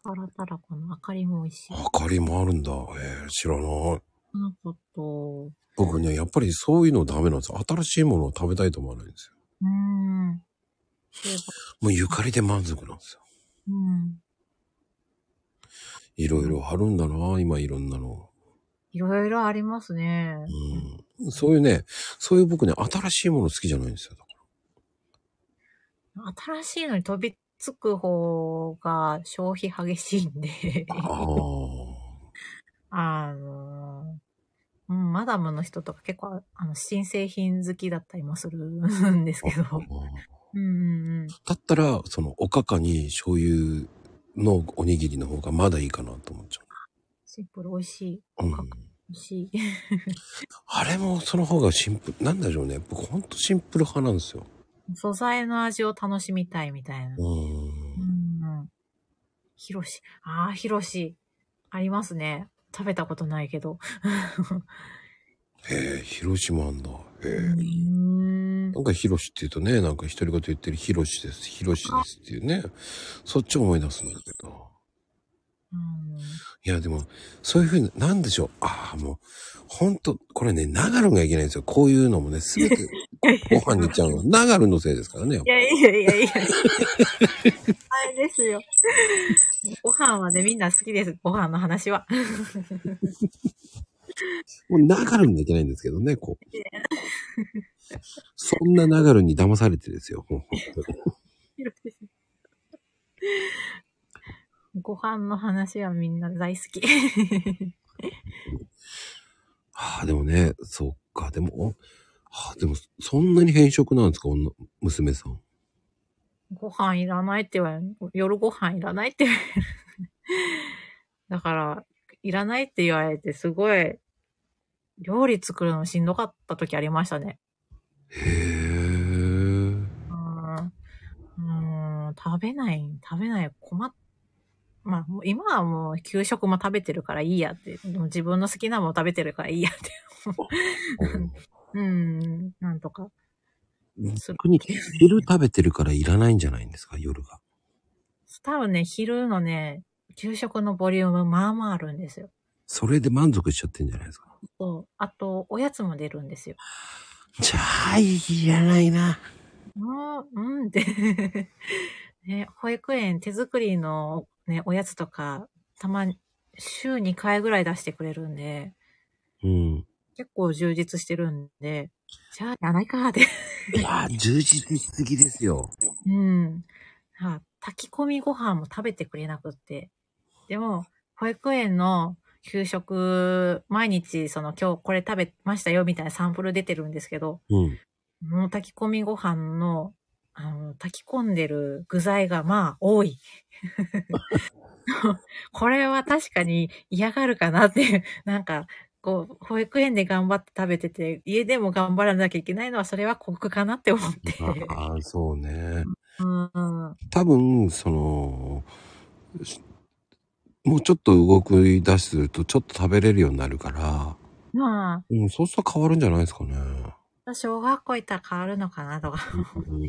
C: タラタラこの明かりも美味しい。
A: 明かりもあるんだ。えー、知らない。
C: そのこと。
A: 僕ね、やっぱりそういうのダメなんですよ。新しいものを食べたいと思わないんですよ。
C: うん。そういえば
A: もうゆかりで満足なんですよ。
C: うん。
A: いろいろあるんだな、今いろんなの。
C: いろいろありますね。
A: うんそういうね、そういう僕ね、新しいもの好きじゃないんですよ。だか
C: 新しいのに飛びつく方が消費激しいんで、
A: らあ
C: あの、うん、マダムの人とか結構あの新製品好きだったりもするんですけど。
A: ー
C: うんうんうん。
A: だったら、その、おかかに醤油のおにぎりの方がまだいいかなと思っちゃ
C: シンプル美味しい。
A: う。うん
C: おかか美味しい。
A: あれもその方がシンプル、なんでしょうね。僕ほんとシンプル派なんですよ。
C: 素材の味を楽しみたいみたいな。
A: うん。
C: うん。ひろし。ああ、ひろし。ありますね。食べたことないけど。
A: へえ、広島なんだ。
C: う
A: へえ。
C: ーん。
A: なんか広しって言うとね、なんか一人ごと言ってる広しです、広しですっていうね。そっちを思い出すんだけど。
C: うん
A: いや、でも、そういうふうに、なんでしょう。ああ、もう、ほんと、これね、長野がいけないんですよ。こういうのもね、すべてご飯に行っちゃうの。長野のせいですからね。やっ
C: いやいやいやいや。あれですよ。ご飯はね、みんな好きです。ご飯の話は。
A: ぱもう長野がいけないんですけどね、こう。そんな長野に騙されてですよ。もう本当に
C: ひろしご飯の話はみんな大好き。
A: はあ、でもね、そっか、でも、おはあ、でも、そんなに偏食なんですか、女、娘さん。
C: ご飯いらないって言われる。夜ご飯いらないって言われる。だから、いらないって言われて、すごい、料理作るのしんどかった時ありましたね。
A: へえ。
C: うーんうーん食べない、食べない、困っ、まあ、もう今はもう給食も食べてるからいいやって、でも自分の好きなもの食べてるからいいやって、 うん、なんとか。する
A: 逆に、昼食べてるからいらないんじゃないんですか、夜が。
C: 多分ね、昼のね、給食のボリュームまあまああるんですよ。
A: それで満足しちゃってんじゃないですか。
C: そうあと、おやつも出るんですよ。
A: じゃあ、いらないな。
C: うん、うんって。 ね、保育園手作りのね、おやつとか、たまに、週2回ぐらい出してくれるんで、
A: うん。
C: 結構充実してるんで、じゃあ、やないかーって。
A: いやー、充実しすぎですよ。
C: うん。あ炊き込みご飯も食べてくれなくって。でも、保育園の給食、毎日、その今日これ食べましたよみたいなサンプル出てるんですけど、
A: うん。
C: もう炊き込みご飯の、あの、炊き込んでる具材がまあ多い。 これは確かに嫌がるかなって、なんか、こう、保育園で頑張って食べてて、家でも頑張らなきゃいけないのは、それは酷かなって思って。
A: ああ、そうね。
C: うん。
A: 多分、その、しもうちょっと動き出しすると、ちょっと食べれるようになるから、
C: まあ、
A: うん、そうすると変わるんじゃないですかね。
C: 小学校行ったら変わるのかなとか。
A: うん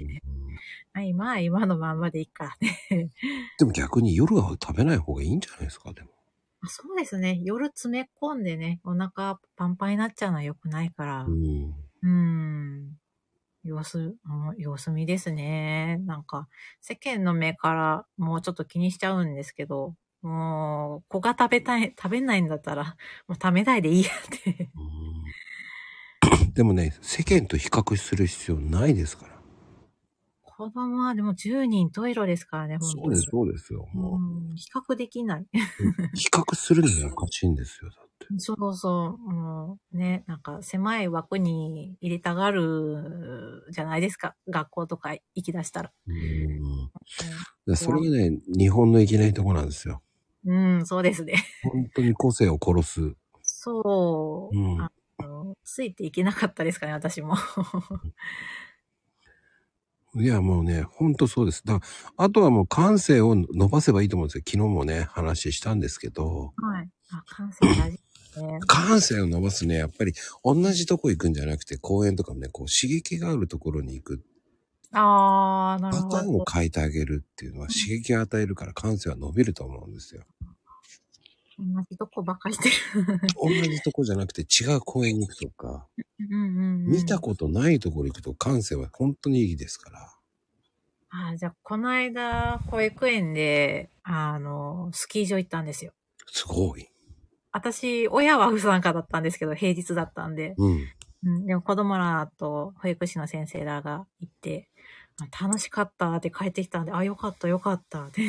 C: まあ今は今のまんまでいいか。
A: でも逆に夜は食べない方がいいんじゃないですか、でも。
C: そうですね。夜詰め込んでね、お腹パンパンになっちゃうのは良くないから。
A: うん。
C: うん。様子、うん様子見ですね。なんか、世間の目からもうちょっと気にしちゃうんですけど、もう、子が食べたい、食べないんだったら、 もう食べないでいいやって。
A: うんでもね、世間と比較する必要ないですから。
C: 子供はでも10人トイロですからね、本当に。
A: そうですよ。も
C: うん、比較できない。
A: う、比較するのがおかしいんですよ、だって。
C: そうそう、もうね、なんか狭い枠に入れたがるじゃないですか。学校とか行き出し たら。
A: うん。でそれがね、日本のいけないとこなんですよ。
C: うん、うんそうですね。
A: 本当に個性を殺す。
C: そう、
A: うん
C: あの。ついていけなかったですかね、私も。
A: いや、もうね、ほんとそうです。だから、あとはもう感性を伸ばせばいいと思うんですよ。昨日もね、話したんですけど、
C: はい。あ、感性大事ですね。
A: 感性を伸ばすね、やっぱり同じとこ行くんじゃなくて、公園とかもね、こう刺激があるところに行く。
C: あー、なる
A: パターン
C: ほ
A: を変えてあげるっていうのは刺激を与えるから感性は伸びると思うんですよ。
C: ど。同じとこばっかりしてる。
A: 同じとこじゃなくて違う公園に行くとか、
C: うんうん、うん。
A: 見たことないところ行くと感性は本当にいいですから。
C: あーじゃあ、この間、保育園で、あの、スキー場行ったんですよ。
A: すごい。
C: 私、親は不参加だったんですけど、平日だったんで。
A: うん。
C: うん、でも子供らと保育士の先生らが行って、あ楽しかったって帰ってきたんで、あ、よかったよかったって。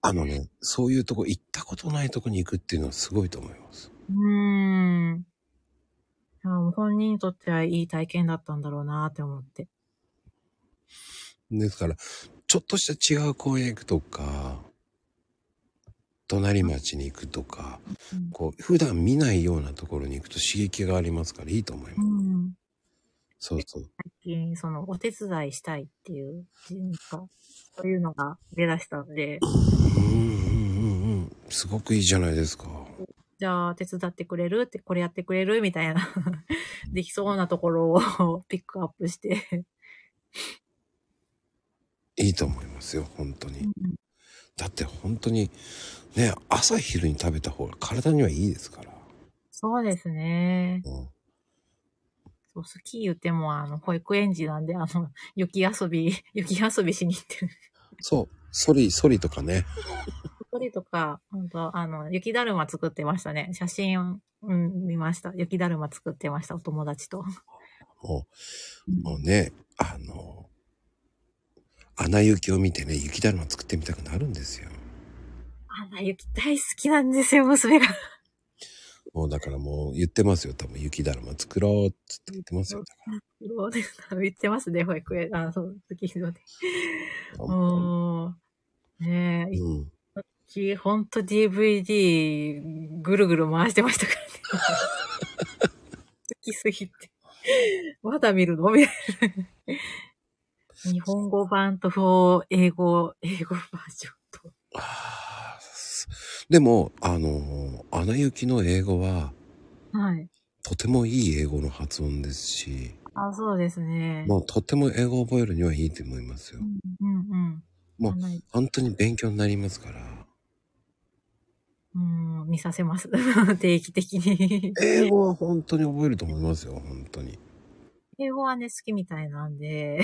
A: あのね、そういうとこ行ったことないとこに行くっていうのはすごいと思います。
C: うーん。あもう本人にとってはいい体験だったんだろうなって思って。
A: ですから、ちょっとした違う公園行くとか、隣町に行くとか、
C: うん
A: こう、普段見ないようなところに行くと刺激がありますからいいと思います。
C: うん。
A: そうそう。
C: 最近、その、お手伝いしたいっていう、なんか、そういうのが出だしたんで、
A: うんうんうんうん。すごくいいじゃないですか。
C: じゃあ手伝ってくれるって、これやってくれるみたいな、できそうなところをピックアップして。
A: いいと思いますよ、本当に。だって本当に、ね、朝昼に食べた方が体にはいいですから。
C: そうですね。
A: うん
C: そう、スキー言っても、あの、保育園児なんで、あの、雪遊び、雪遊びしに行ってる。
A: そう、ソリ、ソリとかね。
C: それとか、本当あの、雪だるま作ってましたね。写真を、うん、見ました。雪だるま作ってました、お友達と。
A: もう、もうね、あの、穴雪を見てね、雪だるま作ってみたくなるんですよ。
C: アナ雪大好きなんですよ、娘が。
A: もうだからもう言ってますよ。多分雪だるま作ろうっつって言ってますよ。だか
C: そうです。言ってますね、保育園。あ、そう、月日ので。
A: ら
C: もう、ねえ、
A: うん。
C: 一時ほんと DVD ぐるぐる回してましたからね。 好きすぎて。まだ見るのみたいな。日本語版とこう英語、英語バージョンと。
A: あーす でも、あのー、アナ雪の英語は、
C: はい。
A: とてもいい英語の発音ですし、
C: あ、そうですね。
A: もうとても英語を覚えるにはいいと思いますよ
C: う。んうんうん。
A: もう
C: あんまり
A: 本当に勉強になりますから。
C: うん、見させます。 定期的に。
A: 英語は本当に覚えると思いますよ、本当に。
C: 英語はね、好きみたいなんで、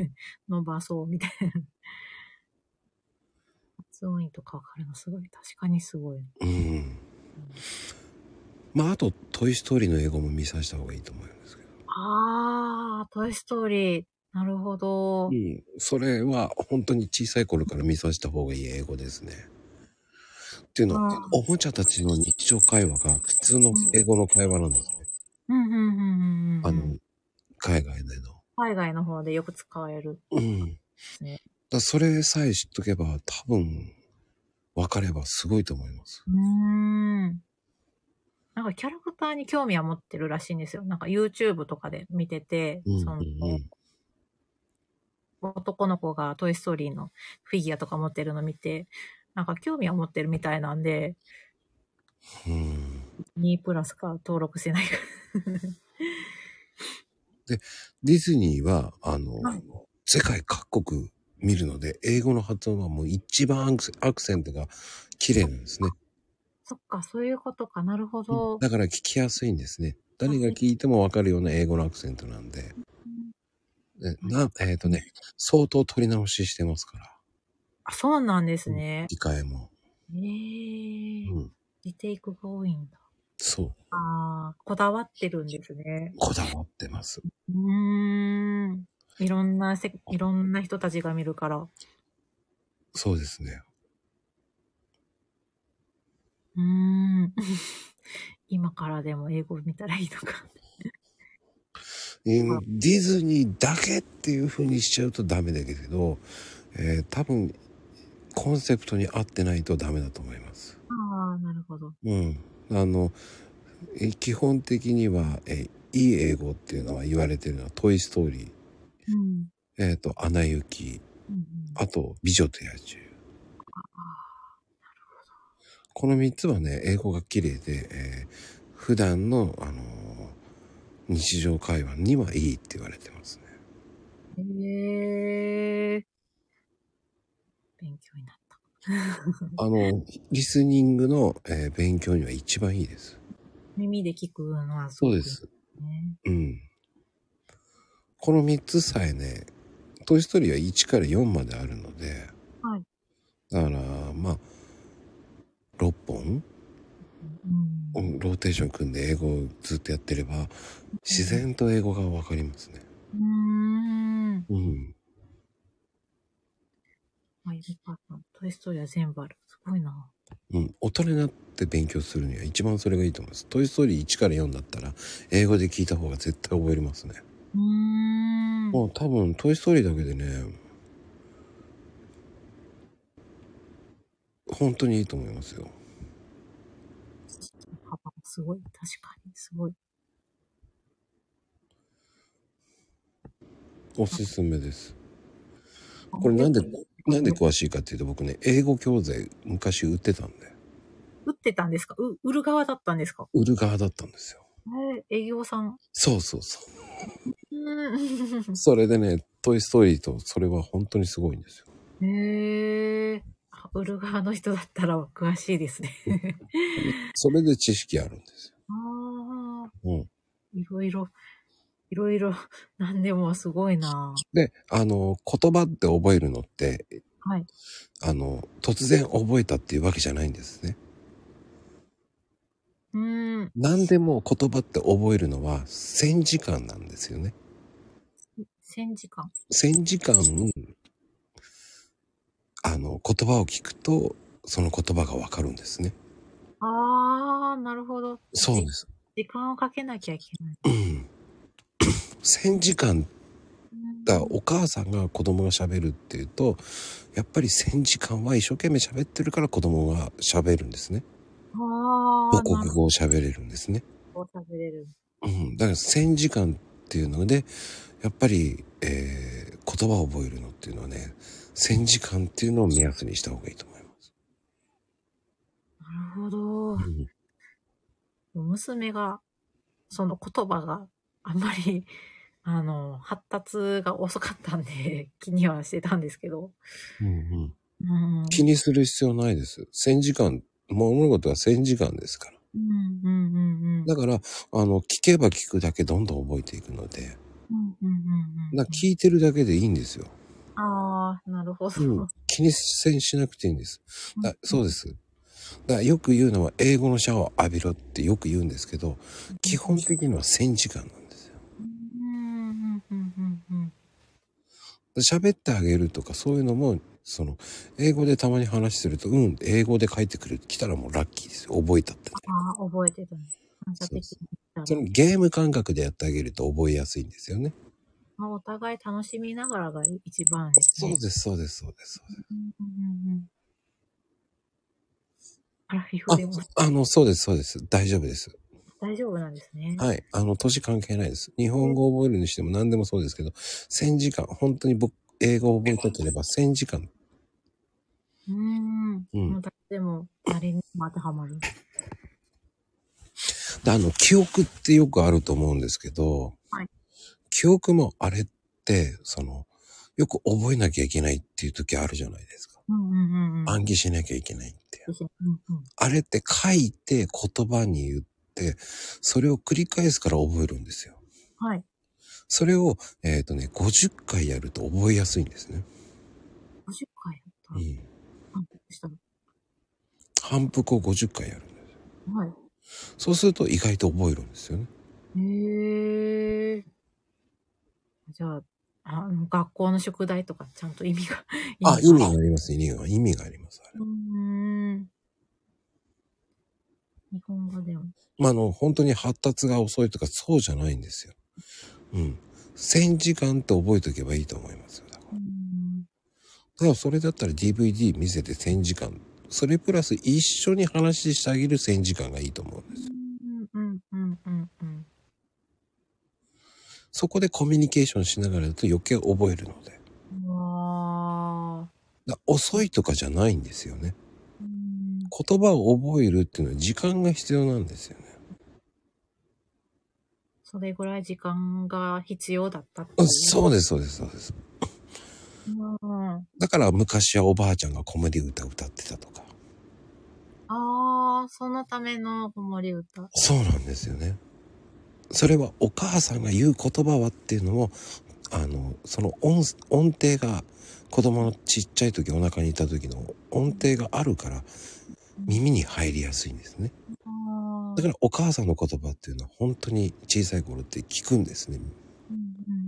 C: 伸ばそうみたいな。発音位とかわかるのすごい。確かにすごい。
A: うん。まあ、あと、トイストーリーの英語も見させた方がいいと思いますけど。
C: あー、トイストーリー。なるほど。
A: うん。それは本当に小さい頃から見させた方がいい英語ですね。っていうのは
C: あ、
A: おもちゃたちの日常会話が普通の英語の会話なんですね。
C: うん、うん、うんうんうん。
A: あの、海外での。
C: 海外の方でよく使える。
A: うん。だ
C: ね
A: からそれさえ知っとけば多分分かればすごいと思います。
C: うーん。なんかキャラクターに興味は持ってるらしいんですよ。なんか YouTube とかで見てて、
A: うんうん
C: その、
A: うん
C: 男の子がトイストーリーのフィギュアとか持ってるの見て、なんか興味は持ってるみたいなんで、
A: うん。
C: 2プラスか登録してない か
A: ディズニーはあの、
C: はい
A: 世界各国見るので英語の発音はもう一番アクセアクセントが綺麗なんですね。
C: そっか、そういうことか。なるほど。
A: だから聞きやすいんですね。誰が聞いても分かるような英語のアクセントなんで。でなえっ、とね、相当取り直ししてますから。
C: あ、そうなんですね。
A: 理解も。
C: ええ
A: う
C: ー。
A: ん。
C: リテイクが多いんだ。
A: そう。
C: ああ、こだわってるんですね。
A: こだわってます。
C: うーん。いろんなせ、いろんな人たちが見るから。う
A: そうですね。
C: ーん。 今からでも英語見たらいいのか。
A: うんディズニーだけっていう風にしちゃうとダメだけれど、えー多分コンセプトに合ってないとダメだと思います。
C: ああ、なるほど。
A: うん、あのえー基本的には、えーいい英語っていうのは言われてるのは「トイ・ストーリー
C: うん。」
A: えーと「アナ雪」
C: うんうん、
A: あと「美女と野獣」この3つはね英語が綺麗で、えー普段のあのー日常会話にはいいって言われてますね。
C: へえー。勉強になった。
A: あの、リスニングの、えー勉強には一番いいです。
C: 耳で聞くのは
A: そう
C: ごく
A: です。
C: ね。
A: うん。この3つさえね、トイストーリーは1から4まであるので、
C: はい
A: だから、まあ、6本、
C: うん
A: うんローテーション組んで英語をずっとやってれば、自然と英語がわかりますね。
C: うーん。
A: うん。
C: まあ、よかった。トイストーリーは全部ある。すごいな。
A: うん、大人になって勉強するには一番それがいいと思います。トイストーリー1から4だったら、英語で聞いた方が絶対覚えれますね。
C: うーん。
A: もう多分、トイ・ストーリーだけでね、本当にいいと思いますよ。
C: 幅がすごい。確かに、すごい。
A: おすすめです。これなんで、なんで詳しいかっていうと僕ね、英語教材昔売ってたんで、
C: 打ってたんですかう売る側だったんですか
A: 売る側だったんですよ。
C: えー、営業さん。
A: そうそうそうう。
C: ん。
A: それでね、トイ・ストーリーとそれは本当にすごいんですよ。
C: へえ。あ売る側の人だったら詳しいですね。
A: それで知識あるんです
C: ああ、
A: よ。うん。
C: いろいろ、いろいろ、 なんでもすごいな。
A: で、あの、言葉って覚えるのって、
C: はい。
A: あの、突然覚えたっていうわけじゃないんですね。
C: うーん。
A: 何でも言葉って覚えるのは1000時間なんですよね。
C: 1000時間。
A: 1000時間、あの、言葉を聞くとその言葉がわかるんですね。
C: あー、なるほど。
A: そうです。
C: 時間をかけなきゃいけない。
A: うん。1000時間
C: うん
A: だお母さんが子供が喋るっていうとやっぱり1,000時間は一生懸命喋ってるから子供が喋るんですね
C: あ
A: 母
C: ー、な
A: 国
C: る
A: 語を喋れるんですね、
C: ほど。食べれる。
A: うん、だから1,000時間っていうのでやっぱり、えー言葉を覚えるのっていうのはね1,000時間っていうのを目安にした方がいいと思います、
C: なるほど。
A: うん
C: 娘が、その言葉があんまり、 あの、発達が遅かったんで、 気にはしてたんですけど。
A: うんうん、
C: うん。
A: 気にする必要ないです1,000時間物事は1,000時間ですから
C: うんうんうんうん。
A: だからあの聞けば聞くだけどんどん覚えていくので
C: うんうんうんうん
A: だから聞いてるだけでいいんですよ
C: ああ、なるほど。。
A: うん、気にせんしなくていいんです。だそうですす。だからよく言うのは英語のシャワーを浴びろってよく言うんですけど、基本的には1000時間なんですよ。
C: うんうんうんうんうん。
A: 喋ってあげるとかそういうのも、その、英語でたまに話すると、うん、英語で帰ってくる、来たらもうラッキーですよ。覚えたってね。
C: ああ、覚えてたんです。反射的に見
A: そ
C: た
A: のゲーム感覚でやってあげると覚えやすいんですよね。
C: ら。お互い楽しみながらが一番です
A: そ
C: ね。
A: うです、そうです、そうです。そうです
C: うんうんうんあら、皮膚でも
A: あ、あの、そうです、そうです。大丈夫です。
C: 大丈夫なんですね。
A: はい。あの、年関係ないです。日本語を覚えるにしても何でもそうですけど、1000時間、本当に僕、英語を覚えたければ1000時間。
C: うーん。
A: うん
C: もう誰でも、誰にも当てはまる。
A: であの、記憶ってよくあると思うんですけど、
C: はい
A: 記憶もあれって、その、よく覚えなきゃいけないっていう時あるじゃないですか。
C: うんうんうんうん。
A: 暗記しなきゃいけないって。
C: うんうん
A: あれって書いて言葉に言って、それを繰り返すから覚えるんですよ。
C: はい。
A: それを、えっ、とね、50回やると覚えやすいんですね。
C: 50回やった。
A: うん。
C: 反復したの。
A: 反復を50回やるんです。
C: はい。
A: そうすると意外と覚えるんですよね。
C: へえ。じゃあ、あの、学校の宿題とかちゃんと意味が。
A: あ、意
C: が
A: 味があります、意味が。意味があります。あれ
C: うーん。日本語でも。
A: まあ、あの、本当に発達が遅いとかそうじゃないんですよ。うん。1000時間って覚えておけばいいと思いますよ。だか
C: うーん。
A: らそれだったら DVD 見せて1000時間。それプラス一緒に話してあげる1000時間がいいと思うんですよ。
C: うんうんうんうん。
A: そこでコミュニケーションしながらだと余計覚えるので。
C: うわ
A: だ遅いとかじゃないんですよね。
C: ーうー
A: 言
C: ん。
A: 葉を覚えるっていうのは時間が必要なんですよね。
C: それぐらい時間が必要だったって
A: あ
C: い
A: そうです、そうです、そうです。
C: うん。あ
A: だから昔はおばあちゃんが子守歌歌ってたとか。
C: あー、そのための子守歌。
A: そうなんですよね。それはお母さんが言う言葉はっていうのも、あの、その音音程が子供のちっちゃい時お腹にいた時の音程があるから耳に入りやすいんですね。
C: あ
A: だ
C: ー
A: からお母さんの言葉っていうのは本当に小さい頃って聞くんですね。
C: うんうん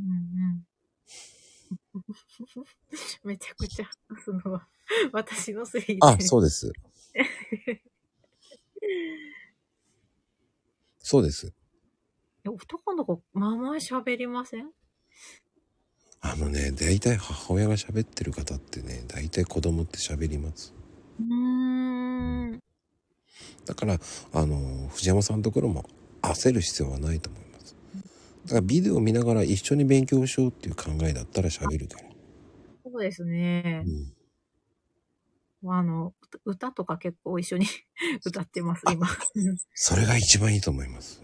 C: うんうん。めちゃくちゃ話すのは私のせいで。
A: あ、そうです。 そうです。
C: え男の子、まあまあ喋りません
A: あのね、大体母親が喋ってる方ってね、大体子供って喋ります。
C: うーん。
A: だから、あの、藤山さんのところも焦る必要はないと思います。だからビデオを見ながら一緒に勉強しようっていう考えだったら喋るから。
C: そうですね
A: う。ん
C: あの、歌とか結構一緒に 歌ってます、今。
A: それが一番いいと思います。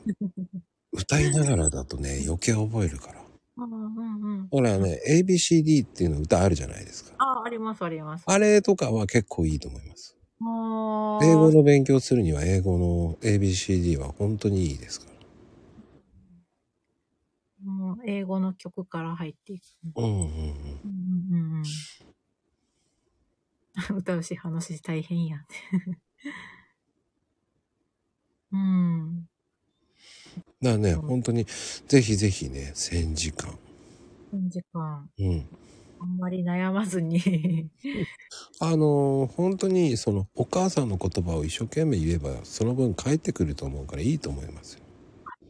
A: 歌いながらだとね、余計覚えるから。
C: あーうんうん
A: ほらね、ABCD っていうの歌あるじゃないですか。
C: あー、あります、あります。
A: あれとかは結構いいと思います。
C: ああ。
A: 英語の勉強するには英語の ABCD は本当にいいですから。
C: もう英語の曲から入っていく。
A: うんうんうん。
C: うんうんうん、 歌うし話し大変や ん。うん。
A: だからね、
C: うん
A: 本当に、ぜひぜひね、1000時間。
C: 3時間、
A: うん。
C: あんまり悩まずに。
A: あのー本当にそのお母さんの言葉を一生懸命言えばその分返ってくると思うからいいと思いますよ。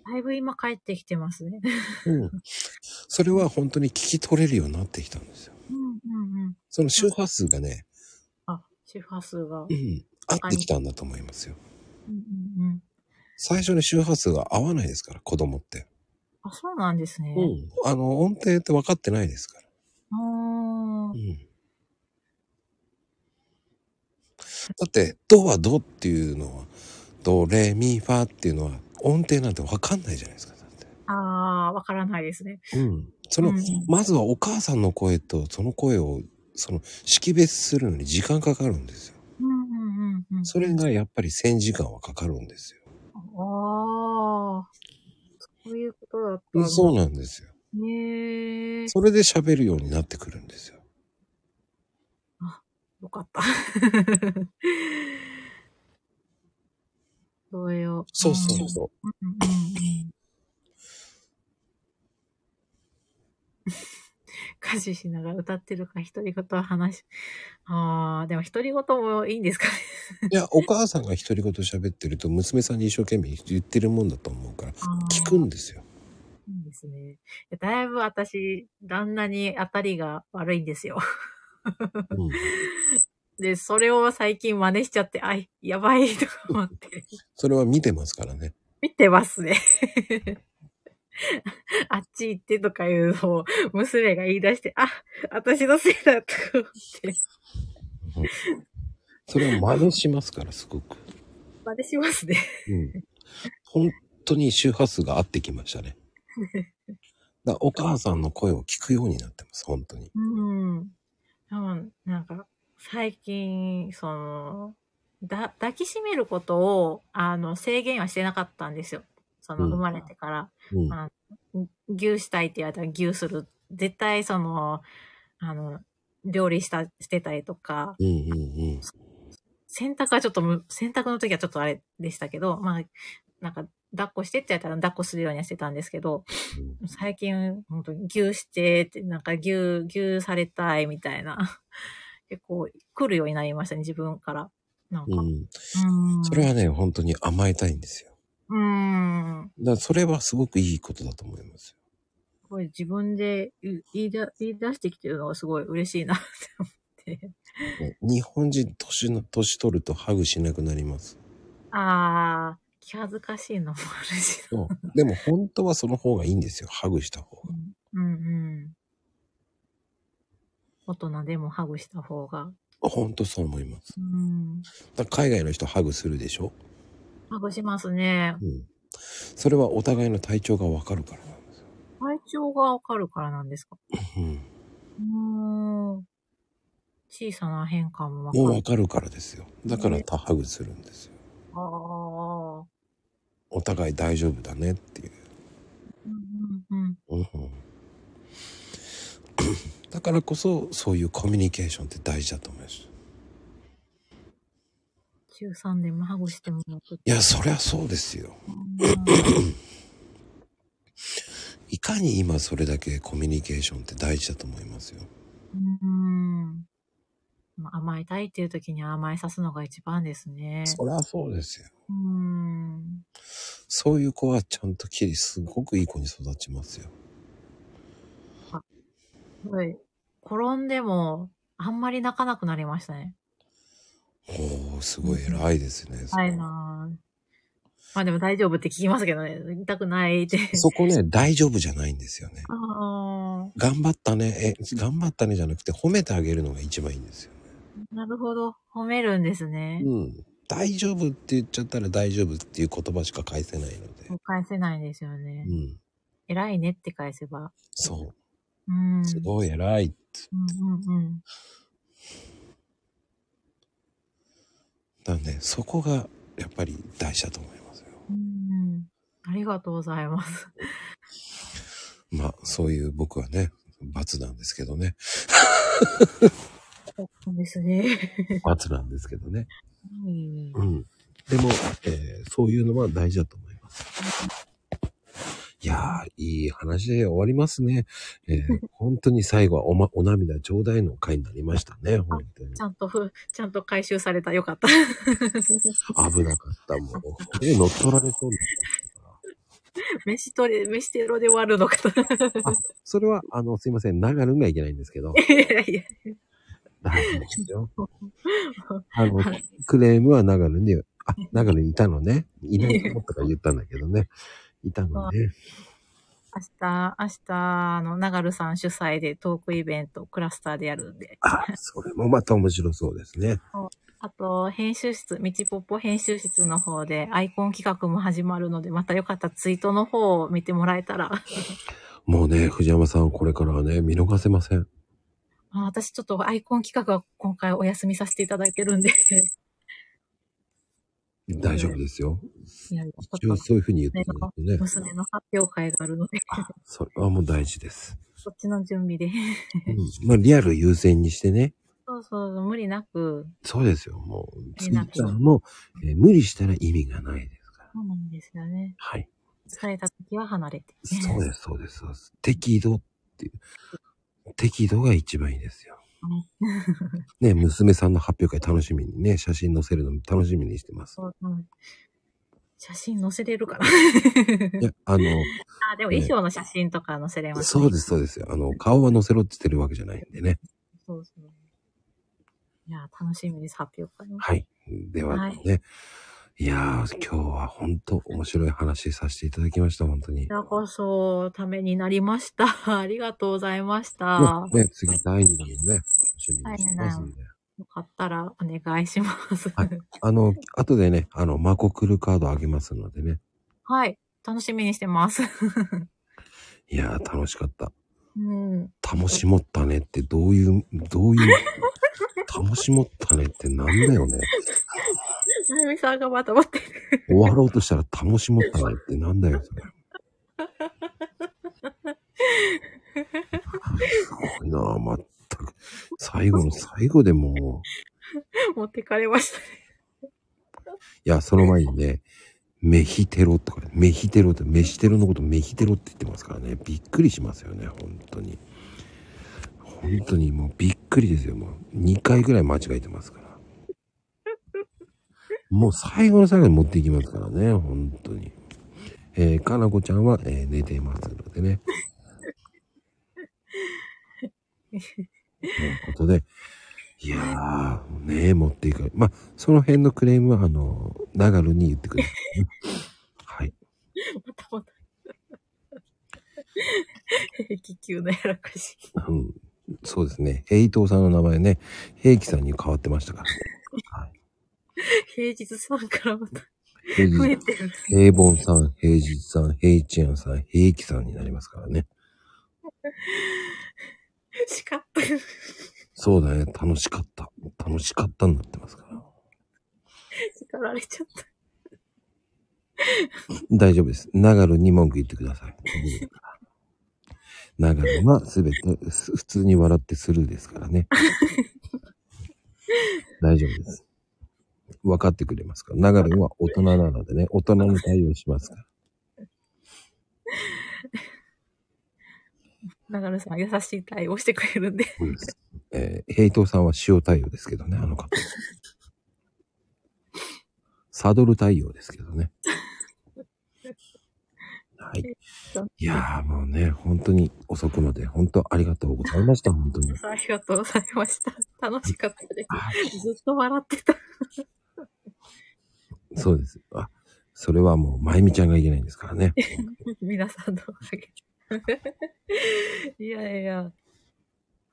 C: だいぶ今帰ってきてますね。
A: うん、それは本当に聞き取れるようになってきたんですよ。
C: うんうんうん。
A: その周波数がね、
C: あ、周波数が。うん
A: うん、合ってきたんだと思いますよ。
C: うんうん。
A: 最初に周波数が合わないですから子供って。
C: あ、そうなんですね。
A: うん、あの音程って分かってないですから。
C: あ
A: う
C: ー
A: ん、だって「ド」は「ド」っていうのは「ドレミファ」っていうのは音程なんて分かんないじゃないですかだっ
C: あー、わからないですね。
A: て。うん、その、
C: うん
A: まずはお母さんの声とその声をその識別するのに時間かかるんですよ。
C: うんうんうんうん。
A: それがやっぱり1,000時間はかかるんですよ。
C: ああ、そういうことだったんだ
A: そうなんですよ。
C: ねえ。
A: それで喋るようになってくるんですよ。
C: よかった。 それを。
A: そうそうそう。
C: うん。うん うん家事しながら歌ってるか、独り言を話し。ああ、でも独り言もいいんですかね。
A: いや、お母さんが独り言喋ってると、娘さんに一生懸命言ってるもんだと思うから、聞く
C: あー
A: んですよ。
C: いいですね。いやだいぶ私、旦那に当たりが悪いんですよ。
A: うん、
C: で、それを最近真似しちゃって、あい、やばいとか思って、
A: それは見てますからね。
C: 見てますね。 あっち行ってとか言うのを娘が言い出して、あ、私のせいだとか思って、
A: それは真似しますから、すごく。
C: 真似しますね。
A: うん。本当に周波数が合ってきま したね。だからお母さんの声を聞くようになってます、本当に。
C: うん。でも、なんか、最近、その、だ、抱きしめることを、あの、制限はしてなかったんですよ。その、
A: うん
C: 生まれてから。
A: うん。
C: あ牛したいって言われたら牛する。絶対その、あの、料理した、してたりとか、
A: うんうん
C: 洗濯はちょっとむ、洗濯の時はちょっとあれでしたけど、まあ、なんか、抱っこしてってやったら抱っこするようにはしてたんですけど、最近、本当に牛してって、なんか牛、牛されたいみたいな、 結構来るようになりましたね、自分から。なんか。
A: うん。
C: う
A: うん。
C: ーん。
A: それはね、本当に甘えたいんですよ。
C: うーん。
A: だからそれはすごくいいことだと思い ますよ。
C: すごい自分で言いだ言い出してきてるのがすごい嬉しいなって思って。
A: ね日本人、年の、年取るとハグしなくなります。
C: ああ、気恥ずかしいのもあるし。
A: そう。でも本当はその方がいいんですよ。ハグした方が。
C: うんうん。大人でもハグした方が。
A: 本当そう思います。
C: うん。
A: だから海外の人ハグするでしょ
C: ハグしますね。
A: うん。それはお互いの体調がわかるからなんですよ。
C: 体調がわかるからなんですか。
A: うん。
C: うーん。小さな変化もわか
A: もうわ
C: る。
A: かるからですよ。だからたハグするんですよ。
C: ああ。
A: お互い大丈夫だねっていう。
C: うんうんうん。
A: うんうん。 だからこそそういうコミュニケーションって大事だと思います。
C: 中3でもハグしてもらう。
A: いや、そりゃそうですよ。いかに今それだけコミュニケーションって大事だと思いますよ。
C: うん。まあ甘えたいっていう時に甘えさすのが一番ですね。
A: そりゃそうですよ。
C: うん。
A: そういう子はちゃんときり、すごくいい子に育ちますよ。
C: はい。転んでも、あんまり泣かなくなりましたね。
A: おお、すごい偉いですね。
C: はいなぁ。まあでも大丈夫って聞きますけどね。痛くないって。
A: そこね、大丈夫じゃないんですよね。
C: あ
A: 頑張ったね、え、頑張ったねじゃなくて褒めてあげるのが一番いいんですよ。
C: あ、なるほど。褒めるんですね。
A: うん。大丈夫って言っちゃったら大丈夫っていう言葉しか返せないので
C: も。う返せないんですよね
A: う。ん。
C: 偉いねって返せば。
A: そ
C: うん。
A: う。すごい偉い。
C: うんうんうん。
A: だね、そこがやっぱり大事だと思いますよ。
C: うん。ありがとうございます。
A: まあ、そういう僕はね、罰なんですけど ね。
C: そうですね。
A: 罰なんですけどね。
C: う
A: う
C: ん
A: ん。でも、えーそういうのは大事だと思います。いやー、いい話で終わりますね。え ー本当に最後はお,、ま、お涙頂戴の回になりましたね、本当に
C: ち。ゃんとふ、ちゃんと回収された。よかった。
A: 危なかった、もう。え、乗っ取られそうになった。
C: 飯とれ、飯テロで終わるのかと。
A: それは、あの、すいません、長野がいけないんですけ ど。
C: いやいや。
A: 大丈夫です よ。あの、クレームは長野に、あ、長野にいたのね。いないと思ったから言ったんだけど ね。いたのね。
C: 明日、明日、あの、流るさん主催でトークイベント、クラスターでやるんで。
A: あ、それもまた面白そうですね。
C: あと、編集室、みちぽっぽ編集室の方でアイコン企画も始まるので、またよかったらツイートの方を見てもらえたら。
A: もうね、藤山さん、これからはね、見逃せません。
C: あ私ちょっとアイコン企画は今回お休みさせていただいてる んで。
A: 大丈夫ですよ。
C: いやいや
A: 一応そういうふうに言ってたんだけどね。
C: 娘の発表会があるので、
A: あそれはもう大事です。
C: そっちの準備で。
A: うん、まあ、リアル優先にしてね。
C: そうそう、無理なく、
A: そうですよ。もう、ツイ
C: えな
A: ッターも、えー無理したら意味がないですから。
C: そうなんですよね。
A: はい。
C: 疲れた時は離れて。
A: そうです、そうです、そうです。適度っていう。適度が一番いいですよ。ね、娘さんの発表会楽しみにね、写真載せるのも楽しみにしてます。
C: そううん写真載せれるかな
A: いや、あの、
C: あ、でも衣装の写真とか載せれます、
A: そうです、そうですよ。あの、顔は載せろって言ってるわけじゃないんでね。
C: そうそう。いや、楽しみです、発表会。
A: はい。ではね、、
C: はい
A: やー、今日は本当面白い話させていただきました、本当に
C: こち。らこそ、ためになりました。あ りがとうございました。よ
A: ね、次第2弾もね、楽しみにしてますんで。
C: かったらお願いします。
A: は
C: はいい、
A: あの、後でね、あの、マコクルカードあげますのでね。
C: 楽しみにしてます。
A: いやー、楽しかった。
C: うん。
A: 楽しもったねってどういう、どういう、楽しもったねってなんだよね。
C: まゆみさんがまた待って る。
A: 終わろうとしたら楽しもったねってなんだよ、それ。すごいなあまったく。最後の最後でもう、
C: 持ってかれましたね。
A: いや、その前にね、メヒテロとか、メヒテロって、メシテロのことメヒテロって言ってますからね、びっくりしますよね、本当に。本当にもうびっくりですよ、もう。2回ぐらい間違えてますから。もう最後の最後に持っていきますからね、本当に。えー、かなこちゃんは、えー寝ていますのでね。ということで、いやー、ねえ、持っていかれ。まあ、その辺のクレームは、あの、長野に言ってくれ、ね。はい。
C: またまた。 気球のやらかし。
A: うん。そうですね。平等さんの名前ね、平気さんに変わってましたからね。はい。
C: 平日さんからまた
A: 平
C: 増え
A: 日
C: てる。
A: 平凡さん、平日さん、平一円さん、平気さんになりますからね。
C: 叱ってる。
A: そうだね。楽しかった。楽しかったになってますから。
C: 叱られちゃった。
A: 大丈夫です。長野に文句言ってください。 長野はすべてす普通に笑ってスルーですから ね。大丈夫です。分かってくれますから。長野は大人なのでね、大人に対応しますから。
C: 長野さんは優しい対応してくれるんで。
A: そうです。えー、平等さんは塩対応ですけどね、あの方。サドル対応ですけどね。はい。いやーもうね、本当に遅くまで、本当ありがとうございました、本当に。
C: ありがとうございました。楽しかったで
A: あ
C: す。ずっと笑ってた。
A: そうです。あ、それはもう、まゆみちゃんがいけないんですからね。
C: 皆さんのおかげで。いやいや、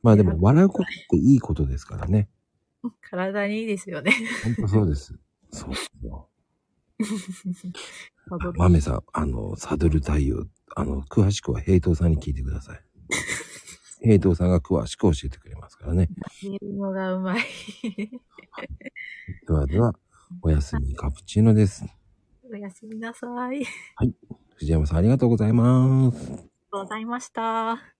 A: まあでも、笑うことっていいことですからね。
C: 体にいいですよね。
A: 本当そうです。そうですよ。まめさん、あの、サドル対応、あの、詳しくは平等さんに聞いてください。平等さんが詳しく教えてくれますからね。
C: 見るのがうまい。
A: ではでは、おやすみカプチーノです。
C: おやすみなさい。ありが
A: 藤山さんありがとうございます。
C: とうございました。